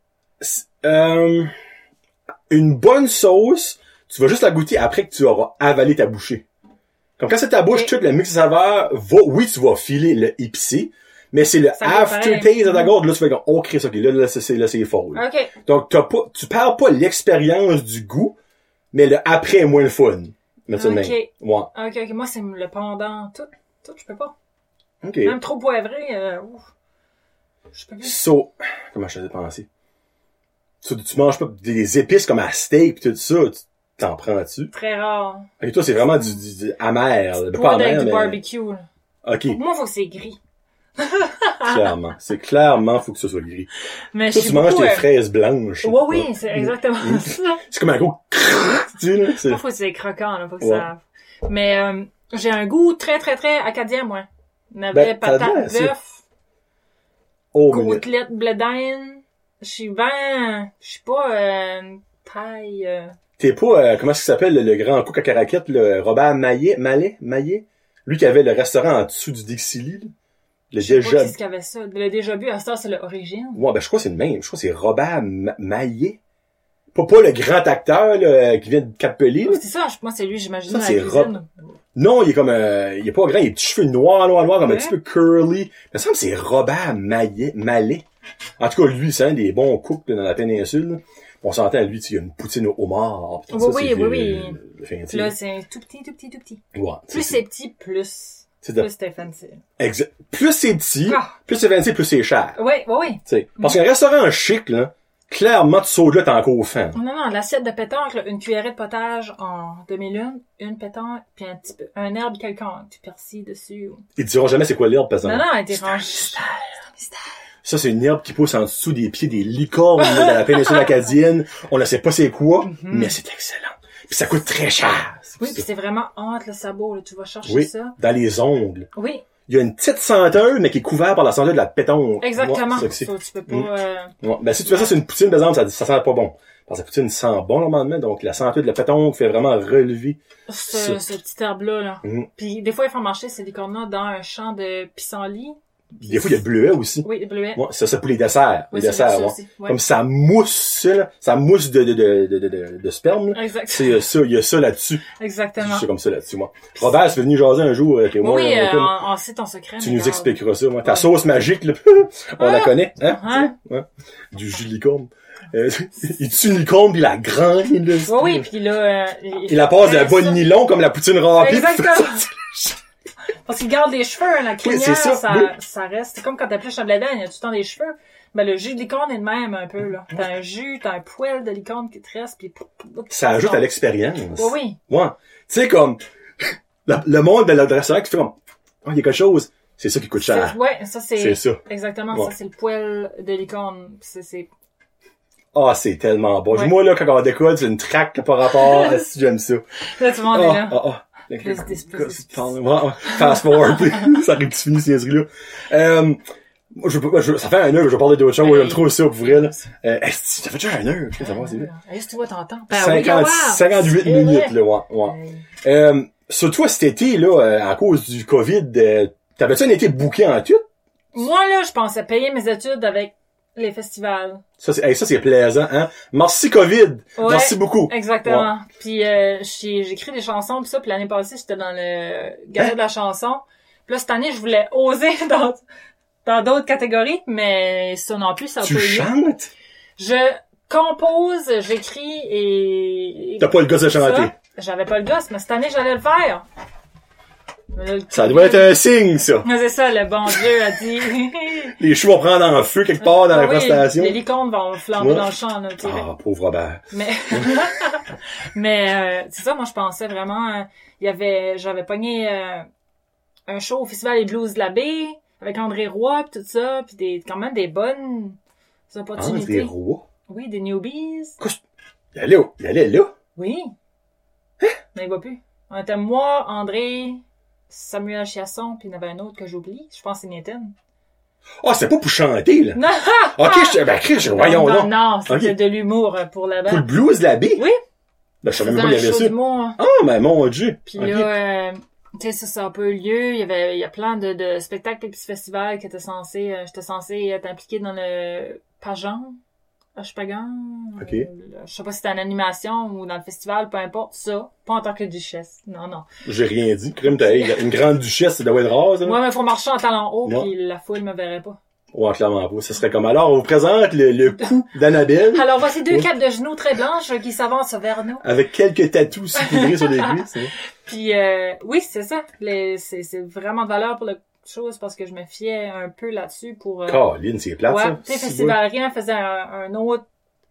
Speaker 1: C'est- euh, une bonne sauce, Tu vas juste la goûter après que tu auras avalé ta bouchée. Comme quand c'est ta bouche,
Speaker 2: Ok.
Speaker 1: toute la mix saveur va, oui, tu vas filer le épicé, mais c'est le
Speaker 2: Ça va
Speaker 1: aftertaste de ta gorge. Là, tu fais comme, oh, Chris, ok, là, là, c'est, là, c'est fort. là.
Speaker 2: OK.
Speaker 1: Donc, t'as pas, tu perds pas l'expérience du goût, mais le après est moins le fun. Mais ça de
Speaker 2: Ok.
Speaker 1: même. Ouais.
Speaker 2: OK, OK. Moi, c'est le pendant. Tout, tout, je peux pas.
Speaker 1: Ok.
Speaker 2: Même trop poivré, euh, ouf. Je peux plus.
Speaker 1: So, comment je faisais penser? Tu, tu manges pas des épices comme à steak pis tout ça, tu- t'en prends-tu?
Speaker 2: Très rare.
Speaker 1: Et toi, c'est vraiment du, du, du amer, là. pas
Speaker 2: Poivre avec
Speaker 1: amer,
Speaker 2: du
Speaker 1: mais...
Speaker 2: barbecue, là.
Speaker 1: Ok,
Speaker 2: Pour moi, faut que c'est gris.
Speaker 1: clairement. C'est clairement, faut que ça soit gris.
Speaker 2: Mais Ah. je
Speaker 1: Toi,
Speaker 2: suis
Speaker 1: tu manges
Speaker 2: beaucoup,
Speaker 1: tes
Speaker 2: euh,
Speaker 1: fraises blanches.
Speaker 2: Ouais, oui, c'est
Speaker 1: Mm.
Speaker 2: exactement ça.
Speaker 1: C'est comme un gros crrrr, tu sais, là. c'est-
Speaker 2: Moi, faut que c'est croquant, là, faut que
Speaker 1: Ouais.
Speaker 2: ça... Mais euh, j'ai un goût très, très, très acadien, moi. Navet,
Speaker 1: Ben, t'as
Speaker 2: patate,
Speaker 1: l'air,
Speaker 2: bœuf,
Speaker 1: Oh, mais...
Speaker 2: côtelette, blé d'Inde. Je suis ben... Je suis pas euh, une taille... euh,
Speaker 1: T'es pas, euh, comment est-ce qu'il s'appelle, le, le grand cook à caraquette, le Robert Maillet, Mallet, Maillet? Lui qui avait le restaurant en dessous du Dixili, là. Le
Speaker 2: Je sais pas
Speaker 1: déjà...
Speaker 2: si c'est ce qu'il y avait ça. Le déjà bu, à ce temps, c'est l'origine.
Speaker 1: Ouais, ben, je crois que c'est le même. Je crois que c'est Robert Ma- Maillet. Pas, pas le grand acteur, là, euh, qui vient de Capelli, là.
Speaker 2: C'est ça, je pense que c'est lui, j'imagine,
Speaker 1: Ça,
Speaker 2: dans la
Speaker 1: c'est
Speaker 2: cuisine.
Speaker 1: Non, il est comme, euh, il est pas grand, il a des petits cheveux noirs, noirs, noirs, comme un
Speaker 2: Ouais.
Speaker 1: petit peu curly. Il me semble que c'est Robert Maillet, Mallet. En tout cas, lui, c'est un des bons cooks, là, dans la péninsule, là. On s'entend, lui, tu sais, il y a une poutine au homard. pis tout
Speaker 2: Oui,
Speaker 1: ça,
Speaker 2: oui,
Speaker 1: c'est
Speaker 2: oui,
Speaker 1: le-
Speaker 2: oui.
Speaker 1: le fin, tu
Speaker 2: Puis
Speaker 1: sais.
Speaker 2: là, c'est tout petit, tout petit, tout petit.
Speaker 1: Ouais,
Speaker 2: Plus
Speaker 1: c'est-
Speaker 2: c'est petit, plus...
Speaker 1: c'est de-
Speaker 2: Plus c'est fancy.
Speaker 1: Exa- Plus c'est petit,
Speaker 2: Ah. Mm.
Speaker 1: plus c'est fancy, plus c'est cher.
Speaker 2: Oui, oui, oui.
Speaker 1: Tu sais, Parce qu'un restaurant chic, là, clairement, tu sautes là, t'es encore fan.
Speaker 2: Non, non, l'assiette de pétanque, là, une cuillerée de potage en demi-lune, une pétanque, puis un petit peu, un herbe quelconque, du persil dessus. ou-
Speaker 1: Ils te diront jamais c'est quoi l'herbe, par
Speaker 2: Non,
Speaker 1: exemple.
Speaker 2: non, elle était rangée. C'est un mystère.
Speaker 1: Ça, c'est une herbe qui pousse en dessous des pieds des licornes là, dans la péninsule acadienne. On ne sait pas c'est quoi,
Speaker 2: Mhm.
Speaker 1: mais c'est excellent. Puis ça coûte très cher. C'est
Speaker 2: Oui,
Speaker 1: ça.
Speaker 2: puis c'est vraiment entre le sabot, là, tu vas chercher
Speaker 1: Oui.
Speaker 2: ça.
Speaker 1: Dans les ongles.
Speaker 2: Oui,
Speaker 1: Il y a une petite senteur, mais qui est couverte par la senteur de la pétanque.
Speaker 2: exactement.
Speaker 1: Ouais, c'est ça que
Speaker 2: Ça, tu peux pas...
Speaker 1: Mm.
Speaker 2: euh,
Speaker 1: c'est. Ouais. Ben, si tu fais ça sur une poutine, par exemple, ça, ça sent pas bon. Parce que la poutine sent bon, normalement. Donc, la senteur de la pétanque fait vraiment relever.
Speaker 2: ce,
Speaker 1: Ça.
Speaker 2: ce petit herbe-là, là.
Speaker 1: Mm.
Speaker 2: Puis des fois, ils font marcher ces licornes-là dans un champ de pissenlit.
Speaker 1: Des fois, il y a le bleuet aussi.
Speaker 2: Oui, bleuet.
Speaker 1: Ouais, ça, c'est pour les desserts.
Speaker 2: Oui,
Speaker 1: les
Speaker 2: c'est
Speaker 1: desserts,
Speaker 2: ça
Speaker 1: ouais.
Speaker 2: aussi. Ouais.
Speaker 1: Comme ça mousse, là. Ça mousse de, de, de, de, de, de- de sperme, là.
Speaker 2: Exact-
Speaker 1: C'est euh, ça, il y a ça là-dessus.
Speaker 2: Exactement.
Speaker 1: C'est comme ça là-dessus, moi. Robert, c'est venu jaser un jour, euh, que moi,
Speaker 2: Oui,
Speaker 1: euh,
Speaker 2: euh,
Speaker 1: comme-
Speaker 2: en, en site, en secret.
Speaker 1: tu
Speaker 2: mais
Speaker 1: nous
Speaker 2: regarde.
Speaker 1: expliqueras ça, moi. Ta
Speaker 2: Ouais.
Speaker 1: sauce magique, là, on la
Speaker 2: Ah!
Speaker 1: connaît, hein?
Speaker 2: Hein?
Speaker 1: Du jus de licorne. Euh, il tue une licorne, puis il la grandit, là.
Speaker 2: Oui, oui, puis là... euh,
Speaker 1: Il la passe de la
Speaker 2: Ouais, ça.
Speaker 1: bonne nylon comme la poutine remplie.
Speaker 2: Exactement. Parce qu'il garde les cheveux, hein, la crinière,
Speaker 1: c'est ça,
Speaker 2: ça,
Speaker 1: oui.
Speaker 2: ça reste. C'est comme quand t'as plus un blé d'Inde, il y a tout le temps des cheveux. Ben, le jus de licorne est de même, un peu, là. T'as un jus, t'as un poil de licorne qui te reste, pis...
Speaker 1: Ça ajoute à l'expérience.
Speaker 2: Oui, oui.
Speaker 1: Ouais. Tu sais, comme, la- le monde de l'adresseur qui fait comme, oh, il y a quelque chose. C'est ça qui coûte
Speaker 2: C'est-
Speaker 1: cher.
Speaker 2: Ouais, ça, c'est...
Speaker 1: C'est ça.
Speaker 2: Exactement,
Speaker 1: Ouais.
Speaker 2: ça, c'est le poil de licorne. C'est, c'est...
Speaker 1: Ah, c'est tellement bon.
Speaker 2: Ouais.
Speaker 1: Moi, là, quand on décode, c'est une traque là, par rapport à si j'aime ça.
Speaker 2: Là, tout le monde est
Speaker 1: Ah,
Speaker 2: là.
Speaker 1: ah, ah.
Speaker 2: Plus dix, plus dix, plus dix.
Speaker 1: Ouais, ouais. Fast forward, puis ça arrive, tu finis ces trucs-là. Euh, moi, je, moi, je- ça fait un heure que je parle d'autres choses,
Speaker 2: Hey.
Speaker 1: j'aime trop ça pour vrai, là. Euh, est-ce que ça fait déjà un heure, je sais pas, c'est Ben vrai.
Speaker 2: Ah, Juste, tu vois, t'entends. ah,
Speaker 1: 50 58
Speaker 2: C'est vrai.
Speaker 1: minutes, là, ouais, ouais.
Speaker 2: Hey.
Speaker 1: Euh, sur toi, cet été, là, euh, à cause du COVID, euh, t'avais-tu un été bouqué en tout?
Speaker 2: Moi, là, je pensais payer mes études avec les festivals.
Speaker 1: Ça, c'est, hey, ça, c'est plaisant, hein? Merci, COVID!
Speaker 2: Ouais.
Speaker 1: Merci beaucoup!
Speaker 2: Exactement. Puis euh, j'ai- j'écris des chansons puis ça. Puis l'année passée, j'étais dans le gala de la chanson. Puis là, cette année, je voulais oser dans dans d'autres catégories, mais ça non plus, ça a
Speaker 1: Tu
Speaker 2: pas eu lieu.
Speaker 1: chantes?
Speaker 2: Je compose, j'écris et...
Speaker 1: T'as pas le gosse de
Speaker 2: Ça,
Speaker 1: chanter.
Speaker 2: J'avais pas le gosse, mais cette année, j'allais le faire. Mais là, le-
Speaker 1: Ça doit être un signe, ça.
Speaker 2: Mais c'est ça, le bon Dieu a dit...
Speaker 1: Les choux vont prendre en feu quelque part dans la
Speaker 2: Ah oui,
Speaker 1: prestation.
Speaker 2: Les licornes vont flamber
Speaker 1: Ouais.
Speaker 2: dans le champ, là, tu sais.
Speaker 1: Ah, pauvre Robert.
Speaker 2: Mais, mais euh, c'est ça, moi je pensais vraiment, euh, il y avait, j'avais pogné euh, un show au Festival des Blues de la Baie avec André Roy pis tout ça, puis des quand même des bonnes
Speaker 1: André
Speaker 2: opportunités.
Speaker 1: Roy.
Speaker 2: oui, des newbies.
Speaker 1: Il allait, où? il allait là.
Speaker 2: Oui.
Speaker 1: Hein?
Speaker 2: Mais il va plus. On était moi, André, Samuel Chiasson, puis il y en avait un autre que j'oublie. Je pense que c'est Nathan.
Speaker 1: Ah, c'est pas pour chanter, là.
Speaker 2: Non.
Speaker 1: Ok, je, ben, Chris, je, voyons,
Speaker 2: non.
Speaker 1: non.
Speaker 2: Non, c'était
Speaker 1: Ok.
Speaker 2: de l'humour euh, pour la
Speaker 1: Pour le
Speaker 2: bande.
Speaker 1: blues de la baie?
Speaker 2: Oui.
Speaker 1: Ben, je savais même
Speaker 2: C'était
Speaker 1: pas
Speaker 2: un
Speaker 1: qu'il y avait
Speaker 2: show
Speaker 1: ça.
Speaker 2: d'humour.
Speaker 1: Ah, mais mon Dieu.
Speaker 2: Puis
Speaker 1: Ok.
Speaker 2: là, euh, tu sais, ça, ça a pas eu lieu. Il y avait, il y a plein de, de spectacles et petits festivals qui étaient censés, euh, j'étais censée être impliquée dans le pageant. Ashpagan.
Speaker 1: Ok.
Speaker 2: euh, je sais pas si c'était en animation ou dans le festival, peu importe. Ça, pas en tant que duchesse. Non, non.
Speaker 1: J'ai rien dit. Crime, t'as hey, une grande duchesse, c'est de être rare, ça. là.
Speaker 2: Moi, mais faut marcher en talons hauts,
Speaker 1: Non.
Speaker 2: puis la foule me verrait pas.
Speaker 1: Ouais, clairement pas. Ce serait comme, alors, on vous présente le, le coup d'Annabelle,
Speaker 2: Alors, voici deux
Speaker 1: Oui.
Speaker 2: capes de genoux très blanches euh, qui s'avancent vers nous.
Speaker 1: avec quelques tatous soulignés sur les cuisses. hein.
Speaker 2: Puis, euh, oui, c'est ça. Les- C'est c'est vraiment de valeur pour la chose parce que je me fiais un peu là-dessus pour... euh,
Speaker 1: Caroline, c'est plate,
Speaker 2: ouais,
Speaker 1: ça.
Speaker 2: tu sais,
Speaker 1: Si,
Speaker 2: Festival Rien faisait un, un autre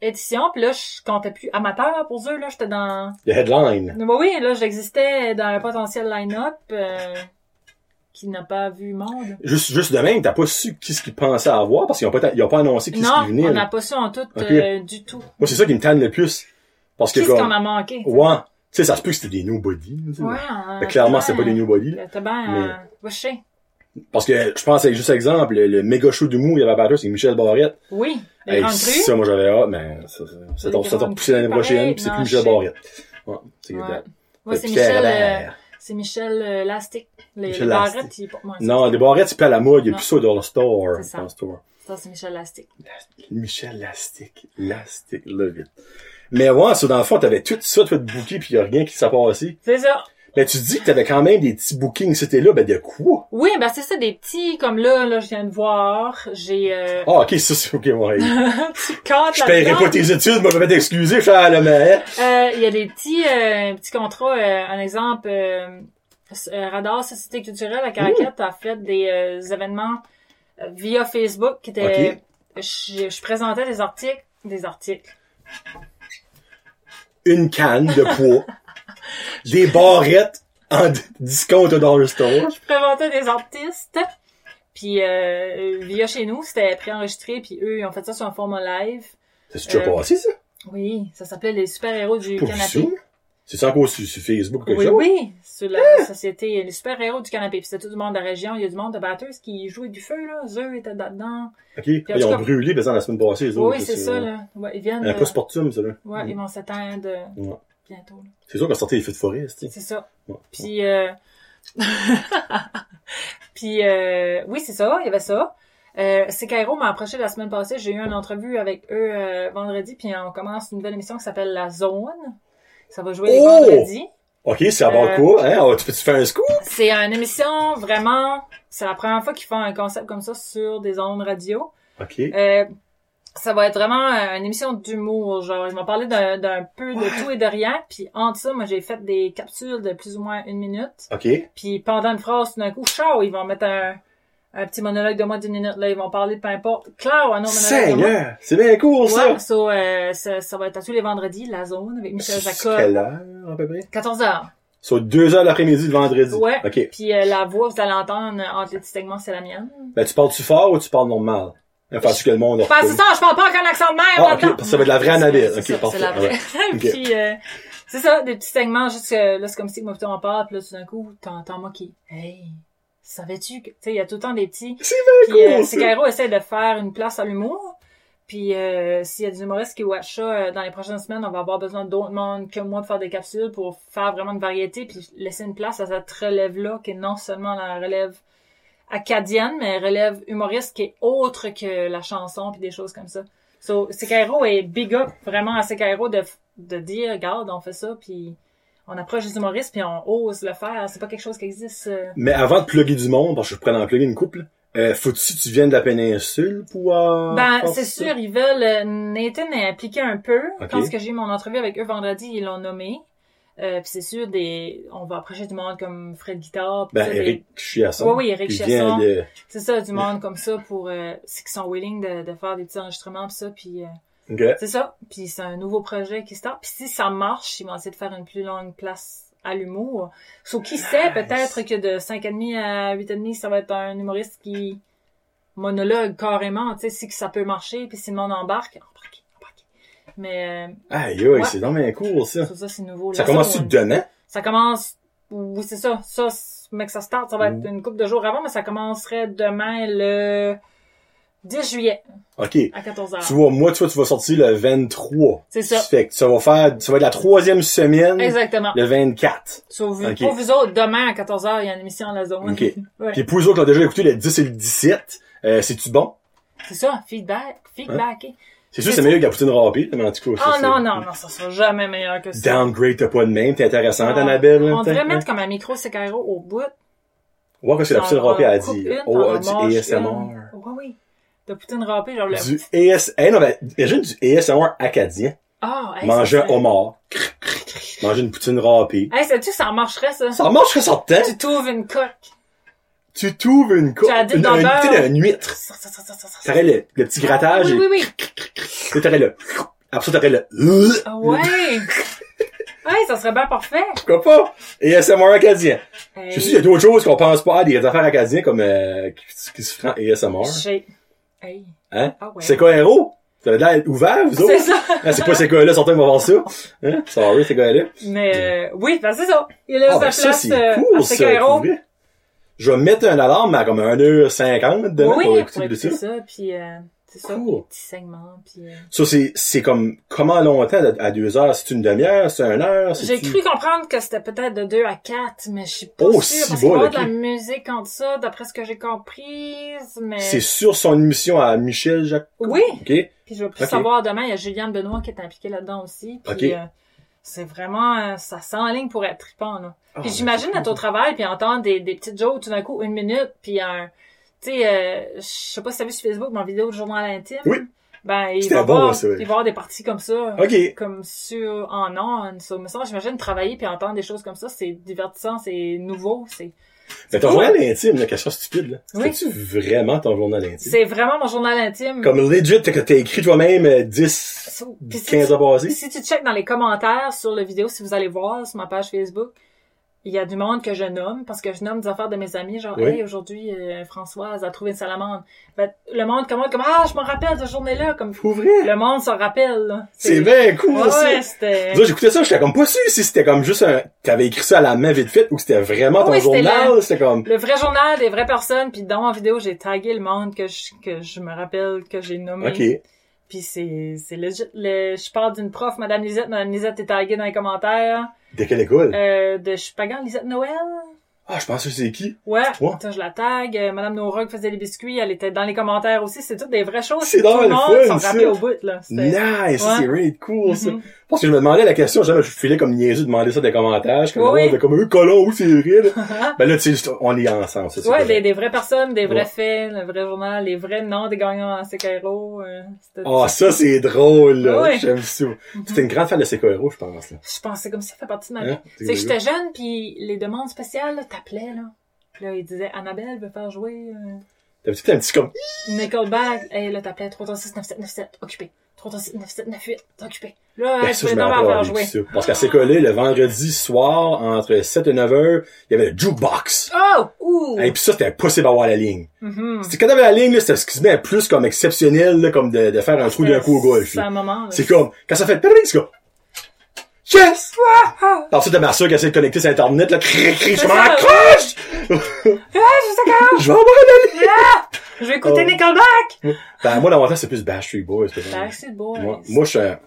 Speaker 2: édition, puis là, je comptais plus amateur pour eux, là, j'étais dans...
Speaker 1: ouais. Le headline.
Speaker 2: Mais oui, là, j'existais dans un potentiel line-up euh, qui n'a pas vu monde.
Speaker 1: Juste, juste de même, t'as pas su qu'est-ce qu'ils pensaient avoir parce qu'ils ont pas, ta- ils ont pas annoncé qui ce
Speaker 2: Non,
Speaker 1: qui venait.
Speaker 2: on
Speaker 1: là.
Speaker 2: n'a pas su en tout
Speaker 1: Ok.
Speaker 2: euh, du tout.
Speaker 1: Moi, c'est ça qui me tanne le plus. Parce que
Speaker 2: Qu'est-ce qu'on
Speaker 1: comme,
Speaker 2: a manqué?
Speaker 1: ouais, tu sais, ça se peut que c'était des nobody. tu sais.
Speaker 2: Ouais,
Speaker 1: Mais clairement, c'est pas des
Speaker 2: nouveaux.
Speaker 1: nobody. là.
Speaker 2: T'as bien...
Speaker 1: Mais-
Speaker 2: euh, watché.
Speaker 1: Parce que, je pense, avec juste exemple, le, le méga show d'humour qu'il y avait à Bathurst, c'est Michel Barrette.
Speaker 2: Oui, les
Speaker 1: Hey,
Speaker 2: grandes crues.
Speaker 1: ça, moi, j'avais hâte, mais ça, ça, ça
Speaker 2: Les
Speaker 1: t'en- ça t'en
Speaker 2: grandes
Speaker 1: repoussé l'année
Speaker 2: pareil,
Speaker 1: prochaine, puis c'est
Speaker 2: non,
Speaker 1: plus Michel
Speaker 2: je sais.
Speaker 1: Barrette. Ouais, c'est
Speaker 2: Ouais.
Speaker 1: plate.
Speaker 2: Moi,
Speaker 1: Le
Speaker 2: c'est
Speaker 1: Pierre
Speaker 2: Michel, euh,
Speaker 1: Hébert.
Speaker 2: c'est Michel euh, Lastic. Les,
Speaker 1: Michel
Speaker 2: les
Speaker 1: Lastic.
Speaker 2: barrettes, il est pas moi.
Speaker 1: Non, des barrettes, c'est pas à la mode, il y a
Speaker 2: Non.
Speaker 1: plus ça dans le store.
Speaker 2: C'est ça.
Speaker 1: dans le store.
Speaker 2: Ça, c'est Michel Lastic.
Speaker 1: Michel Lastic. Lastic, love it. Mais ouais, ça, dans le fond, t'avais tout ça, tout bouquet, puis y a rien qui s'est passé.
Speaker 2: C'est ça.
Speaker 1: Mais tu dis que t'avais quand même des petits bookings, c'était là, ben de quoi?
Speaker 2: Oui, ben c'est ça, des petits, comme là, là, je viens de voir, j'ai euh,
Speaker 1: Ah, ok, ça, c'est ok, ouais.
Speaker 2: un petit cadre
Speaker 1: Je paierai
Speaker 2: là-dedans.
Speaker 1: pas tes études, moi, je vais t'excuser, Charles, mais...
Speaker 2: Euh, Il y a des petits, euh, petits contrats, euh, un exemple, euh, s- euh, Radar Société Culturelle à Caracat a fait des euh, événements euh, via Facebook qui étaient...
Speaker 1: Ok.
Speaker 2: Je, je présentais des articles, des articles.
Speaker 1: Une canne de poids. des barrettes en d- discount dans le store.
Speaker 2: je présentais des artistes. Puis euh, via chez nous, c'était préenregistré, puis eux, ils ont fait ça sur un format live.
Speaker 1: C'est-tu déjà
Speaker 2: Euh,
Speaker 1: passé, ça?
Speaker 2: Oui, ça s'appelait les super-héros du
Speaker 1: Pour
Speaker 2: canapé.
Speaker 1: Zoom? C'est ça encore sur, sur Facebook ou quelque
Speaker 2: Oui,
Speaker 1: chose?
Speaker 2: oui, sur
Speaker 1: Ah!
Speaker 2: la société, les super-héros du canapé. Puis c'était tout du monde de la région, il y a du monde de batteuses qui jouaient du feu, là. Eux étaient là-dedans.
Speaker 1: Ok,
Speaker 2: en
Speaker 1: ils
Speaker 2: tout
Speaker 1: ont
Speaker 2: cas-
Speaker 1: brûlé, mais ça, la semaine passée, les autres,
Speaker 2: oui, c'est ça, là. Ouais, ils viennent.
Speaker 1: Un
Speaker 2: euh,
Speaker 1: peu sportum, ça, là.
Speaker 2: ouais, ils vont s'attendre euh,
Speaker 1: Ouais.
Speaker 2: bientôt. là.
Speaker 1: C'est sûr qu'on sortait les feux de forêt, c'est
Speaker 2: C'est ça.
Speaker 1: Ouais.
Speaker 2: Puis, euh... puis euh, oui, c'est ça, il y avait ça. Euh, c'est Cairo m'a approché la semaine passée, j'ai eu une entrevue avec eux euh, vendredi, puis on commence une nouvelle émission qui s'appelle La Zone. Ça va jouer les
Speaker 1: Oh!
Speaker 2: vendredis.
Speaker 1: Ok, c'est à bord
Speaker 2: Euh,
Speaker 1: quoi, hein? Ah, tu fais, tu fais un scoop?
Speaker 2: C'est une émission vraiment, c'est la première fois qu'ils font un concept comme ça sur des ondes radio.
Speaker 1: Ok.
Speaker 2: Euh, ça va être vraiment euh, une émission d'humour, genre, je m'en parlais d'un d'un peu de tout et de rien, puis entre ça, moi j'ai fait des capsules de plus ou moins une minute.
Speaker 1: Ok.
Speaker 2: Puis pendant une phrase, tout d'un coup, ciao, ils vont mettre un, un petit monologue de moins d'une minute. Là, ils vont parler, peu importe. Claire, un autre monologue. de moi.
Speaker 1: Seigneur! C'est bien cool, ça!
Speaker 2: Ouais, so, euh, ça, ça va être à tous les vendredis, la zone, avec Michel
Speaker 1: C'est
Speaker 2: Jacob.
Speaker 1: quelle heure, à peu près?
Speaker 2: 14h.
Speaker 1: Sur deux heures l'après-midi de vendredi.
Speaker 2: Ouais.
Speaker 1: Ok.
Speaker 2: Puis euh, la voix, vous allez entendre euh, entre les petits segments, c'est la mienne.
Speaker 1: Ben, tu parles-tu fort ou tu parles normal? Hein, Parce que le monde... a
Speaker 2: Parce que
Speaker 1: reconnu.
Speaker 2: Ben, ça, je parle pas avec un accent de merde.
Speaker 1: Ah, ok,
Speaker 2: là-dedans.
Speaker 1: parce que ça va être la vraie Annabelle.
Speaker 2: C'est
Speaker 1: Ok,
Speaker 2: ça,
Speaker 1: parfait.
Speaker 2: C'est la vraie.
Speaker 1: Ok.
Speaker 2: Puis, euh, c'est ça, des petits segments, juste que là, c'est comme si moi, plutôt, on parle, puis là, tout d'un coup, t'entends moi qui, hey, savais-tu que, tu sais, il y a tout le temps des petits.
Speaker 1: C'est
Speaker 2: Puis, euh,
Speaker 1: cool,
Speaker 2: c'est
Speaker 1: ça.
Speaker 2: Cairo essaie de faire une place à l'humour. Puis, euh, s'il y a des humoristes qui watch ça, euh, dans les prochaines semaines, on va avoir besoin d'autres monde que moi de faire des capsules pour faire vraiment une variété, puis laisser une place à cette relève-là, qui est non seulement la relève acadienne, mais relève humoriste qui est autre que la chanson, puis des choses comme ça. So, Secairo est big up vraiment à Secairo de, de dire, regarde, on fait ça, puis on approche des humoristes, puis on ose le faire. C'est pas quelque chose qui existe. euh.
Speaker 1: Mais avant de plugger du monde, parce que je pourrais en plugger une couple, euh, faut-tu que tu viennes de la péninsule pour... euh,
Speaker 2: ben,
Speaker 1: faire
Speaker 2: c'est
Speaker 1: ça?
Speaker 2: sûr, ils veulent. euh, Nathan est impliqué un peu.
Speaker 1: Ok.
Speaker 2: Quand ce que j'ai eu mon entrevue avec eux vendredi, ils l'ont nommé. Euh, puis c'est sûr, des, on va approcher du monde comme Fred Guitar. puis
Speaker 1: Ben,
Speaker 2: ça, des-
Speaker 1: Eric Chiasson.
Speaker 2: Oui, oui, Eric
Speaker 1: qui vient
Speaker 2: Chiasson.
Speaker 1: de-
Speaker 2: C'est ça, du monde comme ça pour euh, ceux qui sont willing de, de faire des petits enregistrements pis ça, puis euh,
Speaker 1: Ok.
Speaker 2: c'est ça. Puis c'est un nouveau projet qui start. Puis si ça marche, ils vont essayer de faire une plus longue place à l'humour. Sauf qui sait, peut-être que de 5,5 à 8,5, ça va être un humoriste qui monologue carrément, tu sais, si que ça peut marcher, puis si le monde embarque, embarque, embarque. Mais
Speaker 1: Aïe, aïe,
Speaker 2: Ouais.
Speaker 1: c'est dans mes cours,
Speaker 2: euh,
Speaker 1: ça.
Speaker 2: ça, ça, c'est nouveau.
Speaker 1: Ça
Speaker 2: La
Speaker 1: commence-tu
Speaker 2: zone.
Speaker 1: demain?
Speaker 2: Ça commence. Oui, c'est ça. Ça, c'est- mais que ça start, ça va être une couple de jours avant, mais ça commencerait demain le 10 juillet
Speaker 1: Ok.
Speaker 2: à 14h.
Speaker 1: Tu vois, moi, tu vois, tu vas sortir le 23.
Speaker 2: Ah. C'est ça.
Speaker 1: Fait que ça va faire, ça va être la troisième semaine,
Speaker 2: Exactement.
Speaker 1: le 24.
Speaker 2: Sauf vous-
Speaker 1: Ok.
Speaker 2: pour vous autres, demain à 14h, il y a une émission à la zone.
Speaker 1: Ok.
Speaker 2: Ouais.
Speaker 1: Puis pour les autres qui l'ont déjà écouté le 10 et le 17, euh, c'est-tu bon?
Speaker 2: C'est ça, feedback, feedback. eh.
Speaker 1: C'est sûr, c'est meilleur que la poutine rapide, mais en tout cas. ça,
Speaker 2: Ah
Speaker 1: c'est-
Speaker 2: non, non, non, ça sera jamais meilleur que ça.
Speaker 1: Downgrade, t'as pas de même, t'es intéressante,
Speaker 2: Non.
Speaker 1: Annabelle. là,
Speaker 2: On devrait
Speaker 1: peut-être,
Speaker 2: mettre comme un micro sécairo au bout.
Speaker 1: hein. Ouais, parce que la
Speaker 2: Puis
Speaker 1: poutine
Speaker 2: on-
Speaker 1: rapide
Speaker 2: on
Speaker 1: a
Speaker 2: coupe
Speaker 1: dit,
Speaker 2: une, puis on
Speaker 1: oh,
Speaker 2: en mange
Speaker 1: du ASMR.
Speaker 2: une. Oui, oui. De poutine râpée, genre le...
Speaker 1: Du AS, eh non, mais imagine du ASMR acadien.
Speaker 2: Ah, hey,
Speaker 1: Manger
Speaker 2: ça,
Speaker 1: un
Speaker 2: ça-
Speaker 1: homard. Manger une poutine râpée. Ah,
Speaker 2: Hey, sais-tu que ça marcherait, ça?
Speaker 1: Ça marche que ça tête.
Speaker 2: Tu trouves une coque.
Speaker 1: Tu trouves une coupe,
Speaker 2: Tu as dit
Speaker 1: une,
Speaker 2: dans
Speaker 1: une,
Speaker 2: beurre.
Speaker 1: tu sais, une huître.
Speaker 2: Ça, ça, ça, ça, ça, ça.
Speaker 1: T'aurais le, le petit grattage
Speaker 2: Ah, Oui,
Speaker 1: et
Speaker 2: oui, oui.
Speaker 1: puis t'aurais le, après ça t'aurais le,
Speaker 2: Ah, ouais. ouais, ça serait bien parfait.
Speaker 1: pourquoi pas? ASMR acadien. Je
Speaker 2: Hey,
Speaker 1: suis sûr, il y a d'autres choses qu'on pense pas à, des affaires acadiennes comme, euh, qui, qui se font ASMR.
Speaker 2: j'ai- Hey.
Speaker 1: Hein?
Speaker 2: Ah ouais.
Speaker 1: C'est quoi, héros? T'as l'air ouvert, vous
Speaker 2: C'est
Speaker 1: autres?
Speaker 2: ça.
Speaker 1: Ah, C'est pas ces gars-là, certains vont voir ça. Hein? Sorry, ces gars-là.
Speaker 2: Mais, euh, oui, ben, c'est ça. Il a
Speaker 1: Ah,
Speaker 2: sa
Speaker 1: ben,
Speaker 2: place,
Speaker 1: ça, c'est
Speaker 2: euh, à
Speaker 1: cool, ça,
Speaker 2: Sécairo.
Speaker 1: pour vrai. Je vais mettre un alarme à comme 1h50 demain
Speaker 2: Oui,
Speaker 1: pour
Speaker 2: oui,
Speaker 1: écouter de
Speaker 2: c'est
Speaker 1: ça.
Speaker 2: ça, puis euh, c'est ça,
Speaker 1: Cool. Ah,
Speaker 2: les petits segments, puis... euh,
Speaker 1: Ça, c'est, c'est comme, comment longtemps à, à deux heures? C'est une demi-heure? C'est une heure? c'est
Speaker 2: J'ai
Speaker 1: tu-
Speaker 2: cru comprendre que c'était peut-être de 2 à 4, mais je suis pas
Speaker 1: Oh,
Speaker 2: sûre,
Speaker 1: si
Speaker 2: parce qu'il
Speaker 1: bol,
Speaker 2: y a
Speaker 1: ok.
Speaker 2: de la musique entre ça, d'après ce que j'ai comprise, mais...
Speaker 1: C'est sur son émission à Michel Jacques.
Speaker 2: Oui,
Speaker 1: OK?
Speaker 2: puis je vais plus
Speaker 1: Ok.
Speaker 2: savoir demain, il y a Juliane Benoît qui est impliquée là-dedans aussi, puis
Speaker 1: Ok.
Speaker 2: euh, c'est vraiment... euh, ça sent en ligne pour être trippant, là.
Speaker 1: Ah,
Speaker 2: Puis j'imagine être au travail, puis entendre des, des petites jokes tout d'un coup, une minute, puis un... Tu sais, euh, je sais pas si t'as vu sur Facebook mon vidéo de journal intime.
Speaker 1: Oui.
Speaker 2: Ben, il
Speaker 1: C'était
Speaker 2: va,
Speaker 1: bon,
Speaker 2: avoir,
Speaker 1: ça, oui.
Speaker 2: il va y avoir des parties comme ça.
Speaker 1: OK.
Speaker 2: comme sur en on ça me semble j'imagine travailler puis entendre des choses comme ça c'est divertissant c'est nouveau c'est
Speaker 1: Mais ton
Speaker 2: cool.
Speaker 1: journal intime, là, question stupide, là.
Speaker 2: Oui.
Speaker 1: C'est-tu vraiment ton journal intime?
Speaker 2: c'est vraiment mon journal intime
Speaker 1: Comme legit, t'as, t'as écrit toi-même euh, 10,
Speaker 2: So- puis si,
Speaker 1: 15 à
Speaker 2: tu,
Speaker 1: basé?
Speaker 2: si tu checkes dans les commentaires sur la vidéo si vous allez voir sur ma page Facebook il y a du monde que je nomme parce que je nomme des affaires de mes amis genre
Speaker 1: Oui.
Speaker 2: hey aujourd'hui euh, Françoise a trouvé une salamande Ben, le monde commande comme ah je m'en rappelle cette journée là comme
Speaker 1: Pour vrai?
Speaker 2: le monde s'en rappelle là.
Speaker 1: C'est bien cool,
Speaker 2: ouais,
Speaker 1: ça.
Speaker 2: ouais, c'était
Speaker 1: Moi, j'écoutais ça, j'étais comme pas sûr si c'était comme juste un, t'avais écrit ça à la main vite fait ou que c'était vraiment ton
Speaker 2: Oui, c'était
Speaker 1: journal, c'était comme,
Speaker 2: Le vrai journal des vraies personnes, puis dans ma vidéo, j'ai tagué le monde que je, que je me rappelle, que j'ai nommé.
Speaker 1: ok.
Speaker 2: Puis c'est, c'est legit. Le, je parle d'une prof, Madame Lisette. Madame Lisette est taguée dans les commentaires.
Speaker 1: De quelle école?
Speaker 2: Euh, de, je suis pas grande, Lisette Noël?
Speaker 1: Ah, je pense que c'est qui?
Speaker 2: Ouais.
Speaker 1: Toi?
Speaker 2: Attends, je la tag. Euh, Madame Nora qui faisait les biscuits, elle était dans les commentaires aussi. C'est toutes des vraies choses.
Speaker 1: C'est
Speaker 2: Tout
Speaker 1: dans
Speaker 2: le
Speaker 1: le
Speaker 2: monde
Speaker 1: fun,
Speaker 2: s'en
Speaker 1: ça.
Speaker 2: rappelait au bout, là. C'était-
Speaker 1: Nice,
Speaker 2: Ouais.
Speaker 1: c'est really cool, ça.
Speaker 2: Mhm.
Speaker 1: Parce que je me demandais la question, jamais je filais comme niaiseux de demander ça des commentaires, je suis comme,
Speaker 2: Oui,
Speaker 1: ouais,
Speaker 2: oui.
Speaker 1: ben, comme, eux, colon, oui, c'est vrai, là. ben là, tu sais, juste, on est ensemble, ça, c'est
Speaker 2: Ouais,
Speaker 1: correct.
Speaker 2: des, des vraies personnes, des vrais
Speaker 1: Ouais.
Speaker 2: faits, le vrai journal, les vrais noms des gagnants à Secairo. Euh, c'était-
Speaker 1: Ah, ça, c'est drôle, là.
Speaker 2: Ouais.
Speaker 1: J'aime ça.
Speaker 2: Mhm.
Speaker 1: T'es une grande fan de Sekoero, je pense, là.
Speaker 2: Je pensais comme ça, ça fait partie de ma vie.
Speaker 1: Hein?
Speaker 2: C'est que j'étais jeune, puis les demandes spéciales, là, t'appelais, là. Puis là, ils disaient, Annabelle veut faire jouer euh,
Speaker 1: T'as peut-être un petit comme,
Speaker 2: Nickelback. Et là, t'appelais 336-9797, occupé. 336-9798, occupé. Là,
Speaker 1: ben, ça,
Speaker 2: euh, tu
Speaker 1: je
Speaker 2: veux
Speaker 1: me rappelle
Speaker 2: devoir faire
Speaker 1: avoir
Speaker 2: jouer.
Speaker 1: vécu ça. Parce qu'à Sekoelo, le vendredi soir, entre 7 et 9 heures, il y avait le jukebox.
Speaker 2: Oh! Ouh!
Speaker 1: Et puis ça, c'était impossible à voir la ligne.
Speaker 2: Mhm.
Speaker 1: C'est quand t'avais la ligne, là, c'était ce qui se met plus comme exceptionnel, là, comme de, de faire un trou d'un coup au golf,
Speaker 2: C'est
Speaker 1: là.
Speaker 2: un moment, là.
Speaker 1: C'est comme, quand ça fait pring, c'est comme, yes!
Speaker 2: Ah!
Speaker 1: Alors ça, t'as ma soeur qui essaie de connecter sur Internet, là, cri, cri, je
Speaker 2: C'est
Speaker 1: m'en
Speaker 2: ça.
Speaker 1: accroche!
Speaker 2: Ah, je sais quand!
Speaker 1: Je vais avoir la ligne!
Speaker 2: Je vais écouter
Speaker 1: Oh.
Speaker 2: Nickelback!
Speaker 1: Ben, moi, dans mon temps, c'est plus Bash Street Boys. que
Speaker 2: T'as accès de boys.
Speaker 1: Moi, moi, je suis un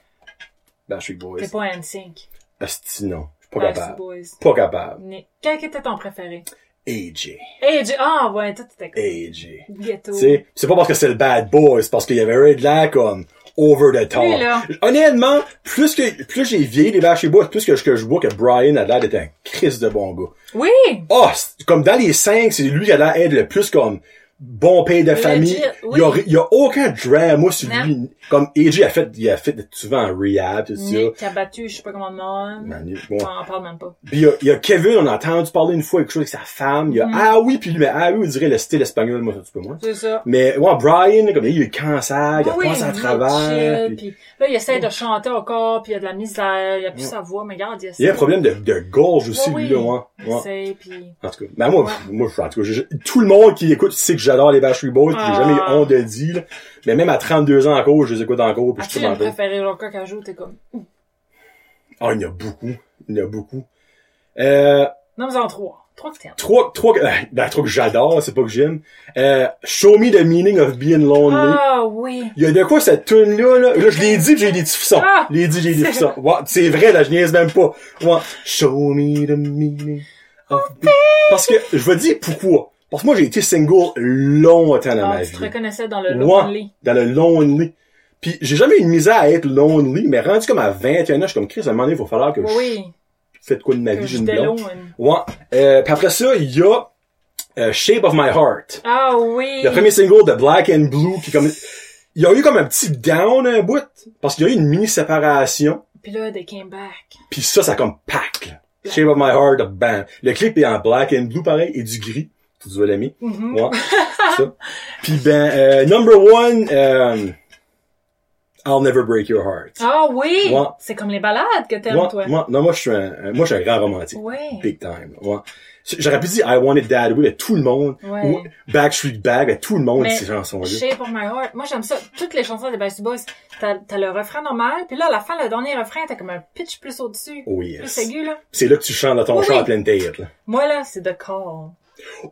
Speaker 1: Bash Street Boys.
Speaker 2: T'es pas NSYNC.
Speaker 1: Asti, non. Je suis pas
Speaker 2: Backstreet
Speaker 1: capable.
Speaker 2: Boys.
Speaker 1: Pas capable.
Speaker 2: Nick. Quel était ton préféré?
Speaker 1: AJ.
Speaker 2: Hey, J- Ah, ouais, toi, t'étais cool.
Speaker 1: AJ.
Speaker 2: Ghetto.
Speaker 1: Tu sais, Eh, c'est pas parce que c'est le bad boy, c'est parce qu'il y avait un de l'air comme over the top.
Speaker 2: Lui, là.
Speaker 1: Honnêtement, plus que plus j'ai vieilli les Bash Street Boys, plus que, je- que je vois que Brian a l'air d'être un Chris de bon gars.
Speaker 2: Oui!
Speaker 1: Oh, c'est- comme dans les cinq, c'est lui qui a l'air d'être le plus comme bon père de
Speaker 2: Legit,
Speaker 1: famille.
Speaker 2: oui.
Speaker 1: Il y a, ri- il y a aucun drama sur
Speaker 2: Non.
Speaker 1: lui. Comme AJ a fait, il a fait souvent en rehab, tout ça.
Speaker 2: Nick qui a battu, je sais pas comment de nom.
Speaker 1: Man, il- bon.
Speaker 2: On en parle même pas.
Speaker 1: Puis il y a, il y a Kevin, on a entendu parler une fois quelque chose avec sa femme. Il
Speaker 2: Mm.
Speaker 1: y a Ah oui, puis lui, mais Ah oui, on dirait le style espagnol, moi, un petit peu moins.
Speaker 2: C'est ça. Ah
Speaker 1: Mais ouais, Brian, comme il a eu le cancer, il a
Speaker 2: Oui,
Speaker 1: passé à
Speaker 2: il est
Speaker 1: travers. puis-
Speaker 2: chill,
Speaker 1: Mm.
Speaker 2: puis là, il essaie de chanter encore, puis il y a de la misère, il a plus sa voix, mais regarde, il
Speaker 1: Il y a un
Speaker 2: essaie.
Speaker 1: problème de, de gorge aussi,
Speaker 2: Ouais,
Speaker 1: lui,
Speaker 2: oui.
Speaker 1: là, ouais.
Speaker 2: Il
Speaker 1: Ouais.
Speaker 2: essaie, puis...
Speaker 1: En tout cas, ben moi, pff, moi, en tout cas, j'ai- tout le monde qui écoute sait que j'adore les Backstreet Boys, puis j'ai jamais eu
Speaker 2: Ah.
Speaker 1: honte de le dire, là. mais même à 32 ans encore, je les écoute encore, puis je
Speaker 2: As-tu
Speaker 1: suis
Speaker 2: une
Speaker 1: encore.
Speaker 2: préférée, genre, quand elle joue, t'es comme...
Speaker 1: Ah, il y en a beaucoup, il y en a beaucoup. Euh,
Speaker 2: Non, mais en trois. Trois que t'aimes.
Speaker 1: trois, trois, euh, ben, trois que j'adore, c'est pas que j'aime. Euh, Show me the meaning of being lonely.
Speaker 2: Ah oui!
Speaker 1: Il y a de quoi cette tune là là, là je l'ai dit, puis j'ai eu des petits frissons.
Speaker 2: Ah!
Speaker 1: Je l'ai dit, j'ai eu des frissons. Ouais, c'est vrai là, je niaise même pas. Ouais. Show me the meaning of
Speaker 2: Oh,
Speaker 1: be- Parce que je vais te dire pourquoi. Parce que moi j'ai été single longtemps dans
Speaker 2: Ah,
Speaker 1: ma
Speaker 2: tu
Speaker 1: vie.
Speaker 2: te reconnaissais dans le
Speaker 1: Ouais.
Speaker 2: lonely.
Speaker 1: Dans le lonely. Puis j'ai jamais eu de misère à être lonely, mais rendu comme à 21 ans, je suis comme Chris, à un moment donné, il va falloir que
Speaker 2: Oui,
Speaker 1: je fasse de quoi de ma
Speaker 2: que
Speaker 1: vie, j'ai
Speaker 2: je
Speaker 1: une
Speaker 2: déloue
Speaker 1: blonde.
Speaker 2: une-
Speaker 1: Ouais. Euh, puis après ça, il y a euh, Shape of My Heart.
Speaker 2: Ah oui.
Speaker 1: Le premier single de Black and Blue qui comme il y a eu comme un petit down un bout parce qu'il y a eu une mini séparation
Speaker 2: Puis là, they came back.
Speaker 1: puis ça ça comme pack. là. Shape of My Heart bam. Le clip est en black and blue pareil et du gris. Tu dois l'aimer.
Speaker 2: Mhm.
Speaker 1: Ouais. ça. Puis ben euh, number one euh, I'll never break your heart.
Speaker 2: Ah oui.
Speaker 1: Ouais.
Speaker 2: C'est comme les balades que t'aimes,
Speaker 1: moi,
Speaker 2: toi.
Speaker 1: moi- non moi je suis un un- moi je suis un grand romantique.
Speaker 2: Oui.
Speaker 1: Big time. Ouais. J'aurais pu dire I Want It That Way, mais tout le monde.
Speaker 2: Ouais.
Speaker 1: Ou Backstreet Back, mais tout le monde
Speaker 2: Mais
Speaker 1: ces chansons-là.
Speaker 2: Shape of My Heart. Moi, j'aime ça. Toutes les chansons des Backstreet Boys, t'as t'as le refrain normal, puis là, à la fin, le dernier refrain, t'as comme un pitch plus au-dessus.
Speaker 1: Oh
Speaker 2: Plus
Speaker 1: yes.
Speaker 2: aigu, là.
Speaker 1: C'est là que tu chantes dans ton
Speaker 2: Oui,
Speaker 1: chant
Speaker 2: oui.
Speaker 1: à pleine tête. là.
Speaker 2: Moi, là, c'est The Call.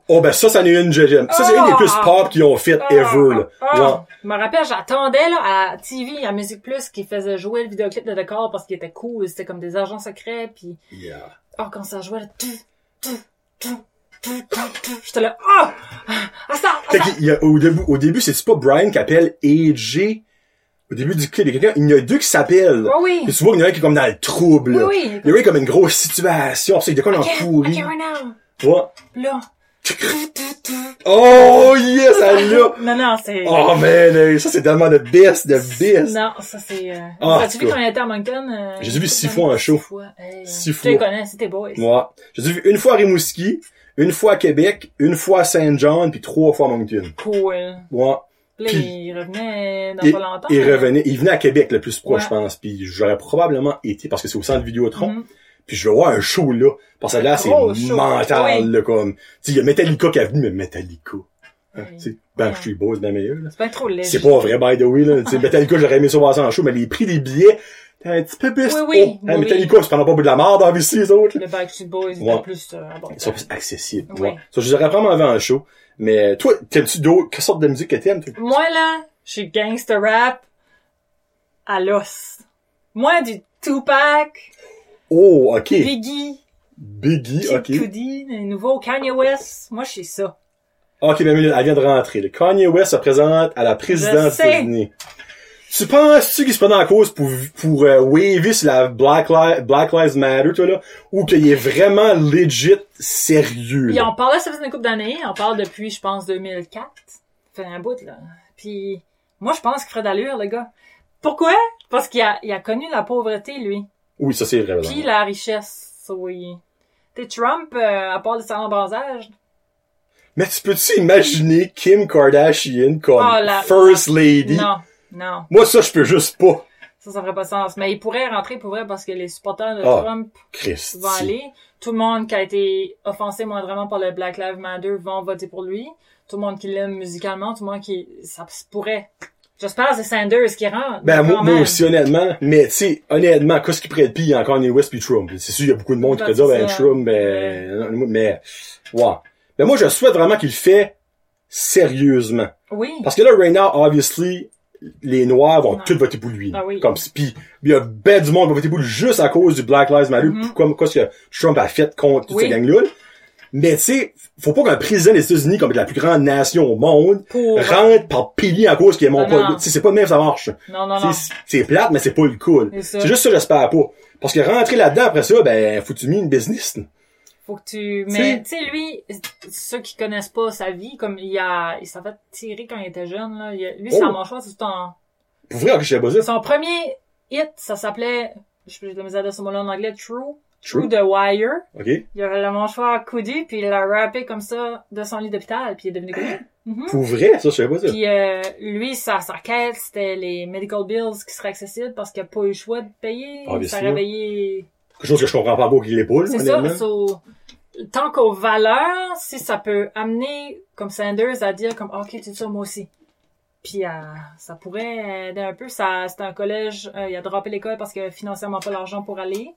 Speaker 1: Oh ben ça, ça en est une, j'aime. Ça, c'est
Speaker 2: Ah!
Speaker 1: une des plus pop qu'ils ont fait ever. Là.
Speaker 2: Ah, ah.
Speaker 1: Ouais.
Speaker 2: Je me rappelle, j'attendais là, à TV, à Musique Plus, qu'ils faisaient jouer le vidéoclip de Decor parce qu'il était cool. C'était comme des agents secrets. Puis,
Speaker 1: Yeah.
Speaker 2: oh, quand ça jouait, là, tout, tout, tout, tout, tout, tout. J'étais là, ah! Ah, ça! Ah,
Speaker 1: Fait
Speaker 2: ça!
Speaker 1: qu'il y a- au début, au début c'est pas Brian qui appelle AJ au début du clip. Il y a quelqu'un- il y en a deux qui s'appellent.
Speaker 2: Ah oui!
Speaker 1: Et tu vois qu'il y en a un qui est comme dans le trouble.
Speaker 2: Oui,
Speaker 1: là.
Speaker 2: oui!
Speaker 1: Il y a eu comme une grosse situation. C'est de quoi en
Speaker 2: Ok,
Speaker 1: pourri.
Speaker 2: ok, right now.
Speaker 1: Ouais.
Speaker 2: Là. Tout, tout, tout.
Speaker 1: Oh yes, elle là.
Speaker 2: Non, non, c'est...
Speaker 1: Oh man, hey, ça c'est tellement de best, de best.
Speaker 2: Non, ça c'est... Euh...
Speaker 1: Ah,
Speaker 2: As-tu vu
Speaker 1: c'est
Speaker 2: quand on était à Moncton? euh,
Speaker 1: J'ai vu
Speaker 2: tout
Speaker 1: six
Speaker 2: le
Speaker 1: fois
Speaker 2: monde?
Speaker 1: un show.
Speaker 2: Six fois. hey,
Speaker 1: Six
Speaker 2: Tu les
Speaker 1: fois.
Speaker 2: connais, c'était boys.
Speaker 1: Moi, j'ai vu une fois à Rimouski, une fois à Québec, une fois à Saint-John, puis trois fois à Moncton.
Speaker 2: Cool.
Speaker 1: Moi,
Speaker 2: Là,
Speaker 1: Puis-
Speaker 2: il revenait dans
Speaker 1: il,
Speaker 2: pas longtemps.
Speaker 1: il revenait, il venait à Québec le plus proche,
Speaker 2: Ouais.
Speaker 1: je pense. Puis j'aurais probablement été parce que c'est au centre Vidéotron.
Speaker 2: Mhm.
Speaker 1: Puis je vais voir un show là, parce que là c'est
Speaker 2: Gros show,
Speaker 1: mental
Speaker 2: oui.
Speaker 1: là comme. Tu sais, il y a Metallica qui est venu, mais Metallica. Hein,
Speaker 2: Oui.
Speaker 1: tu sais, Backstreet Boys ben meilleur. là.
Speaker 2: C'est pas trop léger.
Speaker 1: C'est pas vrai by the way là. Tu sais, Metallica j'aurais aimé ça voir ça en show, mais les prix des billets t'es un petit peu plus.
Speaker 2: Oui, oui,
Speaker 1: haut. Hein,
Speaker 2: oui,
Speaker 1: Metallica ils se prennent pas pour de la mort dans la vie les autres. là.
Speaker 2: Le Backstreet Boys était
Speaker 1: Ouais.
Speaker 2: plus euh, abordable.
Speaker 1: Ils sont plus accessibles.
Speaker 2: Oui.
Speaker 1: Ouais. Ça, je les aurais probablement vu en show. Mais toi, t'aimes-tu d'autres, quelle sorte de musique que t'aimes, toi?
Speaker 2: Moi, là, je suis gangster rap à l'os. Moi, du Tupac,
Speaker 1: Oh, ok.
Speaker 2: Biggie,
Speaker 1: Biggie,
Speaker 2: Kid
Speaker 1: ok.
Speaker 2: Cudi, les nouveaux Kanye West. Moi, je suis ça.
Speaker 1: Ok, ben, elle vient de rentrer. là. Kanye West se présente à la
Speaker 2: Je
Speaker 1: présidence des
Speaker 2: sais.
Speaker 1: États-Unis. Tu penses-tu qu'il se prend en cause pour, pour euh, waver sur la Black, Li- Black Lives Matter, toi, là? Ou qu'il est vraiment legit sérieux,
Speaker 2: Puis
Speaker 1: là?
Speaker 2: on parlait, ça faisait une couple d'années. On parle depuis, je pense, 2004. Ça fait un bout, là. Puis moi, je pense qu'il ferait d'allure, le gars. Pourquoi? Parce qu'il a, il a connu la pauvreté, lui.
Speaker 1: Oui, ça, c'est vrai. par
Speaker 2: Puis
Speaker 1: exemple.
Speaker 2: la richesse, oui. T'es Trump, euh, à part le salon bronzage.
Speaker 1: Mais tu peux-tu imaginer Kim Kardashian comme
Speaker 2: Ah, la-
Speaker 1: First Lady?
Speaker 2: Non, non.
Speaker 1: Moi, ça, je peux juste pas.
Speaker 2: Ça, ça ferait pas de sens. Mais il pourrait rentrer pour vrai parce que les supporters de
Speaker 1: Ah.
Speaker 2: Trump
Speaker 1: Christ.
Speaker 2: vont aller. Tout le monde qui a été offensé moindrement par le Black Lives Matter vont voter pour lui. Tout le monde qui l'aime musicalement, tout le monde qui... Ça se pourrait. J'espère que c'est Sanders qui rentre.
Speaker 1: Ben, moi,
Speaker 2: quand
Speaker 1: moi
Speaker 2: même.
Speaker 1: aussi, honnêtement. Mais, tu sais, honnêtement, qu'est-ce qui pourrait être pire encore Kanye West puis Trump? C'est sûr, il y a beaucoup de monde qui
Speaker 2: Ben,
Speaker 1: peut dire,
Speaker 2: c'est
Speaker 1: ben,
Speaker 2: ça.
Speaker 1: Trump,
Speaker 2: Ouais.
Speaker 1: ben, non, mais, ouais. Mais moi, je souhaite vraiment qu'il le fait sérieusement.
Speaker 2: Oui.
Speaker 1: Parce que là, right now, obviously, les Noirs vont
Speaker 2: Ouais.
Speaker 1: tous voter pour lui.
Speaker 2: Ah oui.
Speaker 1: Comme si, pis il y a ben du monde qui va voter pour lui juste à cause du Black Lives Matter,
Speaker 2: Mhm.
Speaker 1: comme, quoi ce que Trump a fait contre toute
Speaker 2: Oui.
Speaker 1: cette gang-là. Mais, tu sais, faut pas qu'un président des États-Unis, comme la plus grande nation au monde,
Speaker 2: Pour...
Speaker 1: rentre par pilier à cause qu'il est mon
Speaker 2: Non, non.
Speaker 1: pas. Tu sais, c'est pas le même, ça marche.
Speaker 2: Non, non, non.
Speaker 1: C'est- C'est plate, mais c'est pas le cool.
Speaker 2: C'est ça.
Speaker 1: C'est juste ça, j'espère pas. Parce que rentrer là-dedans après ça, ben, faut que tu mis une business. là.
Speaker 2: Faut que tu.
Speaker 1: sais-
Speaker 2: Mais tu sais, lui, ceux qui connaissent pas sa vie, comme il a, il s'est fait tirer quand il était jeune. Là. Il a- Lui,
Speaker 1: Oh.
Speaker 2: sa mâchoire, c'est tout en.
Speaker 1: Pour vrai, ok, je sais pas ça.
Speaker 2: Son premier hit, ça s'appelait, je sais pas, j'ai de la misère de ce mot-là en anglais, True. True
Speaker 1: True.
Speaker 2: de Wire.
Speaker 1: Ok.
Speaker 2: Il avait la mâchoire coudée, puis il l'a rappé comme ça de son lit d'hôpital, puis il est devenu connu. Mhm.
Speaker 1: Pour vrai, ça, je sais pas ça.
Speaker 2: Puis euh, lui, sa, sa quête, c'était les medical bills qui seraient accessibles parce qu'il a pas eu le choix de payer.
Speaker 1: Ah, bien
Speaker 2: ça
Speaker 1: sûr.
Speaker 2: aurait payé
Speaker 1: Quelque chose que je comprends pas beaucoup qu'il est pas, là,
Speaker 2: C'est ça,
Speaker 1: honnêtement.
Speaker 2: so, tant qu'aux valeurs, si ça peut amener, comme Sanders, à dire comme, OK, tu dis ça, moi aussi. Puis euh, ça pourrait aider un peu. Ça, c'était un collège, euh, il a droppé l'école parce qu'il avait financièrement pas l'argent pour aller.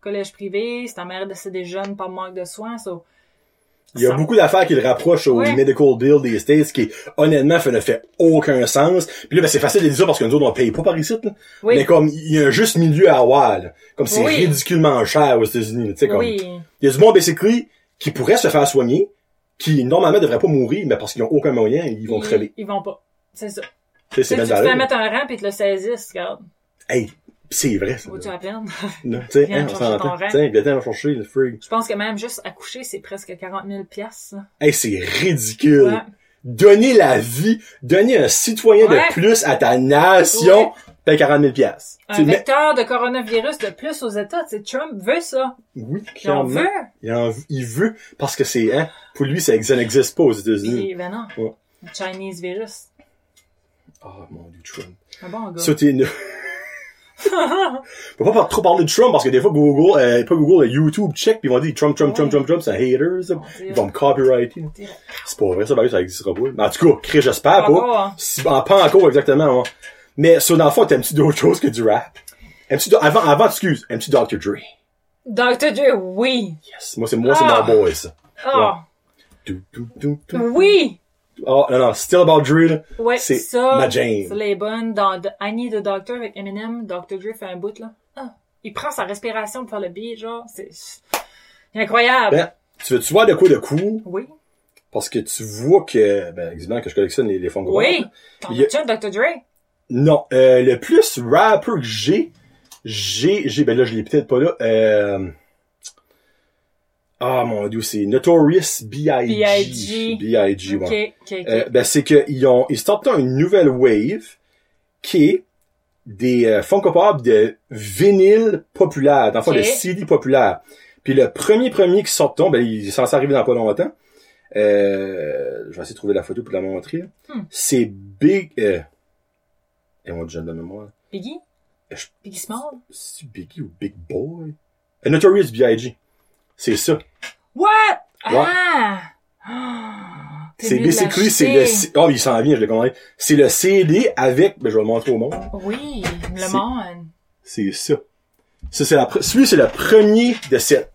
Speaker 2: Collège privé, c'est en mère de c'est des jeunes par manque de soins. So,
Speaker 1: Il y a
Speaker 2: ça-
Speaker 1: beaucoup d'affaires qui le rapprochent au
Speaker 2: Ouais.
Speaker 1: medical bill des States qui, honnêtement, fait- ne fait aucun sens. Puis là, ben, c'est facile de dire ça parce que nous autres, on paye pas par ici, là.
Speaker 2: Oui,
Speaker 1: Mais comme, il y a un juste milieu à avoir, là. Comme c'est
Speaker 2: Oui.
Speaker 1: ridiculement cher aux États-Unis, là, tu sais, comme.
Speaker 2: oui,
Speaker 1: Il y a du monde, basically, qui pourrait se faire soigner, qui, normalement, devrait pas mourir, mais parce qu'ils ont aucun moyen, ils vont crever.
Speaker 2: Ils vont pas. C'est ça.
Speaker 1: Tu sais,
Speaker 2: Tu
Speaker 1: c'est
Speaker 2: sais,
Speaker 1: belle
Speaker 2: tu te fais
Speaker 1: valeur.
Speaker 2: mettre un rang pis te le saisissent, regarde.
Speaker 1: Hey, c'est vrai, ça.
Speaker 2: Vaut-tu la peine?
Speaker 1: Non, tu sais,
Speaker 2: Viens
Speaker 1: hein,
Speaker 2: me
Speaker 1: on
Speaker 2: chercher ton
Speaker 1: s'entend.
Speaker 2: rang.
Speaker 1: Tiens, viens me chercher le freak.
Speaker 2: Je pense que même juste accoucher, c'est presque 40 000 piastres, ça.
Speaker 1: Hey, c'est ridicule.
Speaker 2: Ouais.
Speaker 1: Donner la vie, donner un citoyen
Speaker 2: Ouais.
Speaker 1: de plus à ta nation, paye 40 000 piastres.
Speaker 2: Un
Speaker 1: Tu mets-
Speaker 2: vecteur de coronavirus de plus aux États, tu sais, Trump veut ça.
Speaker 1: Oui,
Speaker 2: Puis on
Speaker 1: clairement.
Speaker 2: veut.
Speaker 1: Il, en- il veut, parce que c'est, hein, pour lui, ça ex- ça n'existe pas aux États-Unis.
Speaker 2: Puis, ben non.
Speaker 1: Ouais.
Speaker 2: Le Chinese virus.
Speaker 1: Oh mon dieu, Trump.
Speaker 2: Un bon gars.
Speaker 1: Ça, t'es une- Faut pas par- trop parler de Trump, parce que des fois, Google, euh, pas Google, euh, YouTube check, pis ils vont dire Trump, Trump, Trump,
Speaker 2: Ouais.
Speaker 1: Trump, Trump, c'est un hater, ça.
Speaker 2: Mon Dieu.
Speaker 1: Ils vont me copyrighter.
Speaker 2: Mon Dieu.
Speaker 1: C'est pas vrai, ça, ben, ça existera pas. Mais en tout cas, crée, j'espère
Speaker 2: Pas
Speaker 1: pas.
Speaker 2: encore, hein.
Speaker 1: Si- En pas encore, exactement, hein. Mais, ça, dans le fond, t'aimes-tu d'autres choses que du rap? Aimes-tu, do- avant, avant, excuse, aimes-tu Dr. Dre?
Speaker 2: Dr. Dre, oui.
Speaker 1: Yes. Moi, c'est, moi, c'est
Speaker 2: Ah.
Speaker 1: mon boy, ça.
Speaker 2: Oh,
Speaker 1: Dou, dou, dou, dou.
Speaker 2: oui.
Speaker 1: Oh, non, non, Still About Dre, là.
Speaker 2: Ouais,
Speaker 1: C'est
Speaker 2: ça.
Speaker 1: ma jam.
Speaker 2: Ça, les bonnes. Dans de- Annie de Docteur avec Eminem, Dr. Dre fait un bout, là. Ah. Il prend sa respiration pour faire le beat, genre. C'est c'est incroyable.
Speaker 1: Ben, tu veux-tu voir de quoi de cool?
Speaker 2: oui.
Speaker 1: Parce que tu vois que, ben, évidemment que je collectionne les, les fonds
Speaker 2: Oui. T'en
Speaker 1: Il y a-
Speaker 2: as-tu un Dr. Dre?
Speaker 1: Non, euh, le plus rapper que j'ai, j'ai, j'ai, ben là, je l'ai peut-être pas là, euh, ah, mon dieu, c'est Notorious B.I.G.
Speaker 2: B.I.G..
Speaker 1: B.I.G., ouais.
Speaker 2: Ok, ok, ok.
Speaker 1: Euh, ben, c'est que ils ont, ils sortent une nouvelle wave qui est des euh, Funko Pop de vinyle populaire, dans le fond,
Speaker 2: Ok.
Speaker 1: de CD populaire. Puis le premier premier qui sort, ben, il est censé arriver dans pas longtemps. Euh, je vais essayer de trouver la photo pour te la montrer.
Speaker 2: Hmm.
Speaker 1: C'est Big, euh, et mon jeune de mémoire.
Speaker 2: Biggie?
Speaker 1: Je-
Speaker 2: Biggie Small?
Speaker 1: C'est Biggie ou Big Boy? Euh, Notorious B.I.G. C'est ça.
Speaker 2: What?
Speaker 1: Ouais.
Speaker 2: Ah! Ah! T'es
Speaker 1: C'est
Speaker 2: mieux de
Speaker 1: basically, c'est le,
Speaker 2: l'acheter.
Speaker 1: C- oh, il s'en vient, je l'ai compris. C'est le CD avec, ben, je vais le montrer au monde.
Speaker 2: Oui, le
Speaker 1: C'est-
Speaker 2: monde.
Speaker 1: C'est ça. Ça, c'est la, pre- celui, c'est le premier de cette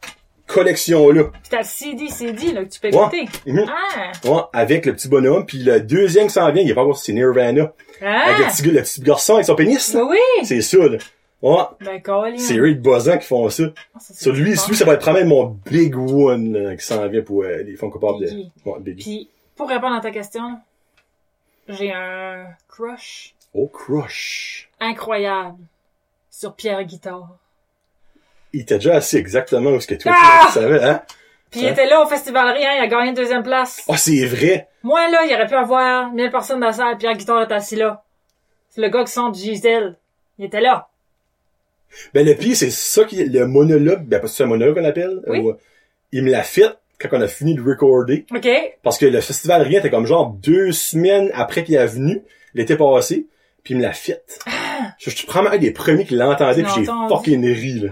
Speaker 1: collection-là.
Speaker 2: Puis t'as le CD, CD, là, que tu peux
Speaker 1: Ouais.
Speaker 2: écouter.
Speaker 1: Mhm.
Speaker 2: Ah!
Speaker 1: Ouais, avec le petit bonhomme. Puis le deuxième qui s'en vient, il est pas encore, c'est Nirvana. Avec le
Speaker 2: Ah!
Speaker 1: petit, gars- le petit garçon avec son pénis, là.
Speaker 2: Oui!
Speaker 1: C'est ça, là. Ouais,
Speaker 2: Ben, Colin.
Speaker 1: c'est eux, les buzzants qui font ça.
Speaker 2: Ah, ça, c'est
Speaker 1: Sur lui,
Speaker 2: fort.
Speaker 1: celui, ça va être probablement mon big one, là, qui s'en vient pour euh, les fonds coupables de...
Speaker 2: Biggie.
Speaker 1: Ouais, Biggie.
Speaker 2: Puis, pour répondre à ta question, là, j'ai un crush
Speaker 1: Oh, crush.
Speaker 2: incroyable sur Pierre Guitard.
Speaker 1: Il t'a déjà assez exactement où ce que toi,
Speaker 2: Ah!
Speaker 1: tu savais, hein?
Speaker 2: Puis il
Speaker 1: Hein?
Speaker 2: était là au Festival Rien, il a gagné deuxième place.
Speaker 1: Oh, c'est vrai.
Speaker 2: Moi, là, il aurait pu avoir 1000 personnes dans la salle, Pierre Guitard est assis là. C'est le gars qui chante Gisèle. Il était là.
Speaker 1: Ben, le pire, c'est ça qui, le monologue, ben, parce que c'est un monologue qu'on appelle.
Speaker 2: Oui.
Speaker 1: euh, il me l'a fait quand on a fini de recorder.
Speaker 2: OK?
Speaker 1: Parce que le festival Rien était comme genre deux semaines après qu'il est venu, l'été passé, puis il me l'a fait. Je, je suis probablement un des premiers qui l'entendait, puis
Speaker 2: Ah! Tu
Speaker 1: j'ai
Speaker 2: l'as entendu?
Speaker 1: fucking ri, là.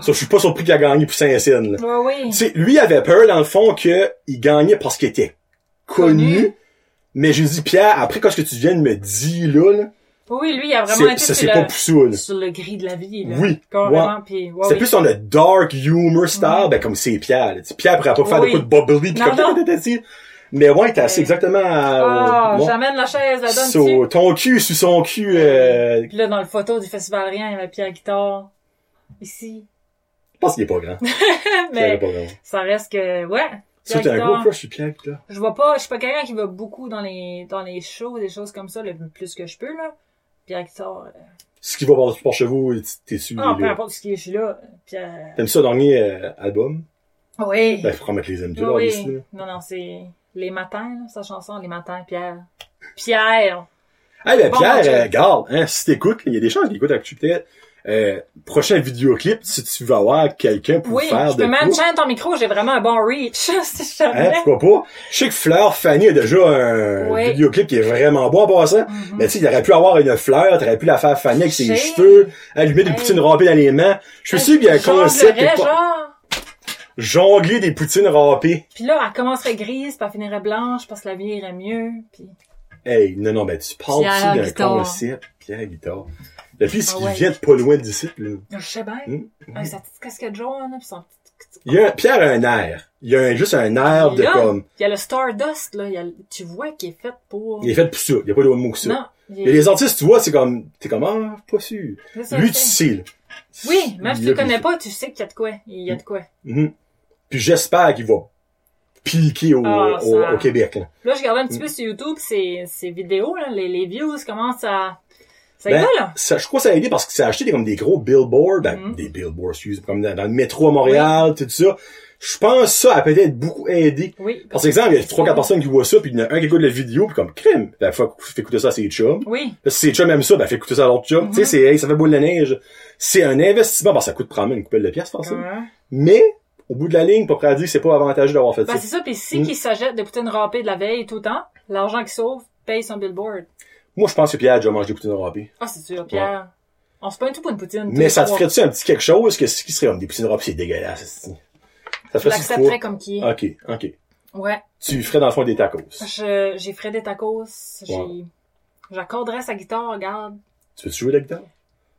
Speaker 1: Ça, je suis pas surpris qu'il a gagné pour Saint-Saëns, là.
Speaker 2: Ouais, oui.
Speaker 1: Tu sais, lui il avait peur, dans le fond, que il gagnait parce qu'il était connu.
Speaker 2: Connu.
Speaker 1: Mais j'ai dit, Pierre, après, quand ce que tu viens de me dire, là, là,
Speaker 2: Oui, lui, il a vraiment
Speaker 1: c'est-
Speaker 2: été
Speaker 1: ça,
Speaker 2: sur
Speaker 1: c'est pas
Speaker 2: le,
Speaker 1: pour ça, là.
Speaker 2: sur le gris de la vie. Là.
Speaker 1: Oui,
Speaker 2: Carrément. Puis, ouais,
Speaker 1: C'est
Speaker 2: oui. Mm.
Speaker 1: plus dans le dark humor style, ben comme c'est Pierre. Là. Tu sais, Pierre pourrait pas faire
Speaker 2: Oui.
Speaker 1: de coups de bubbly pis
Speaker 2: Non,
Speaker 1: comme
Speaker 2: non.
Speaker 1: t'as Mais ouais, t'es assez
Speaker 2: Ouais.
Speaker 1: exactement à,
Speaker 2: Ah,
Speaker 1: bon.
Speaker 2: j'amène la chaise, la donne dessus.
Speaker 1: euh, So, ton cul sur son cul, euh,
Speaker 2: Puis là, dans le photo du Festival Rien, il y avait Pierre Guitard. Ici.
Speaker 1: je pense qu'il est pas grand. Il est
Speaker 2: Mais
Speaker 1: pas grand.
Speaker 2: ça reste que, ouais.
Speaker 1: Ça,
Speaker 2: Pierre
Speaker 1: t'as un
Speaker 2: Guitard.
Speaker 1: gros crush sur Pierre, là.
Speaker 2: Je vois pas, je suis pas quelqu'un qui va beaucoup dans les, dans les shows, des choses comme ça, le plus que je peux, là. Pierre Guitard. euh,
Speaker 1: Ce qui va par, par chevaux, t'es su,
Speaker 2: Ah,
Speaker 1: là.
Speaker 2: peu importe ce qui est, je suis là. Pierre.
Speaker 1: T'aimes ça, dernier euh, album?
Speaker 2: Oui.
Speaker 1: Ben, faut qu'on mette les aime
Speaker 2: Oui,
Speaker 1: là,
Speaker 2: oui.
Speaker 1: ici, là.
Speaker 2: Non, non, c'est Les Matins, là, sa chanson, Les Matins, Pierre. Pierre.
Speaker 1: Hey, ben,
Speaker 2: Bon,
Speaker 1: Pierre,
Speaker 2: Mathieu.
Speaker 1: euh, regarde, hein, si t'écoutes, il y a des chances qu'il écoute avec peut-être, euh, prochain vidéoclip, si tu vas avoir quelqu'un pour
Speaker 2: Oui,
Speaker 1: faire
Speaker 2: je
Speaker 1: de
Speaker 2: peux
Speaker 1: quoi.
Speaker 2: même chanter ton micro, j'ai vraiment un bon reach, si jamais.
Speaker 1: Hein, pourquoi pas? Je sais que Fleur Fanny a déjà un
Speaker 2: Ouais.
Speaker 1: vidéoclip qui est vraiment bon en passant.
Speaker 2: Mhm.
Speaker 1: Mais tu sais, il aurait pu avoir une fleur, t'aurais pu la faire Fanny avec Ben, ses
Speaker 2: J'ai-
Speaker 1: cheveux, allumer des
Speaker 2: Hey.
Speaker 1: poutines râpées dans les mains. Je suis sûr qu'il y a un
Speaker 2: Je jonglerais,
Speaker 1: concept qui est pas...
Speaker 2: genre.
Speaker 1: Jongler des poutines râpées.
Speaker 2: Puis là, elle commencerait grise, puis elle finirait blanche, parce que la vie irait mieux, puis...
Speaker 1: Hey, non, non, ben tu parles
Speaker 2: Pierre
Speaker 1: aussi d'un
Speaker 2: Guitard.
Speaker 1: concept. Pierre Guitare. Le fils
Speaker 2: Ah
Speaker 1: qui
Speaker 2: ouais.
Speaker 1: vient de pas loin d'ici. là.
Speaker 2: Je sais bien.
Speaker 1: Mm.
Speaker 2: Avec sa petite casquette jaune, là, puis son petit...
Speaker 1: Il y a un... Pierre a un air. Il y a un- juste un air de
Speaker 2: Là.
Speaker 1: comme...
Speaker 2: Il y a le Stardust, là, il y a le- tu vois qu'il est fait pour...
Speaker 1: Il est fait pour ça. Il y a pas d'autre mot que ça.
Speaker 2: Non,
Speaker 1: Et les artistes, tu vois, c'est comme... T'es comme, ah, pas sûr.
Speaker 2: c'est ça,
Speaker 1: Lui,
Speaker 2: c'est-
Speaker 1: tu sais, là.
Speaker 2: Oui, même si
Speaker 1: Il Hum.
Speaker 2: tu
Speaker 1: a
Speaker 2: le connais
Speaker 1: plus-
Speaker 2: pas, tu sais qu'il y a de quoi. Il y a de quoi.
Speaker 1: Mhm. Puis j'espère qu'il va piqué au,
Speaker 2: Ah, ça-
Speaker 1: au, au Québec. là.
Speaker 2: Là, je regardais
Speaker 1: Mm.
Speaker 2: un petit peu sur YouTube ces, ces vidéos, là, les, les views commencent à... Ça y
Speaker 1: Ben,
Speaker 2: va, là?
Speaker 1: Ça, je crois que ça a aidé parce que ça a acheté des, comme des gros billboards, à-
Speaker 2: Mhm.
Speaker 1: des billboards, excuse, comme dans, dans le métro à Montréal, tout ça. Je pense que ça a peut-être beaucoup aidé.
Speaker 2: Oui.
Speaker 1: Parce que, exemple, il y a trois, quatre personnes qui voient ça, puis il y en a un qui écoute la vidéo, puis comme, crime, ben, faut, faut écouter ça à ses chums.
Speaker 2: Oui.
Speaker 1: Là, Si ses chums aiment ça, ben, fais écouter ça à l'autre chum.
Speaker 2: Mhm.
Speaker 1: Tu sais, c'est, hey, ça fait boule de neige. C'est un investissement, parce que ça coûte probablement une coupelle de pièces, forcément.
Speaker 2: Ouais.
Speaker 1: Mais, au bout de la ligne, pas prêt à dire que c'est pas avantageux d'avoir fait
Speaker 2: Ben,
Speaker 1: ça.
Speaker 2: c'est ça. Puis si
Speaker 1: Mm.
Speaker 2: qu'il s'achète des poutines râpées de la veille tout le temps, l'argent qu'il sauve paye son billboard.
Speaker 1: Moi, je pense que Pierre a déjà mangé des poutines râpées.
Speaker 2: Ah, c'est sûr, Pierre. On se pointe tout pour une poutine. tous
Speaker 1: Mais
Speaker 2: les
Speaker 1: ça te
Speaker 2: trois.
Speaker 1: ferait-tu un petit quelque chose que ce qui serait comme des poutines râpées, c'est dégueulasse. c'est- Ça te ferait-tu de
Speaker 2: Je l'accepterais
Speaker 1: quoi?
Speaker 2: comme qui est.
Speaker 1: Ok, ok.
Speaker 2: Ouais.
Speaker 1: Tu ferais dans le fond des tacos.
Speaker 2: Je, j'ai fait des tacos. J'ai,
Speaker 1: Ouais.
Speaker 2: j'accorderais sa guitare, regarde.
Speaker 1: Tu veux jouer de la guitare?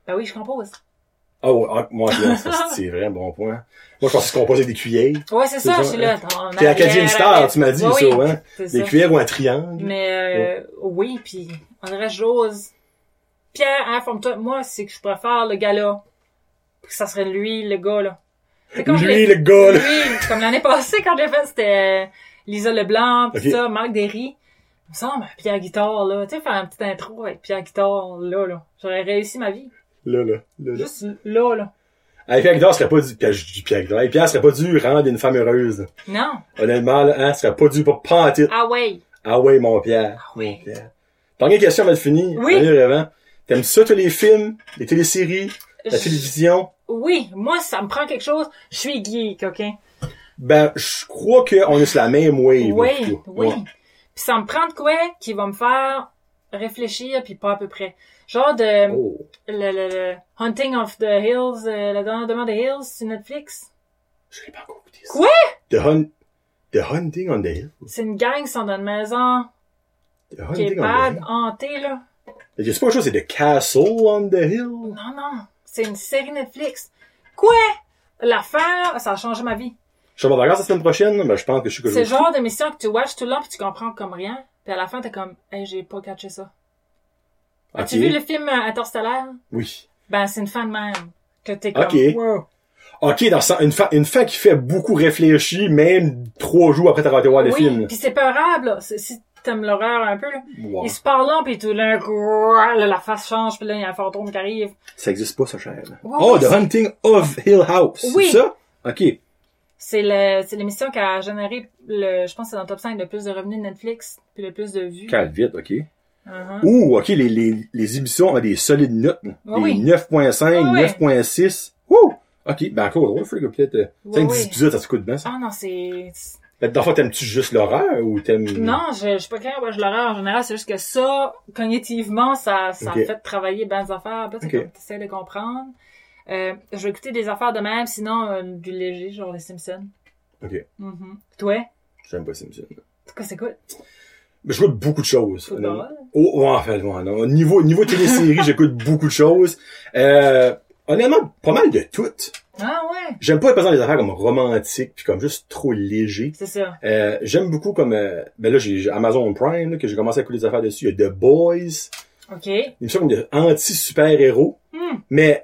Speaker 2: Ben oui, je compose.
Speaker 1: Ah ouais, ah, moi, je pense que c'est vrai, bon point. Moi, je pense que c'est composé avec des cuillères.
Speaker 2: Ouais, c'est
Speaker 1: C'est
Speaker 2: ça,
Speaker 1: ça, hein.
Speaker 2: je suis là. T'en
Speaker 1: T'es
Speaker 2: arrière,
Speaker 1: Acadian Star,
Speaker 2: arrière.
Speaker 1: tu m'as dit
Speaker 2: Ouais,
Speaker 1: ça,
Speaker 2: oui,
Speaker 1: hein?
Speaker 2: c'est
Speaker 1: Des
Speaker 2: ça.
Speaker 1: cuillères ou un triangle.
Speaker 2: Mais euh, oui, puis on dirait j'ose. Pierre, informe-toi, moi, c'est que je préfère le gars là. Puis ça serait lui, le gars là. C'est comme je l'ai-
Speaker 1: Lui, le gars, là.
Speaker 2: Lui, comme l'année passée, quand j'ai fait, c'était euh, Lisa Leblanc, pis
Speaker 1: Ok.
Speaker 2: ça, Marc Derry. Il me semble, hein, Pierre Guitard, là. Tu sais, faire un petit intro avec Pierre Guitard, là, là. J'aurais réussi ma vie.
Speaker 1: Là, là, là, là.
Speaker 2: Juste là, là.
Speaker 1: Hey, Pierre Guitard serait pas du... Pierre, je dis Pierre Guitard. Hey, Pierre serait pas dû rendre une femme heureuse.
Speaker 2: Non.
Speaker 1: Honnêtement, là, hein, serait pas dû pour pantit.
Speaker 2: Ah ouais.
Speaker 1: Ah ouais, mon Pierre.
Speaker 2: Ah ouais.
Speaker 1: Mon Pierre. Dernière question avant de finir.
Speaker 2: Oui.
Speaker 1: Dernier avant. T'aimes ça, tous les films, les téléséries, la
Speaker 2: Je-
Speaker 1: télévision?
Speaker 2: Oui, moi, ça me prend quelque chose. Je suis geek, OK?
Speaker 1: Ben, je crois qu'on est sur la même wave. en
Speaker 2: Oui,
Speaker 1: tout cas.
Speaker 2: oui.
Speaker 1: Ouais.
Speaker 2: Puis ça me prend de quoi qui va me faire réfléchir, puis pas à peu près. Genre de
Speaker 1: Oh.
Speaker 2: le, le, le Hunting of the Hills, euh, le Donneur des Hills sur Netflix.
Speaker 1: Je l'ai pas encore écouté. ça.
Speaker 2: Quoi?
Speaker 1: The, Hun- The Hunting on the Hill.
Speaker 2: C'est une gang qui sont dans une maison
Speaker 1: Ah, The
Speaker 2: qui est
Speaker 1: Hunting on the
Speaker 2: bad,
Speaker 1: Hill.
Speaker 2: hantée, là.
Speaker 1: Je sais pas chose, c'est The Castle on the Hill.
Speaker 2: Non, non. C'est une série Netflix. Quoi? La fin, là, ça a changé ma vie.
Speaker 1: Je suis en vacances la semaine prochaine, mais je pense que je suis que je
Speaker 2: C'est le genre d'émission que tu watches tout le long puis tu comprends comme rien. Puis à la fin, t'es comme, hey, j'ai pas catché ça.
Speaker 1: Ok.
Speaker 2: As-tu vu le film euh, Interstellaire?
Speaker 1: Oui.
Speaker 2: Ben, c'est une fin de même. Que t'es comme,
Speaker 1: Ok.
Speaker 2: wow.
Speaker 1: Ok, dans le sens- une, fa- une fin qui fait beaucoup réfléchir, même trois jours après t'avoir été voir le film.
Speaker 2: Oui, puis c'est peurable, là. C'est- Si t'aimes l'horreur un peu, là.
Speaker 1: Wow.
Speaker 2: Ils se parlent là, puis tout d'un coup, là, la face change, puis là, il y a un fantôme qui arrive.
Speaker 1: Ça existe pas, ça, chaîne.
Speaker 2: Ouais,
Speaker 1: oh,
Speaker 2: ouais,
Speaker 1: The
Speaker 2: c'est-
Speaker 1: Hunting of Hill House.
Speaker 2: Oui.
Speaker 1: C'est ça? Ok.
Speaker 2: C'est le, c'est l'émission qui a généré le, je pense que c'est dans le top 5 le plus de revenus de Netflix, puis le plus de vues.
Speaker 1: Calme vite, ok.
Speaker 2: Uh-huh.
Speaker 1: Ouh, ok, les, les, les émissions ont des solides notes. là.
Speaker 2: Ouais,
Speaker 1: des
Speaker 2: oui.
Speaker 1: 9.5,
Speaker 2: Ouais, ouais.
Speaker 1: 9.6. Ouh! Ok, ben encore drôle, Frig, peut-être euh,
Speaker 2: Ouais,
Speaker 1: 5-10
Speaker 2: ouais.
Speaker 1: épisodes, ça se coûte bien, ça.
Speaker 2: Ah non, c'est...
Speaker 1: Peut-être Dans le fond, t'aimes-tu juste l'horreur ou t'aimes...
Speaker 2: Non, je, je suis pas claire, moi, je l'horreur en général, c'est juste que ça, cognitivement, ça, ça
Speaker 1: Ok.
Speaker 2: fait travailler bien des affaires, puis là,
Speaker 1: Ok.
Speaker 2: tu essaies de comprendre. Euh, je vais écouter des affaires de même, sinon euh, du léger, genre les Simpsons.
Speaker 1: Ok. Euh,
Speaker 2: Mhm. Toi,
Speaker 1: J'aime pas Simpson.
Speaker 2: tu quoi c'est quoi?
Speaker 1: Mais j'écoute beaucoup de choses. honnêtement.
Speaker 2: Football?
Speaker 1: Oh, ouais, en fait, ouais, non. Au niveau, niveau télésérie, j'écoute beaucoup de choses. Euh, honnêtement, pas mal de toutes.
Speaker 2: Ah ouais!
Speaker 1: J'aime pas, par exemple, les affaires comme romantiques, puis comme juste trop léger.
Speaker 2: C'est ça.
Speaker 1: Euh, j'aime beaucoup comme... euh, ben là, j'ai j'ai Amazon Prime, là, que j'ai commencé à écouter des affaires dessus. Il y a The Boys.
Speaker 2: Ok.
Speaker 1: Une émission comme de anti-super-héros,
Speaker 2: Hmm.
Speaker 1: mais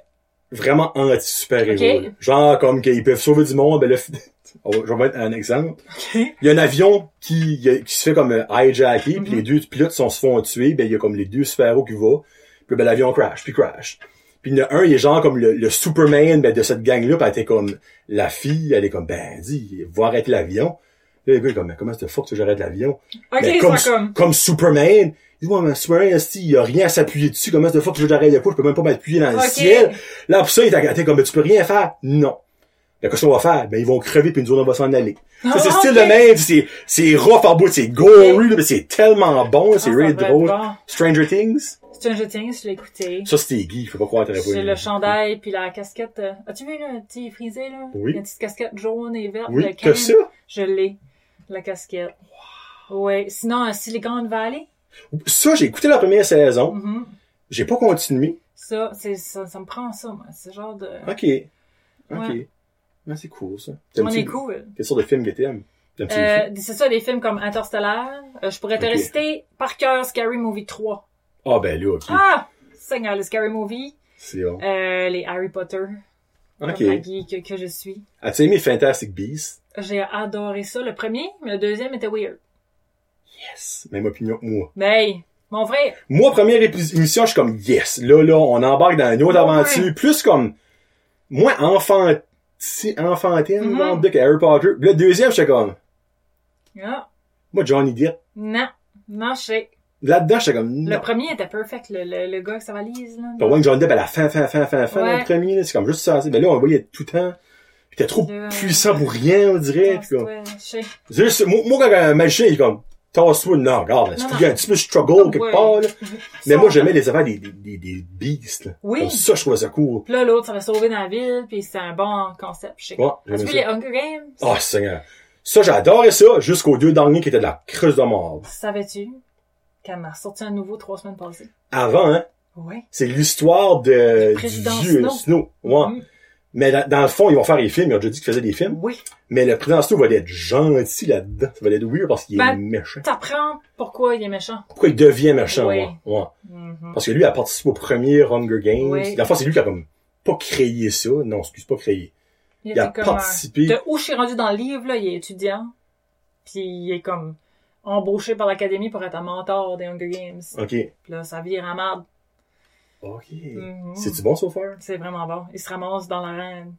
Speaker 1: vraiment anti-super-héros.
Speaker 2: Ok.
Speaker 1: là. Genre, comme qu'ils peuvent sauver du monde, ben là... on va- Je vais mettre un exemple.
Speaker 2: Ok.
Speaker 1: Il y a un avion qui, qui se fait comme euh, hijacker, puis
Speaker 2: Mhm.
Speaker 1: les deux pilotes sont, se font tuer, ben il y a comme les deux super-héros qui vont, puis ben l'avion crash, puis crash. Puis il y en a un, il est genre comme le, le Superman ben, de cette gang-là, puis elle était comme la fille, elle est comme ben dis, va arrêter l'avion. Là, le gars il est comme mais comment ça fuck que j'arrête l'avion?
Speaker 2: Ok,
Speaker 1: Ben,
Speaker 2: ça
Speaker 1: comme,
Speaker 2: comme.
Speaker 1: comme Superman. Il dit ouais mais Superman, esti, il y a rien à s'appuyer dessus, comment ça fuck que j'arrête le coup, je peux même pas m'appuyer dans
Speaker 2: Ok.
Speaker 1: le ciel. Là, pour ça, il est agaté comme, ben, tu peux rien faire. Non. Ben, qu'est-ce qu'on va faire? Ben, ils vont crever puis nous autres, on va s'en aller. Ça, c'est
Speaker 2: Ah,
Speaker 1: style
Speaker 2: ok.
Speaker 1: de même, c'est, c'est rough en bout, c'est gory, là, mais c'est tellement bon, c'est
Speaker 2: Ah, ça
Speaker 1: really
Speaker 2: va être
Speaker 1: drôle.
Speaker 2: bon.
Speaker 1: Stranger Things?
Speaker 2: C'est un jeu tiens, je l'ai écouté.
Speaker 1: Ça, c'était Guy, faut pas croire que t'aurais pas
Speaker 2: C'est
Speaker 1: aimé.
Speaker 2: le chandail puis la casquette. euh, As-tu vu là, un petit frisé là?
Speaker 1: Oui.
Speaker 2: Une petite casquette jaune et verte.
Speaker 1: Oui,
Speaker 2: le
Speaker 1: t'as
Speaker 2: can.
Speaker 1: ça?
Speaker 2: Je l'ai. La casquette. Ouais. Sinon, euh, Silicon Valley.
Speaker 1: Ça, j'ai écouté la première saison,
Speaker 2: Mhm.
Speaker 1: j'ai pas continué.
Speaker 2: Ça, c'est ça, ça me prend ça, moi. C'est genre de.
Speaker 1: Ok. Ok.
Speaker 2: Ouais.
Speaker 1: Ouais, c'est cool, ça.
Speaker 2: On
Speaker 1: T'aimes-tu-
Speaker 2: est cool.
Speaker 1: Quelle sorte de film que t'aimes? T'aimes-tu les films?
Speaker 2: Euh, c'est ça, des films comme Interstellar. Euh, je pourrais te
Speaker 1: Ok.
Speaker 2: réciter par cœur Scary Movie 3.
Speaker 1: Ah, ben là, ok.
Speaker 2: Ah! Seigneur, le Scary Movie.
Speaker 1: C'est bon.
Speaker 2: Euh, les Harry Potter. comme
Speaker 1: Ok. Ah,
Speaker 2: la geek que je suis.
Speaker 1: As-tu aimé Fantastic Beasts?
Speaker 2: J'ai adoré ça, le premier, mais le deuxième était weird.
Speaker 1: Yes. Même opinion que moi.
Speaker 2: Mais, hey, mon frère,
Speaker 1: Moi, première épis- émission, je suis comme yes. Là, là, on embarque dans une autre
Speaker 2: Ah, Ouais.
Speaker 1: aventure. Plus comme moins enfant si enfantine
Speaker 2: Mhm.
Speaker 1: dans le que Harry Potter. Puis Le deuxième, j'étais comme
Speaker 2: ah,
Speaker 1: moi Johnny Depp.
Speaker 2: non, non, je sais.
Speaker 1: Là-dedans, j'étais comme
Speaker 2: Le
Speaker 1: non.
Speaker 2: premier était perfect, le, le, le gars que ça valise, là.
Speaker 1: Pas moins que Johnny Depp à la fin, fin, fin, fin, fin
Speaker 2: Ouais.
Speaker 1: dans le premier, là. c'est comme juste ça. Mais là, on le voyait tout le temps. Puis t'es trop
Speaker 2: Le-
Speaker 1: puissant pour rien, on dirait.
Speaker 2: Non,
Speaker 1: Puis
Speaker 2: c'est
Speaker 1: comme,
Speaker 2: toi, je sais.
Speaker 1: juste, moi, moi, quand un magicien, il est comme tasse-toi, non, regarde, là,
Speaker 2: Non,
Speaker 1: c'est
Speaker 2: non.
Speaker 1: il y a un petit peu de struggle quelque
Speaker 2: Ouais.
Speaker 1: part. Là. Mais
Speaker 2: Ça,
Speaker 1: moi, j'aimais les affaires des, des, des, des beasts. Là.
Speaker 2: Oui.
Speaker 1: Comme ça, je trouvais ça cool.
Speaker 2: Puis là, l'autre, ça va sauver dans la ville, puis c'est un bon concept, je sais.
Speaker 1: Ouais,
Speaker 2: tu
Speaker 1: j'aimais
Speaker 2: vois,
Speaker 1: ça.
Speaker 2: les Hunger Games,
Speaker 1: Oh, Seigneur. Ça, j'adorais ça, jusqu'aux deux derniers qui étaient de la creuse de mort.
Speaker 2: savais-tu qu'elle en a sorti un nouveau trois semaines passées?
Speaker 1: Avant, hein,
Speaker 2: Ouais.
Speaker 1: c'est l'histoire de,
Speaker 2: Du président
Speaker 1: du vieux
Speaker 2: Snow.
Speaker 1: Ouais.
Speaker 2: Mm.
Speaker 1: Mais dans, dans le fond, ils vont faire des films. Ils ont déjà dit qu'ils faisaient des films.
Speaker 2: Oui.
Speaker 1: Mais le président Snow va être gentil là-dedans. Ça va être weird parce qu'il est
Speaker 2: Ben-
Speaker 1: méchant.
Speaker 2: T'apprends pourquoi il est méchant.
Speaker 1: Pourquoi il devient méchant,
Speaker 2: Oui.
Speaker 1: ouais. ouais.
Speaker 2: Mhm.
Speaker 1: Parce que lui, il a participé au premier Hunger Games.
Speaker 2: Oui.
Speaker 1: Dans le fond, c'est lui qui a comme pas créé ça. Non, excuse, pas créé. Il a
Speaker 2: était comme un-
Speaker 1: participé.
Speaker 2: De où je suis rendu dans le livre, là, il est étudiant. Puis il est comme embauché par l'académie pour être un mentor des Hunger Games.
Speaker 1: Ok.
Speaker 2: Puis là, ça vire en merde.
Speaker 1: Ok.
Speaker 2: Mhm.
Speaker 1: C'est-tu bon, so far?
Speaker 2: C'est vraiment bon. Il se ramasse dans l'arène.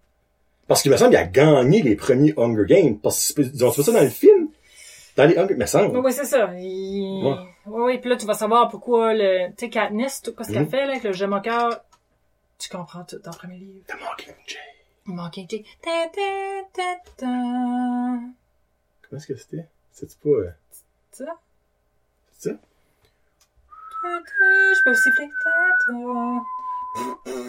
Speaker 1: Parce qu'il me semble qu'il a gagné les premiers Hunger Games. Parce qu'ils ont fait ça dans le film. Dans les Hunger... Me semble.
Speaker 2: Oui, oui, c'est ça. Il...
Speaker 1: Ouais.
Speaker 2: Oui, oui. Puis là, tu vas savoir pourquoi le... Tu sais, Katniss, tout ce qu'elle
Speaker 1: Mhm.
Speaker 2: fait, là, avec le jeu moqueur, tu comprends tout dans le premier livre.
Speaker 1: The Mockingjay.
Speaker 2: Il manque un tic. Ta, ta, ta, ta.
Speaker 1: Comment est-ce que c'était? C'est-tu pas... euh,
Speaker 2: C'est ça?
Speaker 1: C'est ça?
Speaker 2: Ta, ta. Je peux siffler. Ta, ta.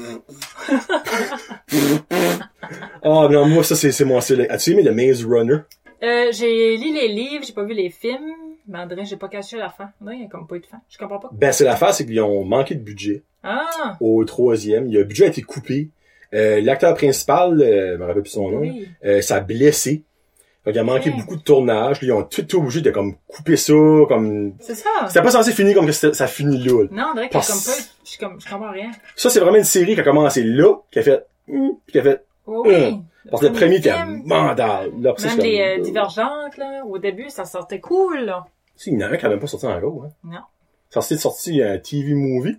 Speaker 1: Ah non, moi, ça, c'est c'est mon style. As-tu aimé le Maze Runner?
Speaker 2: Euh, j'ai lu les livres, j'ai pas vu les films. Mais André, j'ai pas caché la fin. Non, il y a comme pas eu de fin. Je comprends pas.
Speaker 1: Ben, c'est l'affaire, c'est qu'ils ont manqué de budget.
Speaker 2: Ah!
Speaker 1: Au troisième, le budget a été coupé. Euh, L'acteur principal, euh, je me rappelle plus son nom,
Speaker 2: Oui.
Speaker 1: euh, ça a blessé. Donc, il a manqué
Speaker 2: Hmm.
Speaker 1: beaucoup de tournage. Ils ont tout, tout obligé de comme couper ça, comme...
Speaker 2: C'est ça!
Speaker 1: C'était pas censé finir comme que c'était- ça finit là. là.
Speaker 2: Non, André, qu'il y a
Speaker 1: Parce-
Speaker 2: comme pas. Je suis comme, je comprends rien.
Speaker 1: Ça, c'est vraiment une série qui a commencé là, qui a fait... hmm, puis qui a fait...
Speaker 2: Oui, Oh, oui.
Speaker 1: Euh, Parce que le premier était
Speaker 2: film,
Speaker 1: mandal. Là, après ça,
Speaker 2: Même
Speaker 1: c'est
Speaker 2: les
Speaker 1: comme-
Speaker 2: euh, divergentes, là, au début, ça sortait cool, là.
Speaker 1: Si, il y en a un qui a même pas sorti encore, hein.
Speaker 2: Non.
Speaker 1: Ça c'est sorti un TV movie.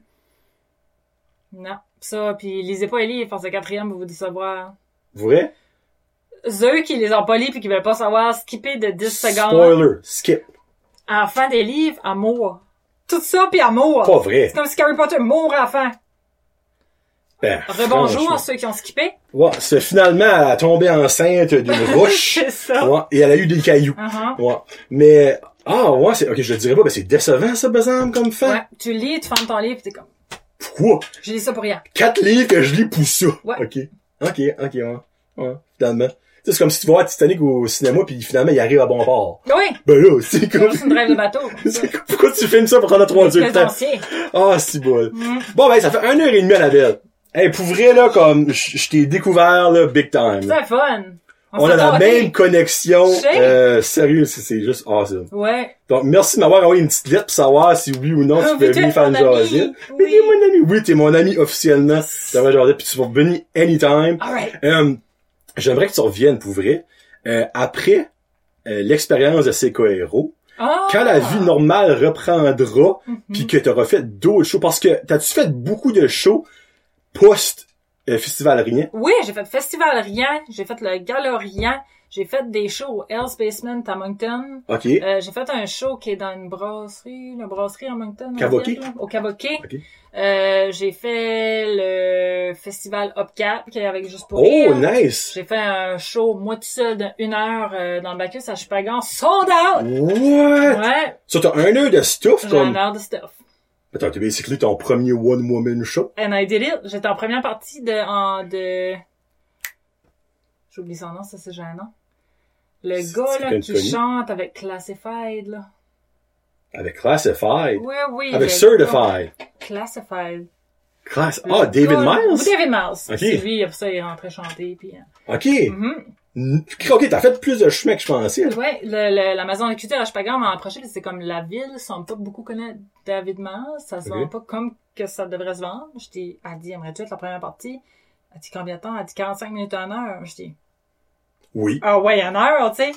Speaker 2: Non. Ça, puis lisez pas les livres, parce que le quatrième va vous décevoir.
Speaker 1: Vrai?
Speaker 2: Ceux qui les ont pas lus puis qui veulent pas savoir skipper de 10 secondes
Speaker 1: Spoiler. Skip.
Speaker 2: à la fin des livres, amour. Tout ça puis amour.
Speaker 1: Pas vrai.
Speaker 2: C'est comme si Harry Potter mourait à la fin.
Speaker 1: Ben,
Speaker 2: Rebonjour
Speaker 1: franchement.
Speaker 2: ceux qui ont skippé.
Speaker 1: Ouais, c'est finalement, elle a tombé enceinte d'une roche.
Speaker 2: C'est ça.
Speaker 1: ouais, et elle a eu des cailloux.
Speaker 2: Uh-huh.
Speaker 1: Ouais. Mais, ah, ouais, c'est, ok, je le dirais pas, mais c'est décevant, ça, Bazam, comme fan.
Speaker 2: Ouais. Tu lis, tu fermes ton livre, t'es comme,
Speaker 1: Pourquoi?
Speaker 2: j'ai lu ça pour rien.
Speaker 1: Quatre livres que je lis pour ça.
Speaker 2: Ouais.
Speaker 1: Ok. Ok, ok, ouais. Ouais, finalement. Tu sais, c'est comme si tu vas voir Titanic au cinéma, puis finalement, il arrive à bon port.
Speaker 2: Ah Oui,
Speaker 1: Ben là, c'est
Speaker 2: c'est
Speaker 1: comme...
Speaker 2: juste une drive de bateau. comme ça.
Speaker 1: c'est comme- Pourquoi tu filmes ça pour qu'on a trois dieux de temps?
Speaker 2: Plaisancier.
Speaker 1: Ah, c'est bon.
Speaker 2: Mm.
Speaker 1: Bon, ben, ça fait une heure et demie, Annabelle. Hey, pour vrai, là, comme, je je t'ai découvert, là, big time.
Speaker 2: C'est le fun.
Speaker 1: On
Speaker 2: s'est
Speaker 1: a la
Speaker 2: gâtés.
Speaker 1: même connexion.
Speaker 2: Shit.
Speaker 1: Euh, sérieux, c'est- c'est juste awesome.
Speaker 2: Ouais.
Speaker 1: Donc, merci de m'avoir envoyé une petite lettre pour savoir si oui ou non tu
Speaker 2: Ah,
Speaker 1: peux
Speaker 2: veux-tu
Speaker 1: venir
Speaker 2: être
Speaker 1: faire une
Speaker 2: mon ami?
Speaker 1: jasette.
Speaker 2: Oui.
Speaker 1: Oui, t'es mon ami. Oui, t'es mon ami officiellement. Ça va jaser, puis tu vas venir anytime.
Speaker 2: Alright.
Speaker 1: Euh, J'aimerais que tu reviennes pour vrai. Euh, après euh, l'expérience de Seco Hero,
Speaker 2: Ah.
Speaker 1: quand la vie normale reprendra,
Speaker 2: Mhm.
Speaker 1: puis que t'auras fait d'autres shows, parce que t'as-tu fait beaucoup de shows post-festival rien?
Speaker 2: Oui, j'ai fait Festival Rien, j'ai fait le Gala Rien, j'ai fait des shows au Hell's Basement à Moncton.
Speaker 1: OK.
Speaker 2: Euh, j'ai fait un show qui est dans une brasserie, la brasserie à Moncton. en
Speaker 1: Cavoquet?
Speaker 2: ville, là, Au Cavoquet.
Speaker 1: Ok.
Speaker 2: Euh, j'ai fait le Festival Hopcap qui est avec Juste pour
Speaker 1: oh,
Speaker 2: rire.
Speaker 1: nice!
Speaker 2: J'ai fait un show, moi tout seul, d'une heure euh, dans le Bacchus à Chupagan, sold out!
Speaker 1: What?
Speaker 2: Ouais,
Speaker 1: Ça, t'as un heure de stuff
Speaker 2: j'ai
Speaker 1: comme...
Speaker 2: un heure de stuff.
Speaker 1: Attends, t'as basically ton premier one woman show.
Speaker 2: And I did it. J'étais en première partie de... en- de... J'oublie son nom, ça c'est gênant. Le
Speaker 1: C'est- c'est
Speaker 2: gars là,
Speaker 1: quelqu'un de
Speaker 2: qui
Speaker 1: connu.
Speaker 2: chante avec Classified, là.
Speaker 1: Avec Classified.
Speaker 2: Oui, oui.
Speaker 1: avec
Speaker 2: le-
Speaker 1: Certified.
Speaker 2: Classified.
Speaker 1: Class... Ah, David
Speaker 2: Gars, là. Oui,
Speaker 1: Miles?
Speaker 2: David Miles.
Speaker 1: Ok.
Speaker 2: C'est lui, après ça, il est rentré chanter, puis... euh,
Speaker 1: OK.
Speaker 2: mhm.
Speaker 1: N- OK, t'as fait plus de chemin que je pensais. là.
Speaker 2: Ouais, le- le- la maison de culture à Chupagan m'a approché, puis c'est comme la ville semble pas beaucoup connaître David Miles. Ça se
Speaker 1: Ok.
Speaker 2: vend pas comme que ça devrait se vendre. J'étais, elle dit, aimerais-tu être la première partie? Elle dit combien de temps? Elle dit 45 minutes à une heure. Je dis,
Speaker 1: Oui.
Speaker 2: ah ouais, une heure, tu sais.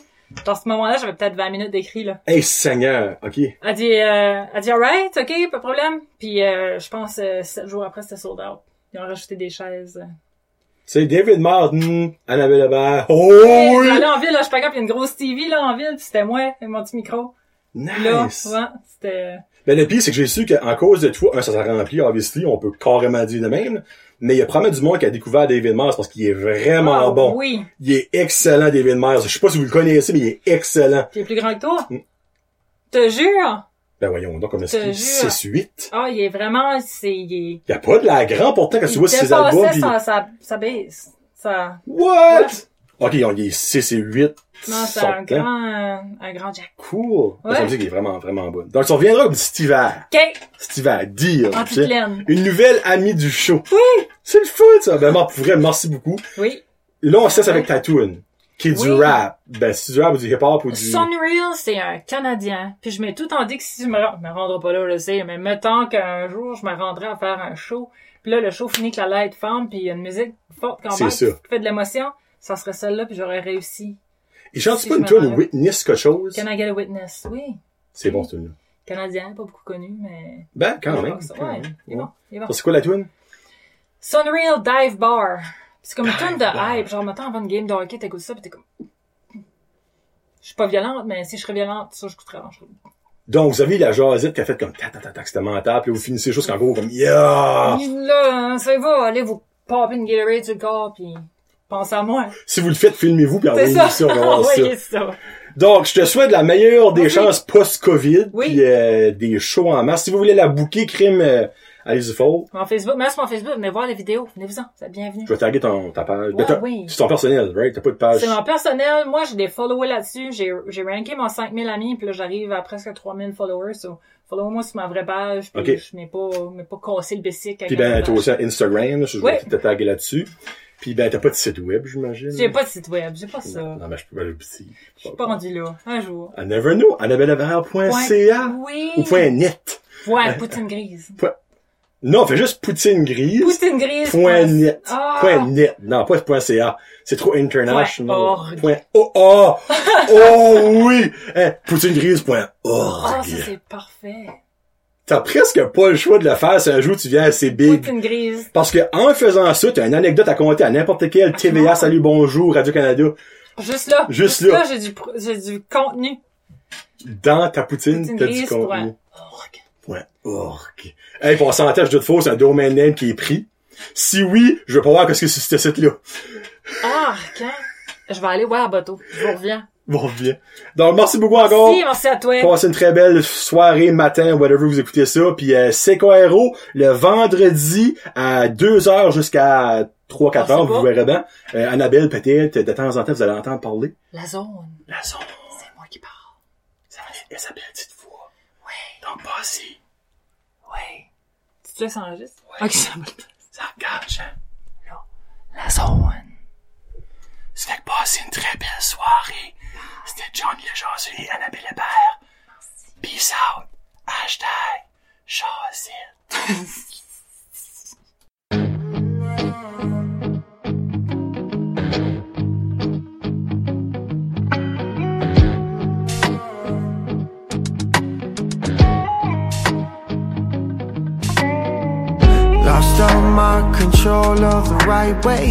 Speaker 2: Dans ce moment-là, j'avais peut-être 20 minutes d'écrit, là.
Speaker 1: Hey, Seigneur! OK.
Speaker 2: Elle dit, euh, elle dit, alright, ok, pas de problème. Puis, euh, je pense, euh, sept jours après, c'était sold out. Ils ont rajouté des chaises.
Speaker 1: Tu sais, David Martin, Annabelle Lebert. Oh oui!
Speaker 2: J'allais en ville, là, je pas grave, il y a une grosse TV, là, en ville, puis c'était moi, et mon petit micro. Là,
Speaker 1: Nice!
Speaker 2: ouais, c'était...
Speaker 1: Ben, le pire, c'est que j'ai su qu'en cause de toi, un, ça s'est rempli, obviously, on peut carrément dire de même, mais il y a probablement du monde qui a découvert David Myers parce qu'il est vraiment
Speaker 2: Ah,
Speaker 1: bon.
Speaker 2: Oui,
Speaker 1: Il est excellent, David Myers. Je sais pas si vous le connaissez, mais il est excellent.
Speaker 2: puis il est plus grand que toi.
Speaker 1: Mm.
Speaker 2: Te jure?
Speaker 1: Ben, voyons, donc, on a
Speaker 2: Te jure.
Speaker 1: 6-8.
Speaker 2: Ah, il est vraiment, c'est, il est...
Speaker 1: Il y a pas de la grande pourtant quand tu
Speaker 2: il
Speaker 1: vois ses
Speaker 2: dépassait
Speaker 1: albums. pis-
Speaker 2: sa, sa, sa base. Ça,
Speaker 1: What?
Speaker 2: Ouais.
Speaker 1: Ok, on est 6 et 8.
Speaker 2: non, c'est
Speaker 1: Son
Speaker 2: un
Speaker 1: temps.
Speaker 2: grand, un grand Jack.
Speaker 1: Cool. Ben,
Speaker 2: Ouais.
Speaker 1: Ça me dit qu'il est vraiment, vraiment bon. Donc, tu reviendras comme cet hiver.
Speaker 2: OK,
Speaker 1: Cet hiver, dire.
Speaker 2: en
Speaker 1: tu
Speaker 2: toute
Speaker 1: sais.
Speaker 2: laine.
Speaker 1: Une nouvelle amie du show.
Speaker 2: Oui.
Speaker 1: C'est le fun, ça. Ben, moi, pour vrai, merci beaucoup.
Speaker 2: Oui.
Speaker 1: Et là, on cesse avec Tatoon, qui est du
Speaker 2: Oui.
Speaker 1: rap. Ben, c'est du rap ou du hip-hop ou du...
Speaker 2: Sunreal, c'est un Canadien. Puis je m'ai tout en dit que si je me, rends- je me rendrai pas là, je le sais, mais mettons qu'un jour je me rendrai à faire un show. Puis là, le show finit que la light forme, puis il y a une musique forte quand
Speaker 1: C'est
Speaker 2: même,
Speaker 1: ça.
Speaker 2: qui fait de l'émotion. Ça serait celle-là, puis j'aurais réussi.
Speaker 1: Il chante
Speaker 2: Si
Speaker 1: pas
Speaker 2: je
Speaker 1: une
Speaker 2: me
Speaker 1: tune
Speaker 2: rappelle.
Speaker 1: Witness quelque chose?
Speaker 2: Can I get a witness? Oui.
Speaker 1: C'est bon, cette tune-là.
Speaker 2: Canadien, pas beaucoup connu, mais...
Speaker 1: Ben, quand
Speaker 2: Il est
Speaker 1: même.
Speaker 2: bon, ça.
Speaker 1: quand
Speaker 2: Ouais,
Speaker 1: même.
Speaker 2: il est
Speaker 1: Ouais.
Speaker 2: bon, il est bon.
Speaker 1: Ça, C'est quoi la tune?
Speaker 2: Sunreal Dive Bar. C'est comme une
Speaker 1: Dive
Speaker 2: tonne
Speaker 1: Bar.
Speaker 2: de hype. Genre, mettons, avant une game de hockey, t'écoutes ça, pis t'es comme... Je suis pas violente, mais si je serais violente, ça, je coûterais en chose.
Speaker 1: Donc, vous avez la jasette qui a fait comme ta ta ta ta, c'était mental, puis là, vous finissez juste en gros comme yeah!
Speaker 2: Là, hein, ça va, allez vous pop une Gatorade sur le corps, pis pensez à moi.
Speaker 1: Si vous le faites, filmez-vous puis
Speaker 2: C'est
Speaker 1: envoyez-nous
Speaker 2: ça.
Speaker 1: Ah ça, on va voir ça.
Speaker 2: Envoyez ça.
Speaker 1: Donc, je te souhaite la meilleure des
Speaker 2: Oui.
Speaker 1: chances post-Covid,
Speaker 2: Oui.
Speaker 1: puis euh, des shows en masse. Si vous voulez la bouquer, crime, euh, allez-y fort.
Speaker 2: Mon Facebook, même sur mon Facebook, venez voir les vidéos. Venez-vous-en, c'est la bienvenue.
Speaker 1: Je vais taguer ton, ta page.
Speaker 2: Ouais,
Speaker 1: T'as-
Speaker 2: oui.
Speaker 1: C'est ton personnel, right? T'as pas de page.
Speaker 2: C'est mon personnel. Moi, j'ai des followers là-dessus. J'ai, j'ai ranké mon 5000 amis, puis là, j'arrive à presque 3000 followers. So, follow-moi sur ma vraie page, puis
Speaker 1: Ok.
Speaker 2: je m'ai pas, m'ai pas cassé le bicycle.
Speaker 1: Puis ben, t'as aussi un Instagram, là, je vais
Speaker 2: Oui.
Speaker 1: te taguer là-dessus. Puis ben, t'as pas de site web, j'imagine.
Speaker 2: J'ai pas de site web, j'ai pas ça.
Speaker 1: Non, mais je peux pas le petit.
Speaker 2: Je suis pas rendu là. Un jour.
Speaker 1: I never know. AnnabelleAvert.ca
Speaker 2: Oui.
Speaker 1: ou point .net.
Speaker 2: Ouais, poutine grise.
Speaker 1: Non, fais juste poutine grise.
Speaker 2: Poutine grise.
Speaker 1: Point net.
Speaker 2: Ah.
Speaker 1: Point net. Non, pas point .ca. C'est trop international.
Speaker 2: Point org.
Speaker 1: Point oh, oh, oh oui! Hein,
Speaker 2: Ah,
Speaker 1: poutineGrise.org.
Speaker 2: ça c'est parfait.
Speaker 1: T'as presque pas le choix de le faire si un jour tu viens à ces big.
Speaker 2: Poutine grise.
Speaker 1: Parce que en faisant ça, t'as une anecdote à conter à n'importe quel TVA, Salut Bonjour, Radio-Canada,
Speaker 2: Juste là.
Speaker 1: Juste là.
Speaker 2: là. j'ai du, pro- j'ai du contenu.
Speaker 1: dans ta poutine,
Speaker 2: Poutine
Speaker 1: t'as du
Speaker 2: grise.
Speaker 1: contenu.
Speaker 2: Point org.
Speaker 1: Point org. Hey, pour s'entendre, je doute faux, c'est un domain name qui est pris. Si oui, je veux pas voir qu'est-ce que c'est ce site-là.
Speaker 2: Ah, quand? Je vais aller voir à Bateau. Je vous reviens.
Speaker 1: Bon, bien. Donc, merci beaucoup encore.
Speaker 2: Si, merci à toi.
Speaker 1: Passez une très belle soirée, matin, whatever, vous écoutez ça. Puis euh, Sequoia-Héros, le vendredi à 2h jusqu'à 3-4
Speaker 2: On
Speaker 1: heures,
Speaker 2: sait
Speaker 1: vous
Speaker 2: Ah, pas.
Speaker 1: verrez bien. Euh, Annabelle, peut-être, de temps en temps, vous allez entendre parler.
Speaker 2: La zone,
Speaker 1: La zone,
Speaker 2: c'est moi qui parle.
Speaker 1: ça va être sa petite voix. Ouais. Donc, passez,
Speaker 2: Ouais. Tu te laisses enregistrer? Ok, ça va.
Speaker 1: ça hein. regarde, Jean.
Speaker 2: La zone.
Speaker 1: Ça fait que passez une très belle soirée.
Speaker 2: Ah.
Speaker 1: C'était John Lejazu et Annabelle Hébert. Peace out. Hashtag Jazzy.
Speaker 3: Lost all my control of the right way.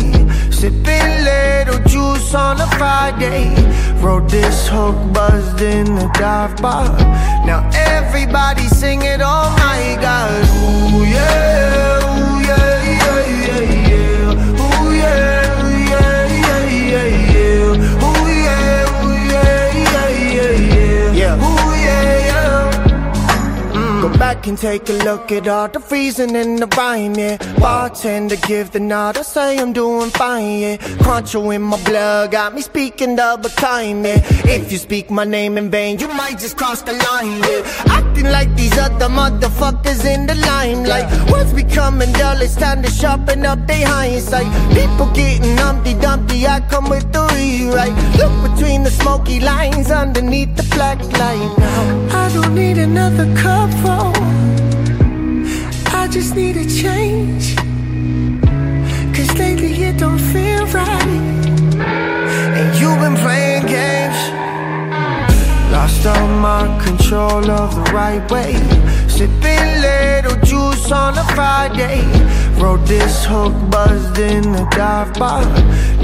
Speaker 3: Sipping little juice on a Friday. Wrote this hook, buzzed in the dive bar. Now everybody sing it, oh my god. Ooh yeah, ooh yeah, yeah, yeah, yeah. Ooh yeah, ooh yeah, yeah, yeah, yeah. Ooh yeah, ooh yeah, yeah, yeah, yeah. Ooh yeah, yeah. Go back and take a look at all the freezing in the rhyme, yeah. Bartender give the nod, I say I'm doing fine, yeah. Cruncho in my blood, got me speaking double time, yeah. If you speak my name in vain, you might just cross the line, yeah. Acting like these other motherfuckers in the limelight. What's becoming dull, it's time to sharpen up their hindsight. People getting Humpty Dumpty, I come with the rewrite. Look between the smoky lines underneath the black light now. I don't need another cup, oh. I just need a change. Cause lately it don't feel right. And you've been playing games. Lost all my control of the right way. Sipping little juice on a Friday. Wrote this hook buzzed in the dive bar.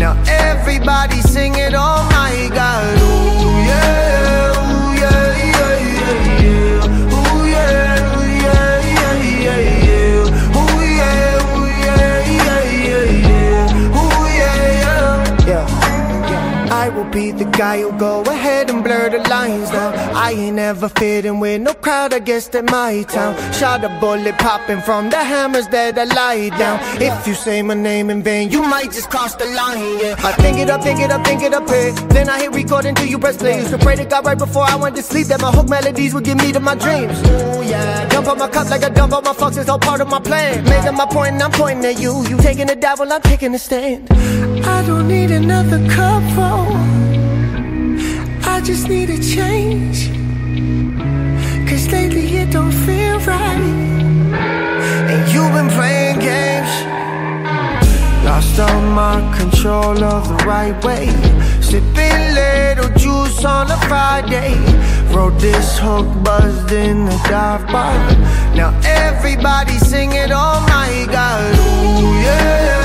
Speaker 3: Now everybody sing it, oh my god. Ooh, yeah, ooh, yeah, yeah, yeah, yeah. Ooh, yeah, ooh, yeah, yeah, yeah, yeah. Ooh, yeah, ooh, yeah, yeah, yeah, yeah. Ooh, yeah, yeah. Yeah, yeah. I will be the guy who'll go ahead and blur the lines now. I ain't ever fitting with no crowd, I guess that my town. Shot a bullet popping from the hammers that I lie down. If you say my name in vain, you might just cross the line, yeah. I think it up, think it up, think it up here. Then I hit record until you press play. Used to pray to God right before I went to sleep that my hook melodies would get me to my dreams. Ooh, yeah. Dump on my cup like I dump on my fucks, it's all part of my plan. Making my point and I'm pointing at you. You taking a dive while I'm taking a stand. I don't need another cup, oh. I just need a change. Cause lately it don't feel right. And you've been playing games. Lost all my control of the right way. Sipping little juice on a Friday. Wrote this hook buzzed in the dive bar. Now everybody sing it, oh my god. Ooh, yeah. "Oh